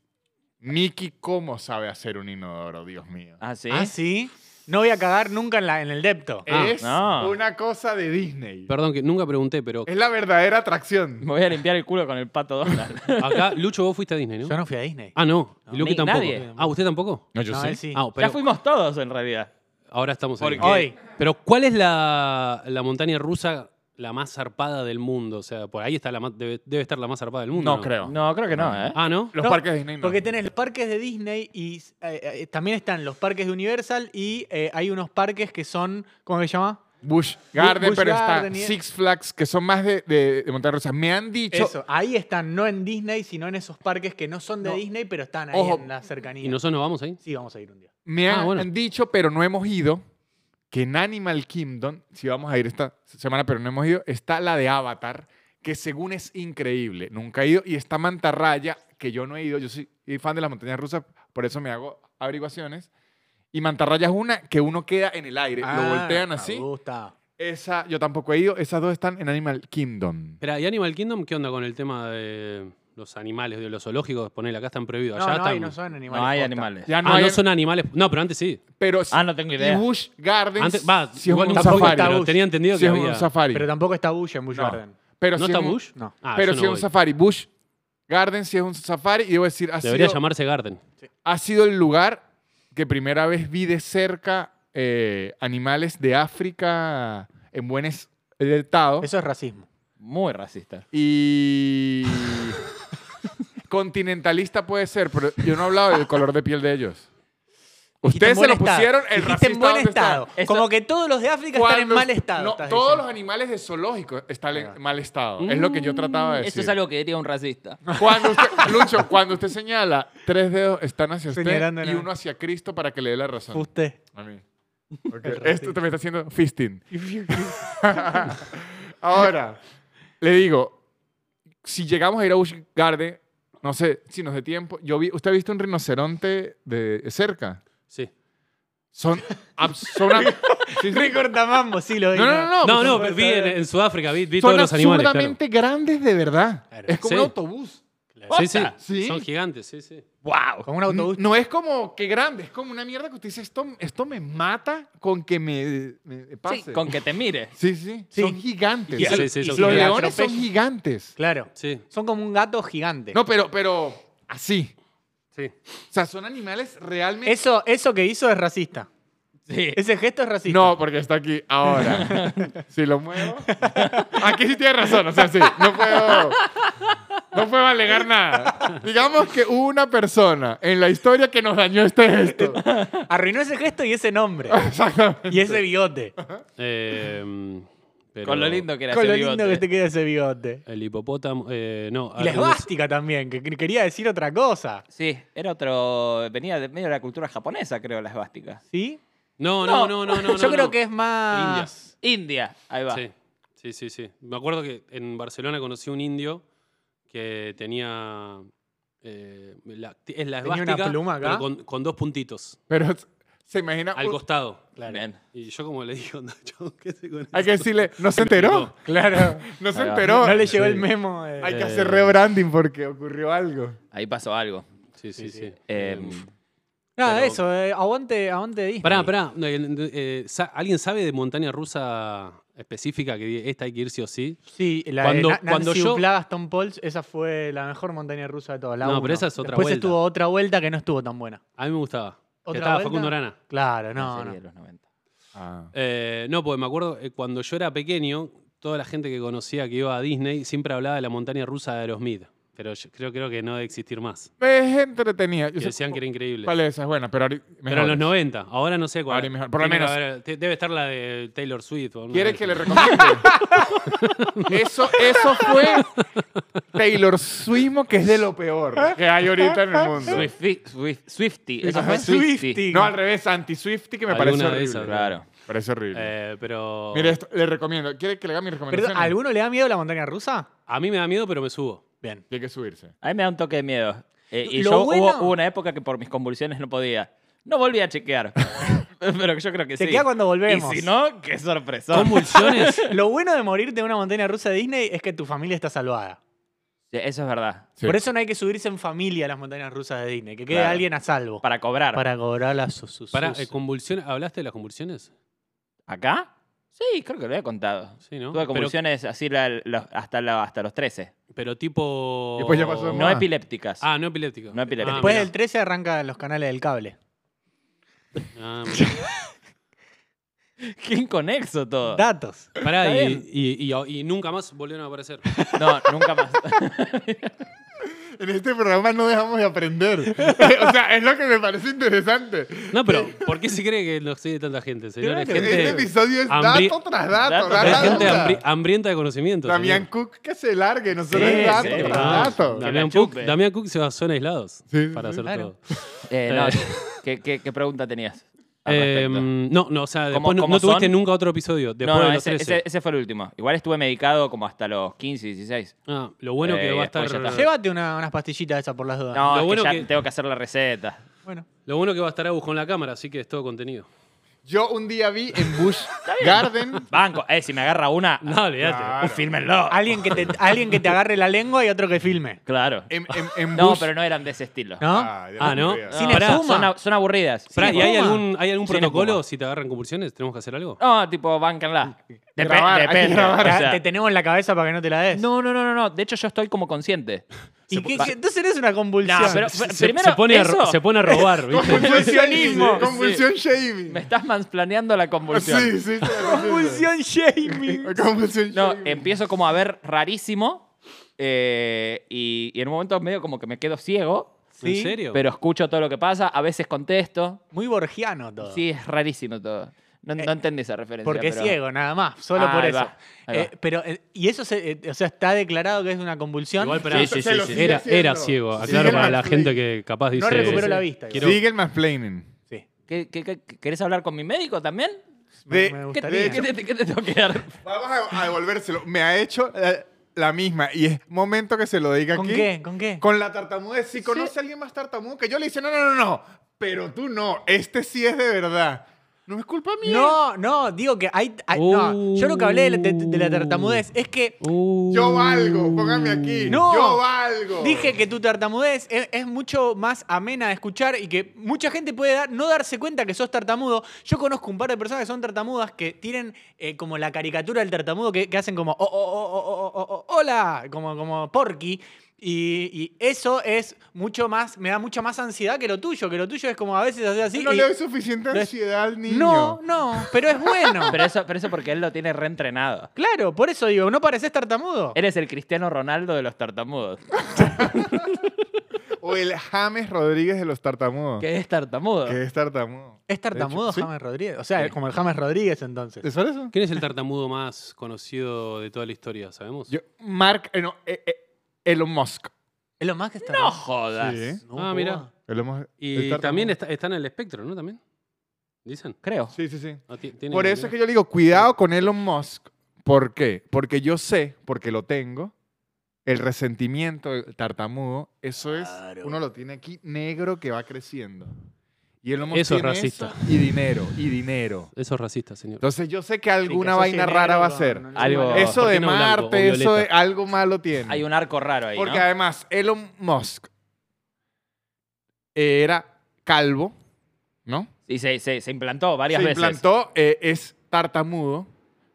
Speaker 2: Mickey, ¿cómo sabe hacer un inodoro, Dios mío?
Speaker 4: Ah, sí.
Speaker 1: ¿Ah, sí? No voy a cagar nunca en, la, en el depto.
Speaker 3: Ah,
Speaker 2: es
Speaker 4: no.
Speaker 2: una cosa de Disney.
Speaker 3: Perdón, que nunca pregunté, pero
Speaker 2: Es la verdadera atracción.
Speaker 4: Me voy a limpiar el culo con el pato Donald.
Speaker 3: acá, Lucho, vos fuiste a Disney, ¿no?
Speaker 1: Yo no fui a Disney.
Speaker 3: Ah, no.
Speaker 1: No,
Speaker 3: Y Luqui
Speaker 4: ni-
Speaker 3: tampoco.
Speaker 4: nadie.
Speaker 3: Ah, ¿usted tampoco?
Speaker 2: No,
Speaker 1: no, él sí.
Speaker 3: Ah,
Speaker 4: ya
Speaker 3: pero
Speaker 4: fuimos todos en realidad.
Speaker 3: ahora estamos ahí.
Speaker 1: Porque- Hoy.
Speaker 3: Pero ¿cuál es la, la montaña rusa la más zarpada del mundo? O sea, por ahí está la ma- debe, debe estar la más zarpada del mundo.
Speaker 2: No creo.
Speaker 4: No, creo que no, ¿eh?
Speaker 3: Ah, ¿no?
Speaker 2: Los
Speaker 1: No,
Speaker 2: parques de Disney no.
Speaker 1: Porque tenés los parques de Disney y eh, eh, también están los parques de Universal y eh, hay unos parques que son, ¿cómo se llama?
Speaker 2: Bush Garden,
Speaker 1: Busch
Speaker 2: pero
Speaker 1: Garden y-
Speaker 2: está Six Flags, que son más de, de, de montañas rusas. Me han dicho,
Speaker 1: Eso, ahí están, no en Disney, sino en esos parques que no son de
Speaker 2: No.
Speaker 1: Disney, pero están ahí
Speaker 2: Ojo.
Speaker 1: en la cercanía.
Speaker 3: ¿Y nosotros nos vamos ahí?
Speaker 1: Sí, vamos a ir un día.
Speaker 2: me
Speaker 3: Ah,
Speaker 2: han
Speaker 3: bueno.
Speaker 2: dicho, pero no hemos ido, que en Animal Kingdom, si vamos a ir esta semana, pero no hemos ido, está la de Avatar, que según es increíble, nunca he ido, y está Mantarraya, que yo no he ido, yo soy fan de las montañas rusas, por eso me hago
Speaker 1: Ah,
Speaker 2: averiguaciones. Y Mantarraya es una que uno queda en el aire, lo Eh, voltean así,
Speaker 1: Me gusta.
Speaker 2: Esa, yo tampoco he ido. Esas dos están en Animal Kingdom.
Speaker 3: Espera, ¿y Animal Kingdom qué onda con el tema de los animales, de los zoológicos? Ponele, acá están prohibidos.
Speaker 1: No,
Speaker 3: Allá
Speaker 1: no,
Speaker 3: están...
Speaker 1: ahí no son animales.
Speaker 4: No hay
Speaker 1: posta.
Speaker 4: animales.
Speaker 2: Ya
Speaker 3: Ah,
Speaker 2: hay-
Speaker 3: no son animales. No, pero antes sí.
Speaker 2: Pero
Speaker 4: Ah, no tengo idea.
Speaker 2: Y Bush Gardens.
Speaker 3: Antes, va,
Speaker 2: sí es
Speaker 3: igual
Speaker 2: un
Speaker 3: nunca fui,
Speaker 2: safari.
Speaker 3: pero tenía entendido
Speaker 2: Sí
Speaker 3: que
Speaker 2: es
Speaker 3: había.
Speaker 2: un safari.
Speaker 1: Pero tampoco está Bush en Bush
Speaker 2: No.
Speaker 1: Garden.
Speaker 2: Pero
Speaker 3: ¿No
Speaker 2: sí
Speaker 3: está
Speaker 2: es un-
Speaker 3: Bush?
Speaker 1: No.
Speaker 3: Ah,
Speaker 2: pero
Speaker 3: yo
Speaker 2: sí
Speaker 3: no
Speaker 2: es un
Speaker 3: voy.
Speaker 2: safari. Bush Garden sí es un safari. Y debo decir, ha,
Speaker 3: Debería
Speaker 2: sido,
Speaker 3: llamarse Garden.
Speaker 2: ha sido el lugar que primera vez vi de cerca eh, animales de África en buen es- estado.
Speaker 1: Eso es racismo.
Speaker 4: Muy racista.
Speaker 2: Y. Continentalista puede ser, pero yo no hablaba del color de piel de ellos.
Speaker 1: Dijiste en
Speaker 2: Ustedes se
Speaker 1: buen
Speaker 2: lo
Speaker 1: estado.
Speaker 2: pusieron el
Speaker 1: Dijiste en
Speaker 2: racista
Speaker 1: buen
Speaker 2: donde está.
Speaker 1: estado.
Speaker 4: Eso-
Speaker 1: Como que todos los de África están en
Speaker 2: Cuando-
Speaker 1: mal estado.
Speaker 2: No,
Speaker 1: estás
Speaker 2: todos
Speaker 1: diciendo.
Speaker 2: los animales de zoológico están en mal estado.
Speaker 3: Mm,
Speaker 2: es lo que yo trataba de decir.
Speaker 4: Eso es algo que diría un racista.
Speaker 2: Cuando usted, Lucho, cuando usted señala, tres dedos están hacia usted
Speaker 1: Señalando
Speaker 2: y
Speaker 1: nada.
Speaker 2: uno hacia Cristo para que le dé la razón.
Speaker 1: Usted.
Speaker 2: A mí. Ok, Esto también está haciendo fisting. Ahora, le digo, si llegamos a ir a Busch Garden, no sé si nos dé tiempo. Yo vi, ¿Usted ha visto un rinoceronte de cerca?
Speaker 3: Sí.
Speaker 2: Son... abs- son una- sí, sí.
Speaker 1: Rick Cortamambo, sí lo vi.
Speaker 2: No, no, no.
Speaker 3: No,
Speaker 2: pues
Speaker 3: no,
Speaker 2: son-
Speaker 3: pero vi en, en Sudáfrica, vi, vi
Speaker 2: son
Speaker 3: todos los animales. claro.
Speaker 2: absurdamente grandes de verdad.
Speaker 1: Claro.
Speaker 2: Es como
Speaker 3: Sí.
Speaker 2: un autobús.
Speaker 3: Sí, sí,
Speaker 2: Sí.
Speaker 3: Son gigantes, sí, sí.
Speaker 1: Wow. Con un
Speaker 2: N-
Speaker 1: autobús.
Speaker 2: No es como que grande, es como una mierda que usted dice, esto, esto me mata con que me, me pase.
Speaker 4: Sí, con que te mire.
Speaker 2: Sí, sí,
Speaker 1: Sí.
Speaker 2: Son gigantes.
Speaker 1: Y
Speaker 3: Sí,
Speaker 1: al-
Speaker 3: sí, sí, son
Speaker 1: y
Speaker 2: Los
Speaker 1: le
Speaker 3: gigantes.
Speaker 2: leones son
Speaker 1: atropella.
Speaker 2: gigantes.
Speaker 1: Claro.
Speaker 3: Sí,
Speaker 1: Son como un gato gigante.
Speaker 2: No, pero, pero así.
Speaker 3: sí.
Speaker 2: O sea, son animales realmente.
Speaker 1: Eso, eso que hizo es racista.
Speaker 4: Sí.
Speaker 1: Ese gesto es racista.
Speaker 2: No, porque está aquí ahora. si lo muevo. Aquí sí tiene razón, o sea, sí. No puedo. No puedo alegar nada. Digamos que hubo una persona en la historia que nos dañó este gesto.
Speaker 1: Arruinó ese gesto y ese nombre.
Speaker 2: Exactamente.
Speaker 1: y ese bigote.
Speaker 3: Eh, pero
Speaker 4: Con lo lindo que era
Speaker 1: Con
Speaker 4: ese
Speaker 1: lo lindo
Speaker 4: bigote.
Speaker 1: que te queda ese bigote.
Speaker 3: El hipopótamo. eh, no,
Speaker 1: Y la
Speaker 3: algo-
Speaker 1: esvástica también, que que quería decir otra cosa.
Speaker 4: Sí, era otro... Venía de medio de la cultura japonesa, creo, la esvástica.
Speaker 1: ¿Sí?
Speaker 3: No, no, no, no. no,
Speaker 1: Yo
Speaker 3: no,
Speaker 1: creo
Speaker 3: no.
Speaker 1: que es más.
Speaker 4: India, ahí va.
Speaker 3: Sí, sí, sí, sí. Me acuerdo que en Barcelona conocí un indio que tenía. eh, la, es la
Speaker 1: Tenía una
Speaker 3: esvástica,
Speaker 1: pluma acá.
Speaker 3: pero con, con dos puntitos
Speaker 2: Pero se imagina.
Speaker 3: al
Speaker 2: un-
Speaker 3: costado.
Speaker 4: Bien.
Speaker 3: Y yo, como le digo, no, chabón, ¿qué hace con
Speaker 2: Hay que
Speaker 3: eso?
Speaker 2: decirle, no se enteró.
Speaker 3: No.
Speaker 2: Claro. No se
Speaker 4: Ahí va.
Speaker 2: enteró.
Speaker 1: No le llegó el memo. de-
Speaker 2: Hay que
Speaker 3: Eh.
Speaker 2: hacer rebranding porque ocurrió algo.
Speaker 4: Ahí pasó algo.
Speaker 3: Sí, sí, sí.
Speaker 4: Em,
Speaker 3: Em,
Speaker 1: Nada,
Speaker 3: pero-
Speaker 1: eso, eh, aguante, aguante Disney.
Speaker 3: Pará, pará. no, eh, eh, sa- ¿Alguien sabe de montaña rusa específica que diga, esta hay que ir sí o sí?
Speaker 1: Sí, la
Speaker 3: Cuando-
Speaker 1: de Na-
Speaker 3: cuando
Speaker 1: Nancy
Speaker 3: yo-
Speaker 1: Duplá, Stone Poles, esa fue la mejor montaña rusa de todas. La
Speaker 3: No, pero
Speaker 1: uno.
Speaker 3: esa es otra
Speaker 1: Después
Speaker 3: vuelta.
Speaker 1: estuvo otra vuelta que no estuvo tan buena.
Speaker 3: A mí me gustaba. Que
Speaker 1: ¿Otra
Speaker 3: estaba
Speaker 1: vuelta?
Speaker 3: Facundo Arana.
Speaker 1: Claro, no,
Speaker 4: no, serie
Speaker 1: no.
Speaker 4: de los 90.
Speaker 1: Ah.
Speaker 3: Eh, no, porque me acuerdo eh, cuando yo era pequeño, toda la gente que conocía que iba a Disney siempre hablaba de la montaña rusa de Aerosmith. Pero yo creo, creo que no debe existir más.
Speaker 2: Es entretenida. Yo
Speaker 3: Que
Speaker 2: sé
Speaker 3: decían que era increíble.
Speaker 2: ¿Cuál es esa? Es buena, pero ahorita.
Speaker 3: Pero en los 90, ahora no sé cuál.
Speaker 2: Ahora es mejor. Por lo
Speaker 3: Tiene que
Speaker 2: menos.
Speaker 3: haber- te- debe estar la de Taylor Swift. o una
Speaker 2: ¿Quieres
Speaker 3: de
Speaker 2: que le
Speaker 3: esas.
Speaker 2: recomiende? eso, eso fue Taylor Swismo, que es de lo
Speaker 1: ¿Eh?
Speaker 2: peor que hay ahorita en el mundo.
Speaker 4: Swifty, Swif- Swifty, eso
Speaker 1: Ajá.
Speaker 4: fue Swifty.
Speaker 1: Swifty.
Speaker 2: No, al revés, anti-Swifty, que me parece
Speaker 3: Alguna de
Speaker 2: horrible.
Speaker 3: esas,
Speaker 4: Claro.
Speaker 2: Parece horrible.
Speaker 3: Eh, pero
Speaker 2: Mire, esto, le recomiendo. ¿Quiere que le haga mi
Speaker 1: Pero,
Speaker 2: recomendación?
Speaker 1: ¿Alguno le da miedo la montaña rusa?
Speaker 3: a mí me da miedo, pero me subo.
Speaker 1: Bien.
Speaker 2: Tiene que subirse.
Speaker 4: A mí me da un toque de miedo. Eh, y
Speaker 1: Lo
Speaker 4: yo
Speaker 1: bueno-
Speaker 4: hubo, hubo una época que por mis convulsiones no podía. No volví a chequear. pero yo creo que
Speaker 1: Te
Speaker 4: sí.
Speaker 1: queda cuando volvemos.
Speaker 4: Y si no, qué sorpresa.
Speaker 3: Convulsiones.
Speaker 1: Lo bueno de morirte en una montaña rusa de Disney es que tu familia está salvada.
Speaker 4: Sí, Eso es verdad.
Speaker 2: Sí.
Speaker 1: Por eso no hay que subirse en familia a las montañas rusas de Disney, que quede
Speaker 4: Claro.
Speaker 1: alguien a salvo.
Speaker 4: Para cobrar.
Speaker 1: Para cobrar las sus. sus-
Speaker 3: Pará,
Speaker 1: sus-
Speaker 3: eh, convulsiones. ¿Hablaste de las convulsiones?
Speaker 4: ¿Acá? Sí, creo que lo he contado.
Speaker 3: Sí, ¿no?
Speaker 4: Tuve
Speaker 3: Pero-
Speaker 4: convulsiones así la- los- hasta, la- hasta los 13.
Speaker 3: Pero tipo.
Speaker 2: Después ya pasó de
Speaker 4: No
Speaker 2: Ah.
Speaker 4: epilépticas.
Speaker 3: Ah, no epiléptico.
Speaker 4: No epiléptico.
Speaker 1: Después
Speaker 3: mirá.
Speaker 1: del 13 arrancan los canales del cable.
Speaker 3: Ah, mirá.
Speaker 4: Qué inconexo todo.
Speaker 1: Datos.
Speaker 3: Pará,
Speaker 4: Está
Speaker 3: y,
Speaker 4: bien.
Speaker 3: y- y- y nunca más volvieron a aparecer.
Speaker 4: No, nunca más.
Speaker 2: En este programa no dejamos de aprender. o sea, es lo que me parece interesante.
Speaker 3: No, pero ¿por qué se cree que nos sigue tanta gente, señores?
Speaker 1: Claro,
Speaker 2: Este
Speaker 3: Gente,
Speaker 2: episodio es
Speaker 3: hambri-
Speaker 2: dato tras dato.
Speaker 4: dato
Speaker 2: da
Speaker 4: tras
Speaker 3: hay
Speaker 2: data.
Speaker 3: gente hambri- hambrienta de conocimiento.
Speaker 2: Damián
Speaker 3: señor.
Speaker 2: Cook que se largue, nosotros
Speaker 4: Sí,
Speaker 2: es dato
Speaker 4: sí,
Speaker 2: tras
Speaker 3: Ah,
Speaker 2: dato.
Speaker 4: Que
Speaker 3: Damián
Speaker 4: la
Speaker 3: Cook,
Speaker 4: chupe.
Speaker 3: Damián Cook se basó en aislados
Speaker 2: Sí, sí,
Speaker 3: para
Speaker 2: sí.
Speaker 3: hacer
Speaker 1: Claro.
Speaker 3: todo.
Speaker 4: Eh, no,
Speaker 3: Eh.
Speaker 4: ¿qué, qué, qué pregunta tenías? al
Speaker 3: Eh,
Speaker 4: respecto?
Speaker 3: no, no, o sea, después no,
Speaker 4: cómo
Speaker 3: no tuviste
Speaker 4: son?
Speaker 3: nunca otro episodio. Después
Speaker 4: no, no,
Speaker 3: de los
Speaker 4: ese,
Speaker 3: 13.
Speaker 4: ese- ese fue el último. Igual estuve medicado como hasta los 15, 16.
Speaker 3: Ah, lo bueno que
Speaker 4: Eh,
Speaker 3: va a
Speaker 4: después ya
Speaker 3: estar.
Speaker 4: está.
Speaker 1: Llévate una- unas pastillitas esas por las dudas.
Speaker 4: No,
Speaker 3: Lo
Speaker 4: es
Speaker 3: bueno
Speaker 4: que ya
Speaker 3: que-
Speaker 4: tengo que hacer la receta.
Speaker 1: Bueno.
Speaker 3: Lo bueno que va a estar Agus con la cámara, así que es todo contenido.
Speaker 2: Yo un día vi en Bush Garden.
Speaker 4: Banco. Eh, si me agarra una,
Speaker 3: No, olvídate.
Speaker 2: Claro.
Speaker 4: fílmenlo.
Speaker 1: Alguien que, te, alguien que te agarre la lengua y otro que filme.
Speaker 4: Claro.
Speaker 2: En, en- en
Speaker 4: No,
Speaker 2: Bush-
Speaker 4: pero no eran de ese estilo.
Speaker 1: ¿No?
Speaker 2: Ah, ya
Speaker 3: Ah,
Speaker 2: me
Speaker 3: ¿no?
Speaker 2: olvidé.
Speaker 1: Sin
Speaker 3: Ah, pará,
Speaker 1: espuma.
Speaker 4: Son, a- son aburridas.
Speaker 3: Pará, ¿y hay
Speaker 1: espuma.
Speaker 3: algún, hay algún
Speaker 4: Sin
Speaker 3: protocolo
Speaker 4: espuma.
Speaker 3: si te agarran convulsiones? ¿Tenemos que hacer algo?
Speaker 4: No, tipo, báncanla. Dep-
Speaker 2: Grabar, hay que
Speaker 4: depende.
Speaker 2: grabar.
Speaker 4: o
Speaker 1: Te-
Speaker 4: sea,
Speaker 1: te tenemos en la cabeza para que no te la des.
Speaker 4: no, no, no, no, no. De hecho, yo estoy como consciente.
Speaker 1: ¿Y
Speaker 4: Se
Speaker 1: qué-
Speaker 4: po-
Speaker 1: qué- entonces eres una convulsión.
Speaker 4: No, pero-
Speaker 3: Se-
Speaker 4: pr-
Speaker 3: se-
Speaker 4: primero,
Speaker 3: se, pone a, ro-
Speaker 4: eso-
Speaker 3: se pone a robar, ¿viste?
Speaker 1: Convulsionismo.
Speaker 2: Convulsión shaving.
Speaker 4: Me estás mansplaneando la convulsión.
Speaker 2: Sí, sí. sí,
Speaker 1: Convulsión Jamie.
Speaker 2: la Convulsión
Speaker 4: No,
Speaker 2: shaving.
Speaker 4: empiezo como a ver rarísimo. eh, y, y en un momento medio como que me quedo ciego.
Speaker 3: ¿En
Speaker 1: Sí,
Speaker 3: serio?
Speaker 4: Pero escucho todo lo que pasa. A veces contesto.
Speaker 1: Muy borgiano todo.
Speaker 4: Sí, es rarísimo todo. No, no entendí esa referencia.
Speaker 1: Porque es
Speaker 4: pero-
Speaker 1: ciego, nada más. Solo
Speaker 4: Ah,
Speaker 1: por
Speaker 4: ahí
Speaker 1: eso.
Speaker 4: va, ahí
Speaker 1: Eh,
Speaker 4: va.
Speaker 1: pero, eh, y eso se- eh, o sea, está declarado que es una convulsión.
Speaker 3: Igual, pará.
Speaker 4: Sí, sí,
Speaker 2: Se lo sí, sí. sigue
Speaker 3: Era, era
Speaker 2: haciendo.
Speaker 3: ciego.
Speaker 2: Sí,
Speaker 3: Aclaro
Speaker 2: sigue
Speaker 3: para
Speaker 2: el
Speaker 3: la
Speaker 2: Max
Speaker 3: gente
Speaker 2: Lee.
Speaker 3: que capaz dice...
Speaker 1: No recuperó la vista. igual.
Speaker 3: Quiero-
Speaker 2: Sigue el mansplaining.
Speaker 1: Sí.
Speaker 4: ¿Qué- qué- qué- ¿Querés hablar con mi médico también?
Speaker 1: Me-
Speaker 2: De-
Speaker 1: me
Speaker 4: ¿Qué,
Speaker 1: gustaría.
Speaker 4: qué te, qué te tengo que dar?
Speaker 2: Vamos a, a devolvérselo. Me ha hecho eh, la, misma y es momento que se lo diga
Speaker 1: ¿Con
Speaker 2: aquí.
Speaker 1: qué? ¿Con qué?
Speaker 2: Con la tartamudez. Si conoce a alguien más tartamudo que yo, le dice, no, no, no, no. Pero tú no. Este sí es de verdad. No es culpa mía.
Speaker 1: No, no, digo que hay. hay- no, yo lo que hablé de, la- de- de la tartamudez es que
Speaker 3: Uh,
Speaker 2: Yo valgo. Póngame aquí.
Speaker 1: Uh. No.
Speaker 2: Yo valgo.
Speaker 1: dije que tu tartamudez es, es mucho más amena de escuchar y que mucha gente puede dar- no darse cuenta que sos tartamudo. Yo conozco un par de personas que son tartamudas que tienen eh, como la caricatura del tartamudo que, que hacen como "Oh, oh, oh, oh, oh, oh, oh, hola, como, como porky. Y, y eso es mucho más, me da mucha más ansiedad que lo tuyo, que lo tuyo es como a veces hacer así.
Speaker 2: no
Speaker 1: y-
Speaker 2: le doy suficiente
Speaker 1: No es-
Speaker 2: ansiedad al niño.
Speaker 1: no, no, pero es bueno.
Speaker 4: Pero eso, pero eso porque él lo tiene reentrenado.
Speaker 1: Claro, por eso digo, no pareces tartamudo.
Speaker 4: Él es el Cristiano Ronaldo de los tartamudos.
Speaker 2: Ah. O el James Rodríguez de los tartamudos.
Speaker 4: ¿Qué es tartamudo?
Speaker 2: Que es tartamudo.
Speaker 1: Es tartamudo
Speaker 2: De hecho, sí.
Speaker 1: James Rodríguez. O sea, es como el James Rodríguez entonces.
Speaker 2: ¿Te suena eso?
Speaker 3: ¿Quién es el tartamudo más conocido de toda la historia? ¿Sabemos?
Speaker 2: Yo- Mark, eh, no, eh, eh, Elon Musk.
Speaker 1: Es lo más que está.
Speaker 4: No jodas.
Speaker 2: Sí.
Speaker 1: No,
Speaker 3: Ah,
Speaker 1: Cuba.
Speaker 3: mira.
Speaker 2: Elon Musk- el
Speaker 3: Y
Speaker 2: tartamudo.
Speaker 3: también está, está en el espectro, ¿no? También. ¿Dicen?
Speaker 4: Creo.
Speaker 2: Sí, sí, sí.
Speaker 3: Ah, ti- tiene-
Speaker 2: Por eso es que yo le digo, cuidado con Elon Musk. ¿Por qué? Porque yo sé, porque lo tengo, el resentimiento del tartamudo, eso es, uno lo tiene aquí negro que va creciendo. Y Elon Musk
Speaker 3: Eso es
Speaker 2: tiene
Speaker 3: racista.
Speaker 2: eso y dinero, y dinero.
Speaker 3: Eso es racista, señor.
Speaker 2: Entonces yo sé que
Speaker 1: Sí, que
Speaker 2: alguna
Speaker 1: sos
Speaker 2: vaina
Speaker 1: negro
Speaker 2: rara va a
Speaker 1: con-
Speaker 2: ser.
Speaker 1: no,
Speaker 4: Algo-
Speaker 1: no, no.
Speaker 2: Eso
Speaker 3: ¿Por qué
Speaker 2: de
Speaker 3: no blanco o
Speaker 2: Marte, eso de
Speaker 3: violeta?
Speaker 2: algo malo tiene.
Speaker 4: Hay un arco raro ahí, ¿no?
Speaker 2: Porque además, Elon Musk era calvo, ¿no?
Speaker 4: Y se, se- se implantó varias
Speaker 2: se
Speaker 4: veces.
Speaker 2: implantó, eh, es tartamudo,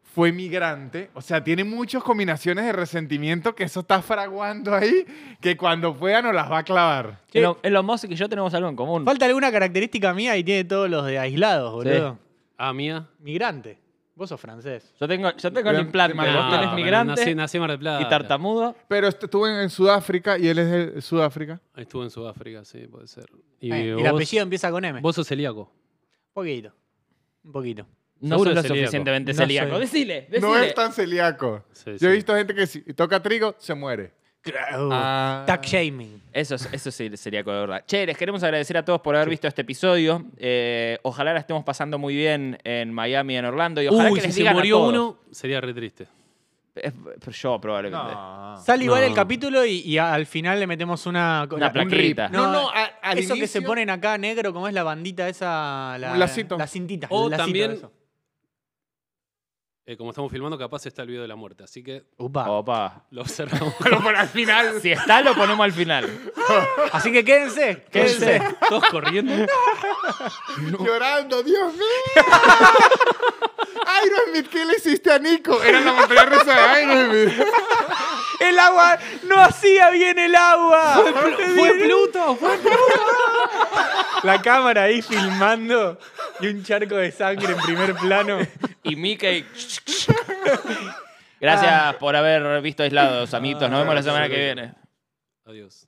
Speaker 2: fue migrante. O sea, tiene muchas combinaciones de resentimiento que eso está fraguando ahí, que cuando pueda nos las va a clavar.
Speaker 4: Elon, Elon Musk y yo tenemos algo en común.
Speaker 1: Falta alguna característica mía y tiene todos los de aislados, boludo.
Speaker 3: Ah, mía.
Speaker 1: Migrante. Vos sos francés.
Speaker 4: Yo tengo, yo tengo el
Speaker 2: Te-
Speaker 4: implante.
Speaker 2: te
Speaker 4: Vos
Speaker 2: mandaste.
Speaker 4: tenés
Speaker 3: Ah,
Speaker 4: migrante
Speaker 3: Nací, nací en Mar del Plata.
Speaker 4: y tartamudo.
Speaker 2: Pero est- estuvo en, en Sudáfrica y él es de Sudáfrica.
Speaker 3: Estuvo en Sudáfrica, sí, puede ser.
Speaker 1: Eh,
Speaker 3: Y,
Speaker 1: Y,
Speaker 3: vos,
Speaker 1: el apellido empieza con M.
Speaker 3: vos sos celíaco.
Speaker 1: Un poquito. Un poquito.
Speaker 4: No
Speaker 3: Seguro
Speaker 4: soy lo
Speaker 3: es celíaco.
Speaker 4: suficientemente
Speaker 1: No
Speaker 4: celíaco.
Speaker 1: soy.
Speaker 4: Decile, decile.
Speaker 2: No es tan celíaco.
Speaker 3: Sí,
Speaker 2: Yo he
Speaker 3: sí.
Speaker 2: visto gente que si toca trigo, se muere.
Speaker 1: Claro.
Speaker 2: Ah.
Speaker 1: Tack shaming.
Speaker 4: Eso, es- eso sí sería con verdad. Che, les queremos agradecer a todos por haber visto este episodio. Eh, ojalá la estemos pasando muy bien en Miami, en Orlando. Y ojalá
Speaker 3: Uy,
Speaker 4: que
Speaker 3: si
Speaker 4: les
Speaker 3: se
Speaker 4: digan a
Speaker 3: murió
Speaker 4: todos.
Speaker 3: uno, sería re triste.
Speaker 4: Es- pero yo probablemente.
Speaker 1: Sale igual
Speaker 3: No.
Speaker 1: el capítulo y, y al final le metemos una...
Speaker 4: Una
Speaker 1: la-
Speaker 4: plaquita.
Speaker 1: No,
Speaker 2: No,
Speaker 1: no,
Speaker 2: no, a- al
Speaker 1: eso que se
Speaker 2: inicio-
Speaker 1: ponen acá negro, como es la bandita esa... La,
Speaker 2: Un lacito.
Speaker 1: La cintita.
Speaker 3: O
Speaker 1: el lacito,
Speaker 3: también-
Speaker 1: eso.
Speaker 3: Eh, como estamos filmando, capaz está el video de la muerte. Así que
Speaker 1: Upa.
Speaker 4: Opa.
Speaker 3: lo observamos.
Speaker 2: Pero por al final.
Speaker 4: Si está, lo ponemos al final.
Speaker 1: Así que quédense, quédense.
Speaker 3: Todos corriendo.
Speaker 2: Llorando, Dios mío. Aerosmith, ¿qué le hiciste a Nico? Era la montaña rusa de Aerosmith.
Speaker 1: El agua no hacía bien el agua.
Speaker 3: Fue Pluto, fue
Speaker 1: La cámara ahí filmando y un charco de sangre en primer plano.
Speaker 4: Y Mickey. Gracias por haber visto aislados, amiguitos. Nos vemos la semana que viene.
Speaker 3: Adiós.